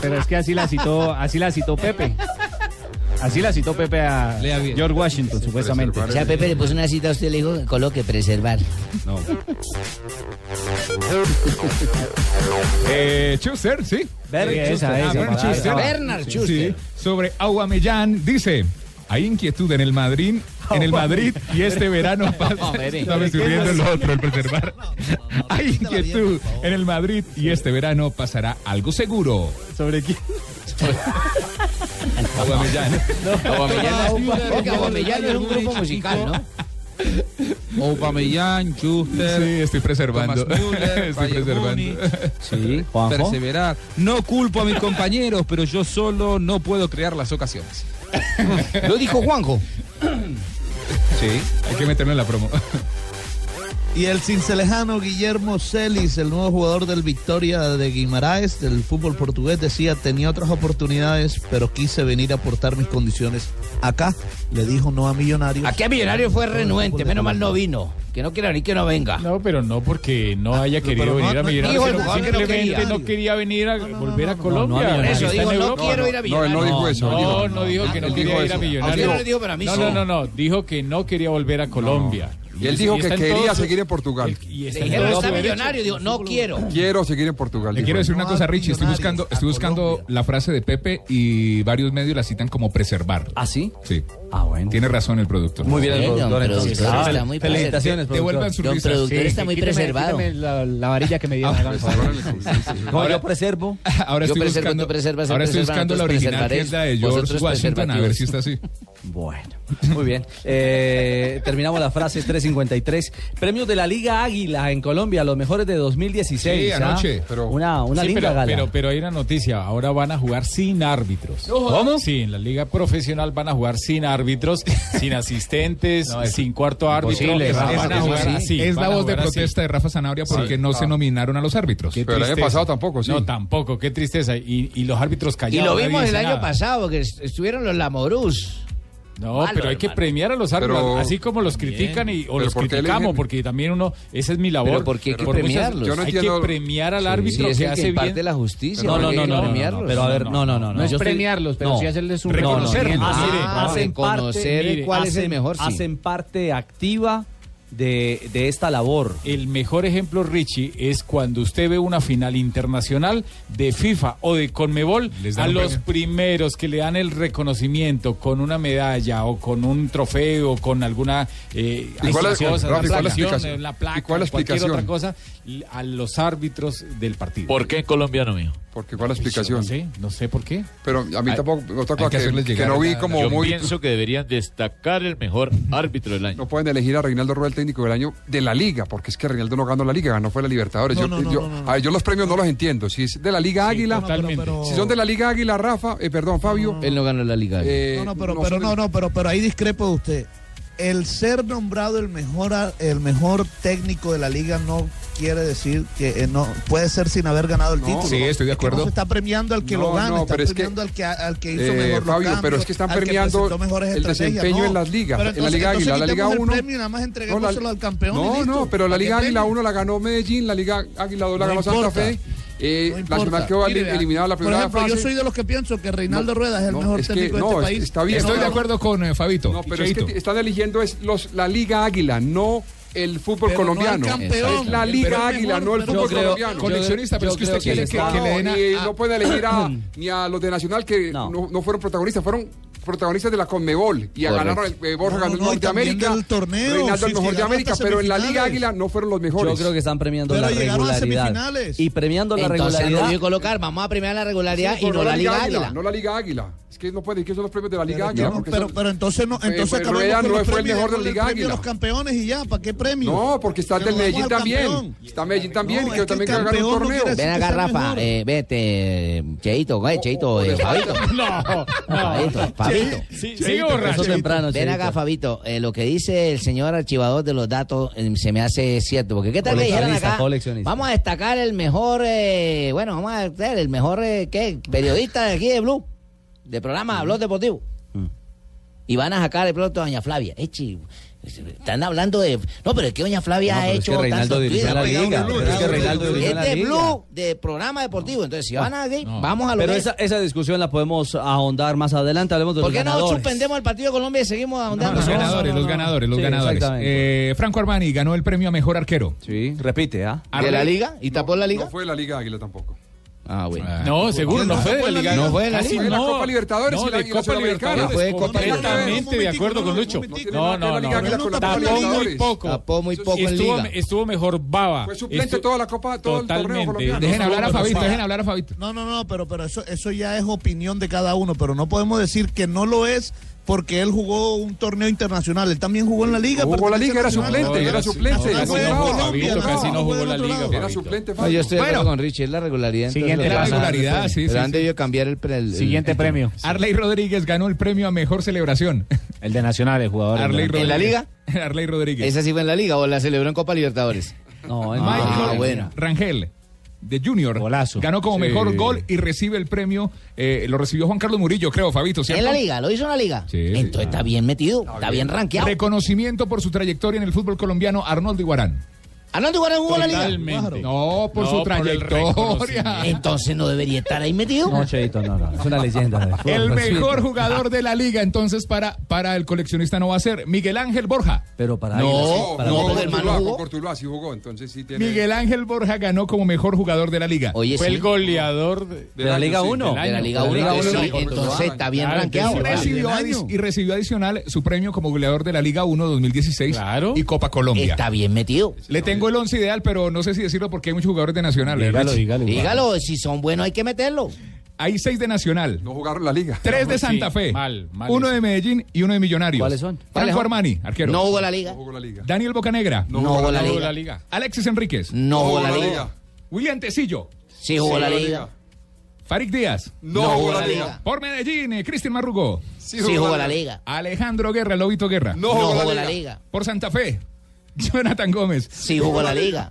Speaker 20: pero es que así la citó, así la citó Pepe. Así la citó Pepe a George Washington, supuestamente.
Speaker 8: O sea, Pepe le puso una cita a usted y le dijo: Coloque preservar.
Speaker 20: No.
Speaker 7: Eh, Schuster, sí.
Speaker 20: Bernard Sí, esa, Schuster. esa,
Speaker 7: Ah, Bernard
Speaker 20: palabra.
Speaker 7: Schuster.
Speaker 20: Bernard
Speaker 7: Sí,
Speaker 20: Schuster.
Speaker 7: sí. Sobre Aguamellán, dice. Hay inquietud en el Madrid, en el Madrid y este verano pasa.
Speaker 4: hombre.
Speaker 7: Estaba escribiendo el otro, el preservar. Hay inquietud en el Madrid y este verano pasará algo seguro.
Speaker 20: ¿Sobre quién?
Speaker 7: Aguamellán.
Speaker 4: Aguamellán.
Speaker 7: Aguamellán.
Speaker 8: Aguamellán es un grupo musical, ¿no?
Speaker 11: Aubameyang, Schuster.
Speaker 7: Sí, estoy preservando.
Speaker 11: Thomas Müller,
Speaker 7: Estoy
Speaker 11: Bayern
Speaker 7: preservando.
Speaker 11: Múnich.
Speaker 7: Sí,
Speaker 11: Perseverar. No culpo a mis compañeros, pero yo solo no puedo crear las ocasiones.
Speaker 7: Lo dijo
Speaker 11: Juanjo.
Speaker 7: Sí. Hay que meterlo en la promo.
Speaker 2: Y el cincelejano Guillermo Celis, el nuevo jugador del Victoria de Guimaraes, del fútbol portugués, decía, tenía otras oportunidades, pero quise venir a aportar mis condiciones acá. Le dijo no a Millonarios.
Speaker 8: Aquí a Millonarios fue renuente, menos mal no vino. Que no quiera ni que no venga. Ah,
Speaker 13: No, pero no porque no haya querido
Speaker 8: pero no-
Speaker 13: venir a
Speaker 8: no-
Speaker 13: Millonarios,
Speaker 8: dijo el
Speaker 13: sino
Speaker 8: jugador que no
Speaker 13: simplemente
Speaker 8: quería.
Speaker 13: no quería venir a volver a Colombia.
Speaker 8: Por eso
Speaker 13: Está en
Speaker 8: dijo, no
Speaker 13: Europa.
Speaker 8: quiero ir a Millonarios.
Speaker 13: No, no dijo eso.
Speaker 8: No,
Speaker 13: No,
Speaker 8: no,
Speaker 13: no dijo que
Speaker 8: no,
Speaker 13: no
Speaker 8: él
Speaker 13: quería
Speaker 8: dijo
Speaker 13: ir a
Speaker 8: eso.
Speaker 13: Millonarios.
Speaker 8: A usted no le dijo, pero a mí
Speaker 13: no,
Speaker 8: sí.
Speaker 13: no, no, no, dijo que no quería volver a Colombia.
Speaker 14: Y él dijo
Speaker 13: y
Speaker 14: que
Speaker 13: está en
Speaker 14: quería
Speaker 13: todo su-
Speaker 14: seguir en Portugal.
Speaker 13: y
Speaker 8: Le dijeron, está millonario. Digo, no quiero.
Speaker 14: Quiero seguir en Portugal.
Speaker 7: Le
Speaker 14: dijo
Speaker 7: quiero
Speaker 14: él.
Speaker 7: decir una cosa, Richie. Estoy buscando, estoy buscando la frase de Pepe y varios medios la citan como preservar.
Speaker 6: ¿Ah, sí?
Speaker 7: Sí.
Speaker 6: Ah, bueno.
Speaker 7: Tiene razón el productor.
Speaker 6: Muy bien el
Speaker 7: Sí, don
Speaker 6: productor,
Speaker 7: productor,
Speaker 6: entonces. Ah,
Speaker 7: está
Speaker 6: vale.
Speaker 7: muy
Speaker 6: Felicitaciones,
Speaker 7: preservado. Devuelvan
Speaker 6: productor.
Speaker 7: sus
Speaker 6: Don
Speaker 7: risas.
Speaker 6: productor
Speaker 7: Sí.
Speaker 6: está muy
Speaker 20: Quíteme-
Speaker 6: preservado.
Speaker 20: quíteme la, la varilla que me
Speaker 14: Ah,
Speaker 20: dieron.
Speaker 14: pues,
Speaker 20: hágame el favor.
Speaker 6: Como yo preservo.
Speaker 7: Ahora estoy buscando, ahora estoy buscando la original que es la de George Washington, a ver si está así.
Speaker 6: Bueno, muy bien. Eh, terminamos la frase 353. Premios de la Liga Águila en Colombia, los mejores de 2016.
Speaker 13: Sí,
Speaker 6: ¿ah?
Speaker 13: anoche.
Speaker 6: Una, una
Speaker 13: Sí,
Speaker 6: linda
Speaker 13: pero,
Speaker 6: gala.
Speaker 13: Pero, pero hay una noticia, ahora van a jugar sin árbitros. ¿Cómo? Sí, en la liga profesional van a jugar sin árbitros, sin asistentes,
Speaker 7: No, es
Speaker 13: sin cuarto árbitro.
Speaker 7: Imposible,
Speaker 13: Van a
Speaker 7: Rafa, eso
Speaker 13: jugar
Speaker 7: sí.
Speaker 13: así,
Speaker 7: Es
Speaker 13: van
Speaker 7: la
Speaker 13: a
Speaker 7: voz de
Speaker 13: jugar así.
Speaker 7: protesta de Rafa Zanabria porque
Speaker 13: Sí.
Speaker 7: no se
Speaker 13: Ah.
Speaker 7: nominaron a los árbitros.
Speaker 13: Qué tristeza. No, tampoco, qué tristeza. Y, y los árbitros
Speaker 8: Y
Speaker 13: callados.
Speaker 8: lo
Speaker 13: nadie
Speaker 8: vimos el
Speaker 13: dice
Speaker 8: año
Speaker 13: nada.
Speaker 8: pasado, que est- estuvieron los Lamorús.
Speaker 13: No,
Speaker 8: Malo,
Speaker 13: pero hay que
Speaker 8: hermano.
Speaker 13: premiar a los árbitros,
Speaker 8: Pero-
Speaker 13: así como los critican y, o
Speaker 8: Pero
Speaker 13: los
Speaker 8: ¿por qué le
Speaker 13: criticamos,
Speaker 8: dije-
Speaker 13: porque también uno, esa es mi labor.
Speaker 22: Pero ¿por qué hay que
Speaker 13: muchas-
Speaker 22: premiarlos? Yo no
Speaker 13: hay
Speaker 22: entiendo-
Speaker 13: que premiar al
Speaker 22: Sí,
Speaker 13: árbitro
Speaker 22: sí, es
Speaker 13: que
Speaker 22: el que
Speaker 13: hace
Speaker 22: imparte
Speaker 13: bien.
Speaker 22: la justicia,
Speaker 13: No,
Speaker 22: ¿por
Speaker 13: no,
Speaker 22: qué hay
Speaker 13: no,
Speaker 22: que
Speaker 13: no, no,
Speaker 22: premiarlos?
Speaker 13: no,
Speaker 6: Pero a ver, no, no, no.
Speaker 13: No es
Speaker 6: yo estoy-
Speaker 13: premiarlos, pero sí hacerles un reconocimiento.
Speaker 6: no, no, no.
Speaker 13: Ah,
Speaker 6: Hacen-
Speaker 13: reconocer
Speaker 6: hacen-
Speaker 13: cuál es el
Speaker 6: hacen-
Speaker 13: mejor, sí.
Speaker 6: Hacen parte activa de, de esta labor.
Speaker 13: El mejor ejemplo, Richie, es cuando usted ve una final internacional de FIFA o de Conmebol,
Speaker 7: Les dan
Speaker 13: a
Speaker 7: un
Speaker 13: los
Speaker 7: premio.
Speaker 13: primeros que le dan el reconocimiento con una medalla o con un trofeo, con alguna eh,
Speaker 14: ¿Y cuál es-
Speaker 13: cosa,
Speaker 14: Rafa,
Speaker 13: una
Speaker 14: y cuál es la
Speaker 13: placa,
Speaker 14: explicación?
Speaker 13: una
Speaker 14: ¿Y
Speaker 13: placa,
Speaker 14: cuál es la
Speaker 13: cualquier otra
Speaker 14: explicación?
Speaker 13: cosa, l- a los árbitros del partido.
Speaker 4: ¿Por qué en Colombia no, mijo?
Speaker 14: Porque cuál es la explicación.
Speaker 13: No sé, no sé por qué.
Speaker 14: Pero a mí
Speaker 4: Hay-
Speaker 14: tampoco, otra cosa que, que no vi como
Speaker 4: Yo
Speaker 14: muy...
Speaker 4: pienso que deberían destacar el mejor árbitro del año.
Speaker 14: No pueden elegir a Reinaldo Rueda el técnico del año de la liga, porque es que Reinaldo no ganó la liga, ganó fue la Libertadores. yo, yo- a ver, yo los premios no los entiendo. Si es de la Liga Águila, si son de la Liga Águila, Rafa, eh, perdón, Fabio.
Speaker 22: Él no ganó la liga.
Speaker 14: eh,
Speaker 22: No,
Speaker 2: No, pero,
Speaker 14: no
Speaker 2: pero
Speaker 14: son-
Speaker 2: no, no, pero, pero ahí discrepo de usted. El ser nombrado el mejor, a- el mejor técnico de la liga no quiere decir que eh, no puede ser sin haber ganado el
Speaker 14: No.
Speaker 2: título.
Speaker 14: Sí, estoy de
Speaker 2: Es que
Speaker 14: acuerdo.
Speaker 2: no se está premiando al que
Speaker 14: No,
Speaker 2: lo gana,
Speaker 14: no,
Speaker 2: está
Speaker 14: pero es que-
Speaker 2: premiando al que al que hizo
Speaker 14: Eh,
Speaker 2: mejor los
Speaker 14: Fabio, pero
Speaker 2: cambios,
Speaker 14: es que están
Speaker 2: al
Speaker 14: premiando
Speaker 2: presentó mejores
Speaker 14: el
Speaker 2: estrategias,
Speaker 14: desempeño
Speaker 2: no.
Speaker 14: en las ligas,
Speaker 2: Pero
Speaker 14: en la Liga
Speaker 2: entonces-
Speaker 14: Águila, la
Speaker 2: entonces
Speaker 14: Liga
Speaker 2: quitemos el
Speaker 14: 1.
Speaker 2: premio y nada más entreguémoselo al campeón y
Speaker 14: No,
Speaker 2: listo,
Speaker 14: no, pero la
Speaker 2: ¿para
Speaker 14: Liga
Speaker 2: qué
Speaker 14: Águila
Speaker 2: premio?
Speaker 14: 1 la ganó Medellín, la Liga Águila 2 la
Speaker 2: No
Speaker 14: ganó Santa
Speaker 2: importa.
Speaker 14: Fe. Eh,
Speaker 2: No importa.
Speaker 14: Nacional quedó
Speaker 2: Mire, vea,
Speaker 14: eliminado la
Speaker 2: por
Speaker 14: primera
Speaker 2: ejemplo,
Speaker 14: fase.
Speaker 2: Yo soy de los que pienso que Reinaldo
Speaker 14: No,
Speaker 2: Rueda es el
Speaker 14: no,
Speaker 2: mejor
Speaker 14: es que
Speaker 2: técnico
Speaker 14: no,
Speaker 2: de
Speaker 14: es-
Speaker 2: este país.
Speaker 14: está bien.
Speaker 7: Estoy
Speaker 14: No,
Speaker 7: de
Speaker 14: no.
Speaker 7: acuerdo con eh, Fabito.
Speaker 14: No, pero es que te- están eligiendo es los, la Liga Águila, no el fútbol
Speaker 7: Pero no al
Speaker 14: colombiano.
Speaker 7: campeón.
Speaker 14: es la
Speaker 7: Pero
Speaker 14: Liga
Speaker 7: el mejor,
Speaker 14: Águila, no el
Speaker 7: pero-
Speaker 14: fútbol
Speaker 7: Yo creo-
Speaker 14: colombiano.
Speaker 7: Coleccionista, pero yo es que usted creo que quiere le que- está- que le den a-
Speaker 14: No, y no puede elegir a, ni a los de Nacional que no, no fueron protagonistas, fueron protagonistas de la Conmebol y a
Speaker 7: Correcto.
Speaker 14: ganaron el, eh, Borja
Speaker 7: No,
Speaker 14: ganó el
Speaker 7: no, no, y
Speaker 14: mejor de
Speaker 7: también
Speaker 14: América,
Speaker 7: del torneo,
Speaker 14: Reinaldo
Speaker 7: sí,
Speaker 14: el mejor
Speaker 7: sí,
Speaker 14: de
Speaker 7: ganó
Speaker 14: América,
Speaker 7: hasta
Speaker 14: pero en la Liga
Speaker 7: semifinales.
Speaker 14: Águila no fueron los mejores.
Speaker 6: Yo creo que están premiando
Speaker 14: Pero
Speaker 6: la
Speaker 14: llegaron a
Speaker 6: regularidad.
Speaker 14: semifinales.
Speaker 6: Y premiando la
Speaker 14: Entonces,
Speaker 6: regularidad.
Speaker 14: no vio
Speaker 8: colocar, vamos a premiar la regularidad
Speaker 14: Sí, pero No la Liga Águila. Es que no puede decir que son los premios de la Liga
Speaker 2: Pero,
Speaker 14: Águila.
Speaker 2: no,
Speaker 14: porque
Speaker 2: pero,
Speaker 14: son-
Speaker 2: pero entonces no,
Speaker 14: Fue-
Speaker 2: entonces
Speaker 14: fue
Speaker 2: acabemos
Speaker 14: Rueda,
Speaker 2: con
Speaker 14: no
Speaker 2: los
Speaker 14: fue el
Speaker 2: premios,
Speaker 14: mejor
Speaker 2: con
Speaker 14: de
Speaker 2: el
Speaker 14: Liga
Speaker 2: premio de los
Speaker 14: Águila.
Speaker 2: campeones y ya, ¿para qué premio?
Speaker 14: No, porque está el
Speaker 2: Que
Speaker 14: del
Speaker 2: nos vamos
Speaker 14: Medellín
Speaker 2: al
Speaker 14: también.
Speaker 2: campeón.
Speaker 14: Está Medellín también,
Speaker 2: No,
Speaker 14: que
Speaker 2: es que el
Speaker 14: también que ganaron
Speaker 2: campeón no
Speaker 14: torneo.
Speaker 2: quiere
Speaker 8: Ven acá, Rafa. Eh, vete, Cheito, eh,
Speaker 14: Oh,
Speaker 8: Cheito, eh, Fabito.
Speaker 13: No,
Speaker 8: Fabito, Fabito.
Speaker 13: Ah. Sí, sigue borracho.
Speaker 8: Ven acá, Fabito. eh, lo que dice el señor archivador de los datos eh, se me hace cierto. Porque ¿qué tal que dijeran
Speaker 6: Coleccionista,
Speaker 8: acá?
Speaker 6: coleccionista.
Speaker 8: Vamos a destacar el mejor, eh, bueno, vamos a destacar el mejor eh, ¿qué? periodista de aquí de Blue, de programa Blog Deportivo.
Speaker 6: Mm.
Speaker 8: Y van a sacar de pronto a Doña Flavia. Echi, están hablando de. No, pero es que Doña Flavia
Speaker 6: No,
Speaker 8: ha
Speaker 6: pero es
Speaker 8: hecho.
Speaker 6: que Reinaldo
Speaker 8: tantos
Speaker 6: dirigió
Speaker 8: tweets.
Speaker 6: la liga, pero es que Reinaldo dirigió
Speaker 8: Es
Speaker 6: la
Speaker 8: de
Speaker 6: liga.
Speaker 8: Blue, de programa deportivo. Entonces, si van
Speaker 22: ah,
Speaker 8: a. Vamos a lo
Speaker 6: Pero
Speaker 8: que-
Speaker 6: esa, esa discusión la podemos ahondar más adelante. Hablemos de
Speaker 8: ¿Por
Speaker 6: los
Speaker 8: qué no
Speaker 6: ganadores.
Speaker 8: suspendemos el partido de Colombia y seguimos ahondando?
Speaker 7: Los ganadores, los ganadores, los
Speaker 6: Sí,
Speaker 7: ganadores.
Speaker 6: exactamente.
Speaker 7: Eh, Franco Armani ganó el premio a mejor arquero.
Speaker 6: Sí, repite, ¿ah?
Speaker 7: Arre-
Speaker 8: ¿Y tapó la
Speaker 14: liga? No fue de la Liga Águila tampoco.
Speaker 8: Ah, bueno.
Speaker 13: No, seguro, no fue de la Liga.
Speaker 14: No fue de la
Speaker 13: Casi
Speaker 14: Liga. Fue de la Copa Libertadores
Speaker 13: No,
Speaker 14: y la-
Speaker 13: de
Speaker 14: y la
Speaker 13: Copa
Speaker 14: Sudamericana.
Speaker 13: Libertadores.
Speaker 14: Fue de Copa
Speaker 13: completamente
Speaker 14: Libertadores.
Speaker 13: de acuerdo con Lucho.
Speaker 14: momentico,
Speaker 13: No,
Speaker 14: no, no,
Speaker 13: no,
Speaker 14: no, no,
Speaker 13: no.
Speaker 14: no,
Speaker 13: Tapó
Speaker 14: no,
Speaker 13: muy
Speaker 14: no,
Speaker 13: poco.
Speaker 14: tapó muy poco en
Speaker 13: Estuvo-
Speaker 14: Liga.
Speaker 13: Estuvo mejor Baba.
Speaker 14: Fue suplente
Speaker 13: Estu-
Speaker 14: toda la Copa, todo el torneo
Speaker 13: Totalmente.
Speaker 14: colombiano.
Speaker 13: Dejen hablar a Fabito, dejen
Speaker 7: hablar a Fabito.
Speaker 2: No, no, no, pero, pero eso, eso ya es opinión de cada uno, pero no podemos decir que no lo es porque él jugó un torneo internacional. Él también jugó en la liga.
Speaker 14: Jugó
Speaker 2: pertenece
Speaker 14: la liga,
Speaker 2: a
Speaker 14: era
Speaker 2: Nacional.
Speaker 14: suplente, era suplente.
Speaker 2: No, no, no, no, no,
Speaker 10: casi no jugó la liga.
Speaker 14: Era suplente,
Speaker 10: No, yo estoy de acuerdo
Speaker 14: Bueno.
Speaker 10: con Richie, es la regularidad. entonces,
Speaker 7: Siguiente
Speaker 10: lo que
Speaker 7: paso.
Speaker 10: pasa.
Speaker 7: Regularidad, sí, sí,
Speaker 10: Pero han
Speaker 7: sí.
Speaker 10: debido cambiar el, pre- el- el-
Speaker 7: Arley Rodríguez ganó el premio a mejor celebración.
Speaker 20: El de Nacional, el jugador.
Speaker 10: Arley ¿En la liga?
Speaker 7: Arley Rodríguez.
Speaker 10: ¿Esa sí fue en la liga o la celebró en Copa Libertadores?
Speaker 6: No,
Speaker 10: en Ah, bueno.
Speaker 7: Rangel de Junior ganó como
Speaker 10: Sí.
Speaker 7: mejor gol y recibe el premio eh, lo recibió Juan Carlos Murillo creo Fabito ¿cierto?
Speaker 22: En la liga, lo hizo en la liga.
Speaker 7: entonces
Speaker 22: está bien metido está bien rankeado.
Speaker 7: reconocimiento por su trayectoria en el fútbol colombiano Arnoldo Iguarán
Speaker 22: Arnoldo Iguarán jugó en la liga.
Speaker 7: Totalmente. no por su trayectoria
Speaker 22: Entonces no debería estar ahí metido.
Speaker 6: No, Cheito, no, no. Es una leyenda. del fútbol.
Speaker 7: el
Speaker 6: No es
Speaker 7: mejor
Speaker 6: cierto.
Speaker 7: jugador de la liga entonces para, para el coleccionista no va a ser Miguel Ángel Borja
Speaker 6: pero para
Speaker 7: no,
Speaker 14: no,
Speaker 7: no,
Speaker 22: pues,
Speaker 14: con
Speaker 7: no,
Speaker 14: Cortuluá, con Cortuluá sí jugó, entonces sí tiene...
Speaker 7: Miguel Ángel Borja ganó como mejor jugador de la liga
Speaker 13: Fue el goleador de,
Speaker 7: De la Liga Uno.
Speaker 13: del año.
Speaker 7: De la Liga Uno,
Speaker 13: Uno.
Speaker 7: sí,
Speaker 22: entonces está bien
Speaker 13: Claro,
Speaker 22: rankeado.
Speaker 13: entonces,
Speaker 22: Claro.
Speaker 7: Recibió
Speaker 22: Del
Speaker 7: adi-
Speaker 22: año.
Speaker 7: y recibió adicional su premio como goleador de la Liga 1 2016 y Copa Colombia.
Speaker 22: Está bien metido.
Speaker 7: Le tengo el once ideal, pero no sé si decirlo porque hay muchos jugadores de Nacional. ¿eh,
Speaker 14: Dígalo,
Speaker 7: Richie?
Speaker 14: dígalo, dígalo.
Speaker 22: Dígalo, si son buenos hay que meterlo.
Speaker 7: Hay seis de Nacional,
Speaker 14: No jugaron la liga.
Speaker 7: tres de
Speaker 14: Sí,
Speaker 7: Santa Fe,
Speaker 14: mal, mal
Speaker 7: uno
Speaker 14: eso.
Speaker 7: de Medellín y uno de Millonarios.
Speaker 14: ¿Cuáles son?
Speaker 7: Franco
Speaker 14: ¿Cuáles son?
Speaker 7: Armani, arquero.
Speaker 22: No jugó la liga.
Speaker 14: No jugó la liga.
Speaker 7: Daniel Bocanegra.
Speaker 14: No No jugó jugó la la liga. liga.
Speaker 7: Alexis Enríquez.
Speaker 22: No jugó la liga.
Speaker 7: William Tecillo.
Speaker 22: Sí jugó Sí la jugó la liga. liga.
Speaker 7: Farik Díaz.
Speaker 14: No No jugó jugó la la liga. liga.
Speaker 7: Por Medellín, eh, Cristian Marrugo.
Speaker 14: Sí Sí jugó jugó la la liga. liga.
Speaker 7: Alejandro Guerra, el Lobito Guerra.
Speaker 14: No No jugó la jugó la liga. liga.
Speaker 7: Por Santa Fe. Jonathan Gómez.
Speaker 22: Sí jugó la liga.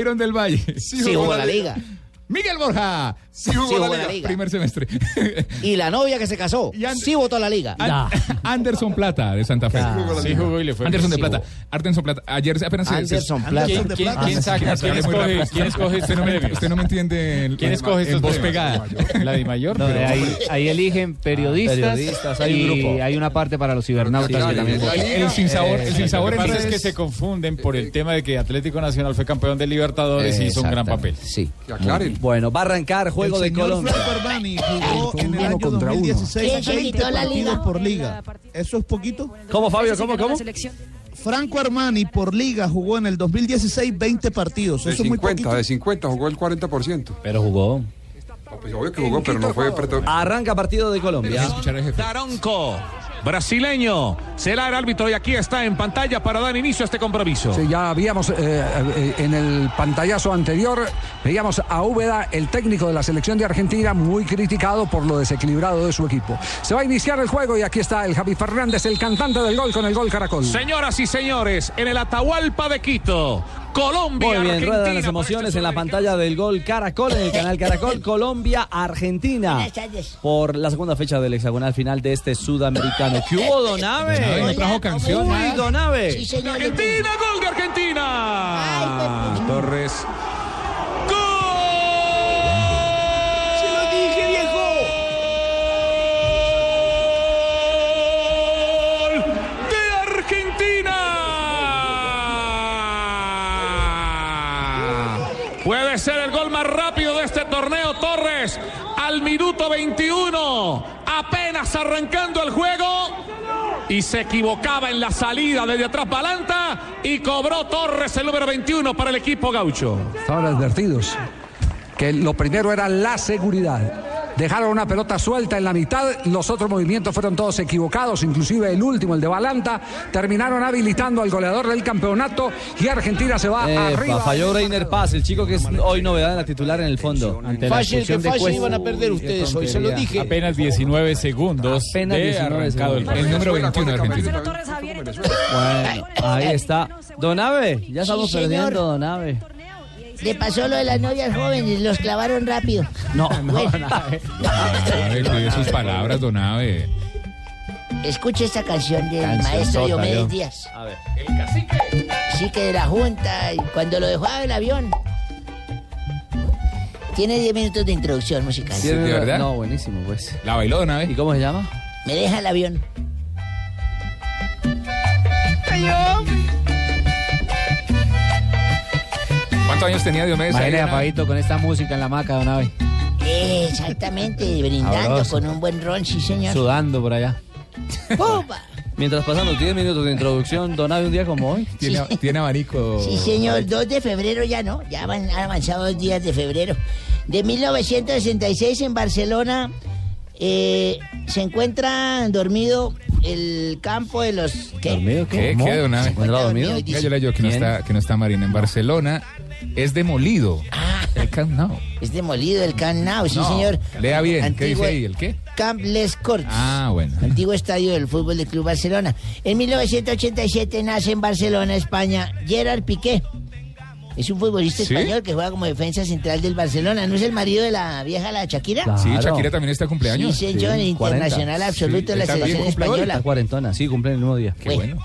Speaker 7: Iron del Valle.
Speaker 22: Sí jugó jugó la la liga.
Speaker 7: Miguel Borja.
Speaker 22: Sí jugó Sí la jugó la liga. liga.
Speaker 7: Primer semestre.
Speaker 22: Y la novia que se casó, sí votó a la liga.
Speaker 7: An- Anderson Plata de Santa Fe.
Speaker 13: Sí jugó y le fue
Speaker 7: Anderson de
Speaker 13: bien.
Speaker 7: Plata. Anderson Plata. Ayer apenas se- se-
Speaker 13: Anderson Plata. ¿Quién- quién- quién saca? ¿Quién
Speaker 7: Hablé muy
Speaker 13: escoge-
Speaker 7: rápido.
Speaker 13: quién escoge
Speaker 7: Usted no me- Usted no me entiende. el-
Speaker 13: ¿Quién escoge
Speaker 7: en
Speaker 13: estos
Speaker 7: voz
Speaker 13: premios?
Speaker 7: pegada.
Speaker 13: La de Mayor.
Speaker 20: No,
Speaker 13: pero-
Speaker 20: ahí, ahí eligen
Speaker 14: Ah,
Speaker 20: periodistas,
Speaker 13: periodistas, hay un
Speaker 20: y
Speaker 13: grupo.
Speaker 20: hay una parte para los cibernautas que también Eh, votan.
Speaker 13: El sin sabor, el sin sabor
Speaker 20: en
Speaker 13: es
Speaker 20: redes-
Speaker 13: que se confunden por
Speaker 14: Eh,
Speaker 13: el tema de que Atlético Nacional fue campeón de Libertadores y hizo un gran papel.
Speaker 10: Sí.
Speaker 14: Que aclaren.
Speaker 6: Bueno, va a arrancar Juego
Speaker 2: el
Speaker 6: de
Speaker 2: señor
Speaker 6: Colombia.
Speaker 2: Franco Armani jugó en el
Speaker 6: Uno
Speaker 2: año
Speaker 6: contra uno.
Speaker 2: 2016
Speaker 8: ¿Quién
Speaker 2: 20
Speaker 8: quitó la liga?
Speaker 2: partidos por liga. ¿Eso es poquito?
Speaker 6: ¿Cómo, Fabio? ¿Cómo, cómo?
Speaker 2: Franco Armani por liga jugó en el 2016 20 partidos.
Speaker 14: De
Speaker 2: Eso es muy
Speaker 14: 50,
Speaker 2: poquito.
Speaker 14: de 50 jugó el 40%.
Speaker 20: Pero jugó.
Speaker 14: Pues obvio que jugó, pero no fue... preto-
Speaker 6: Arranca partido de Colombia.
Speaker 26: Daronco, brasileño, será el árbitro y aquí está en pantalla para dar inicio a este compromiso.
Speaker 27: Sí, ya habíamos eh, eh, en el pantallazo anterior, veíamos a Úbeda, el técnico de la selección de Argentina, muy criticado por lo desequilibrado de su equipo. Se va a iniciar el juego y aquí está el Javi Fernández, el cantante del gol con el gol Caracol.
Speaker 26: Señoras y señores, en el Atahualpa de Quito, Colombia,
Speaker 6: Muy bien,
Speaker 26: Argentina.
Speaker 6: ruedan las emociones en la pantalla del gol Caracol, en el canal Caracol, Colombia, Argentina.
Speaker 8: Buenas tardes.
Speaker 6: Por la segunda fecha del hexagonal final de este sudamericano. ¿Qué hubo,
Speaker 26: Pues
Speaker 6: Donave?
Speaker 7: No trajo canción,
Speaker 6: Uy,
Speaker 7: nada.
Speaker 6: Donave.
Speaker 8: Sí, señor.
Speaker 26: Argentina, gol de Argentina. Torres.
Speaker 8: ¡Se lo dije, viejo!
Speaker 26: Gol de Argentina. Puede ser el gol más rápido de este torneo, Torres, al minuto 21, apenas arrancando el juego. Y se equivocaba en la salida desde atrás Balanta y cobró Torres el número 21 para el equipo gaucho.
Speaker 27: Estaban advertidos que lo primero era la seguridad. Dejaron una pelota suelta en la mitad, los otros movimientos fueron todos equivocados, inclusive el último, el de Balanta, terminaron habilitando al goleador del campeonato y Argentina se va
Speaker 6: Epa,
Speaker 27: arriba.
Speaker 6: falló Reiner Paz, el chico que es hoy novedad en la titular en el fondo.
Speaker 13: Ante la Fácil que expulsión de falle, Cuesta. iban a perder ustedes hoy, se lo dije. Apenas 19 segundos
Speaker 6: Apenas
Speaker 13: de
Speaker 6: 19
Speaker 13: arrancado el
Speaker 6: segundos.
Speaker 13: partido.
Speaker 6: El número
Speaker 13: 21
Speaker 6: argentino. Bueno, ahí está. Donave, ya estamos
Speaker 8: Sí, señor.
Speaker 6: perdiendo, Donave.
Speaker 8: Le pasó lo de las novias jóvenes, los clavaron rápido.
Speaker 6: No, eh.
Speaker 8: Bueno,
Speaker 7: Donave, cuide Ah, sus palabras, Donave.
Speaker 8: escuche esta canción del
Speaker 7: Canción
Speaker 8: maestro
Speaker 7: sota,
Speaker 8: Diomedes
Speaker 7: yo.
Speaker 8: Díaz.
Speaker 6: A ver.
Speaker 8: Sí, que de la Junta, y cuando lo dejaba del avión. Tiene 10 minutos de introducción musical.
Speaker 6: ¿De verdad? No, buenísimo, pues.
Speaker 7: La bailó Donave.
Speaker 6: ¿Y cómo se llama?
Speaker 8: Me deja el avión.
Speaker 7: ¿Cuántos años tenía Diomedes? ahí,
Speaker 20: Imagínate a
Speaker 7: Donave?
Speaker 20: Fabito con esta música en la maca, don Abe,
Speaker 8: Exactamente, brindando
Speaker 6: Sabroso.
Speaker 8: con un buen ron, sí, señor.
Speaker 6: Sudando por allá.
Speaker 8: ¡Popa!
Speaker 6: Mientras pasan los 10 minutos de introducción, Donave, un día como hoy.
Speaker 8: Tiene-
Speaker 7: Tiene abanico.
Speaker 8: Sí, señor, 2 de febrero ya no, ya van- han avanzado dos días de febrero. De 1966 en Barcelona, eh, se encuentra dormido el campo de los... ¿qué?
Speaker 7: ¿Dormido qué? ¿Qué de una vez? dormido? Ya yo le digo que no,
Speaker 8: ¿Quién?
Speaker 7: está, que no está Marina en Barcelona. Es demolido.
Speaker 6: Ah.
Speaker 7: El Camp Nou.
Speaker 8: Es demolido el Camp Nou, sí
Speaker 7: No,
Speaker 8: señor.
Speaker 7: Lea bien, ¿qué
Speaker 8: Antiguo-
Speaker 7: dice ahí? ¿El qué?
Speaker 8: Camp Les Corts.
Speaker 7: Ah, bueno.
Speaker 8: Antiguo estadio del Fútbol del Club Barcelona. En 1987 nace en Barcelona, España, Gerard Piqué. Es un futbolista
Speaker 7: ¿Sí?
Speaker 8: español que juega como defensa central del Barcelona. ¿No es el marido de la vieja la Shakira?
Speaker 7: Sí, Shakira también está de cumpleaños.
Speaker 8: Sí, señor, internacional absoluto de la selección española.
Speaker 6: cuarentona, sí, cumple el mismo día.
Speaker 8: Qué bueno.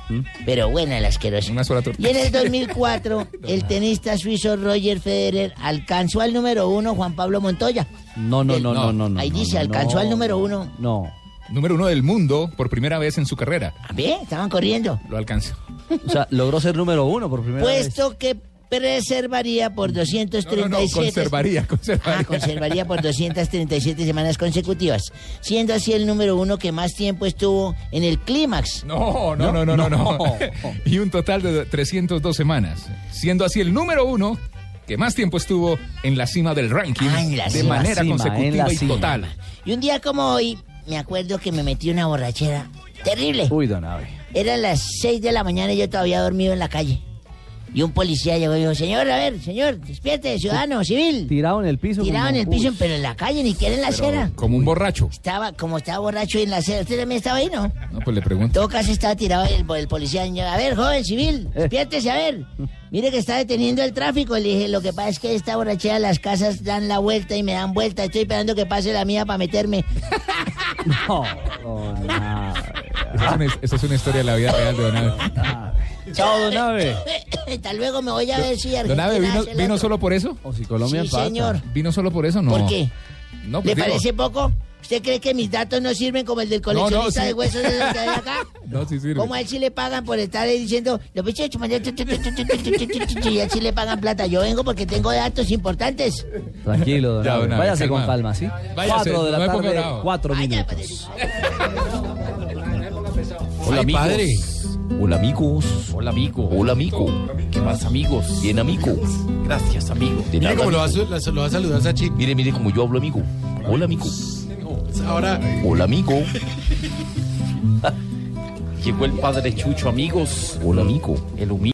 Speaker 8: Pero buena la asquerosa.
Speaker 6: Una sola
Speaker 8: Y en el 2004, el tenista suizo Roger Federer alcanzó al número uno Juan Pablo Montoya.
Speaker 6: No, no, no, no, no. no
Speaker 8: Ahí dice, alcanzó al número uno.
Speaker 6: No.
Speaker 7: Número uno del mundo por primera vez en su carrera.
Speaker 8: A ver, estaban corriendo.
Speaker 7: Lo alcanzó.
Speaker 6: O sea, logró ser número uno por primera vez.
Speaker 8: Puesto que preservaría por 237...
Speaker 6: No, no, no, conservaría,
Speaker 7: conservaría.
Speaker 8: Ah, conservaría por 237 semanas consecutivas, siendo así el número uno que más tiempo estuvo en el clímax.
Speaker 7: No, no, no, no, no, no. y un total de 302 semanas, siendo así el número uno que más tiempo estuvo en la cima del ranking
Speaker 8: la
Speaker 7: de
Speaker 8: cima, cima, en
Speaker 7: manera
Speaker 8: la
Speaker 7: consecutiva y
Speaker 8: cima.
Speaker 7: total.
Speaker 8: Y un día como hoy, me acuerdo que me metí una borrachera terrible.
Speaker 6: Uy, don Abe.
Speaker 8: Eran las 6 de la mañana y yo todavía dormido en la calle. Y un policía llegó y dijo, señor, a ver, señor, despierte, ciudadano, civil.
Speaker 6: Tirado en el piso.
Speaker 8: Tirado en
Speaker 6: como-
Speaker 8: el piso,
Speaker 6: Uy.
Speaker 8: pero en la calle, ni siquiera en la acera.
Speaker 7: Como un borracho.
Speaker 8: Estaba, como estaba borracho y en la acera. Usted también estaba ahí, ¿no?
Speaker 7: No, pues le
Speaker 8: En
Speaker 7: pregunto.
Speaker 8: todo caso estaba tirado el, el policía. y yo, A ver, joven civil, despiértese, a ver. Mire que está deteniendo el tráfico. Le dije, lo que pasa es que esta borrachera las casas dan la vuelta y me dan vuelta. Estoy esperando que pase la mía para meterme.
Speaker 6: No.
Speaker 7: Esa es, una, esa es una historia de la vida real de Don Abe.
Speaker 6: Chao, don Abe.
Speaker 8: Hasta luego, me voy a ver si
Speaker 7: Don
Speaker 8: Argentina
Speaker 7: Abe, ¿vino,
Speaker 8: hace el
Speaker 7: vino
Speaker 8: otro.
Speaker 7: solo por eso?
Speaker 6: O si
Speaker 8: Colombia Sí, empata. señor.
Speaker 7: ¿Vino solo por eso? No.
Speaker 8: ¿Por qué?
Speaker 7: No,
Speaker 8: ¿Le
Speaker 7: pues digo,
Speaker 8: parece poco? ¿Usted cree que mis datos no sirven como el del coleccionista
Speaker 7: sí.
Speaker 8: de huesos de los que hay acá?
Speaker 7: No, sí sirve.
Speaker 8: Como a él sí le pagan por estar ahí diciendo, los muchachos, man, tu, tu, tu, tu, tu, tu, tu, tu, tu, tu, y a él sí le pagan plata. Yo vengo porque tengo datos importantes.
Speaker 6: Tranquilo, don
Speaker 7: Ya,
Speaker 6: Abe.
Speaker 7: don Abe,
Speaker 6: Váyase
Speaker 7: calmado.
Speaker 6: con calma, ¿sí?
Speaker 7: Váyase,
Speaker 6: cuatro de
Speaker 7: no
Speaker 6: la
Speaker 7: me ponga
Speaker 6: tarde,
Speaker 7: bravo.
Speaker 6: cuatro minutos.
Speaker 19: Hola,
Speaker 6: Ay,
Speaker 19: amigos.
Speaker 6: padre.
Speaker 19: Hola, amigos. Hola, amigo. Hola, amigo. ¿Qué más, amigos? Bien, amigo. Gracias, amigo.
Speaker 12: Mire cómo lo va a su-
Speaker 19: lo va a saludar Sachi. Mire, mire cómo yo hablo, amigo. Hola, amigo.
Speaker 12: Ahora,
Speaker 19: Hola, amigo. Llegó Mm. el padre Chucho, amigos. Hola, amigo. El humilde.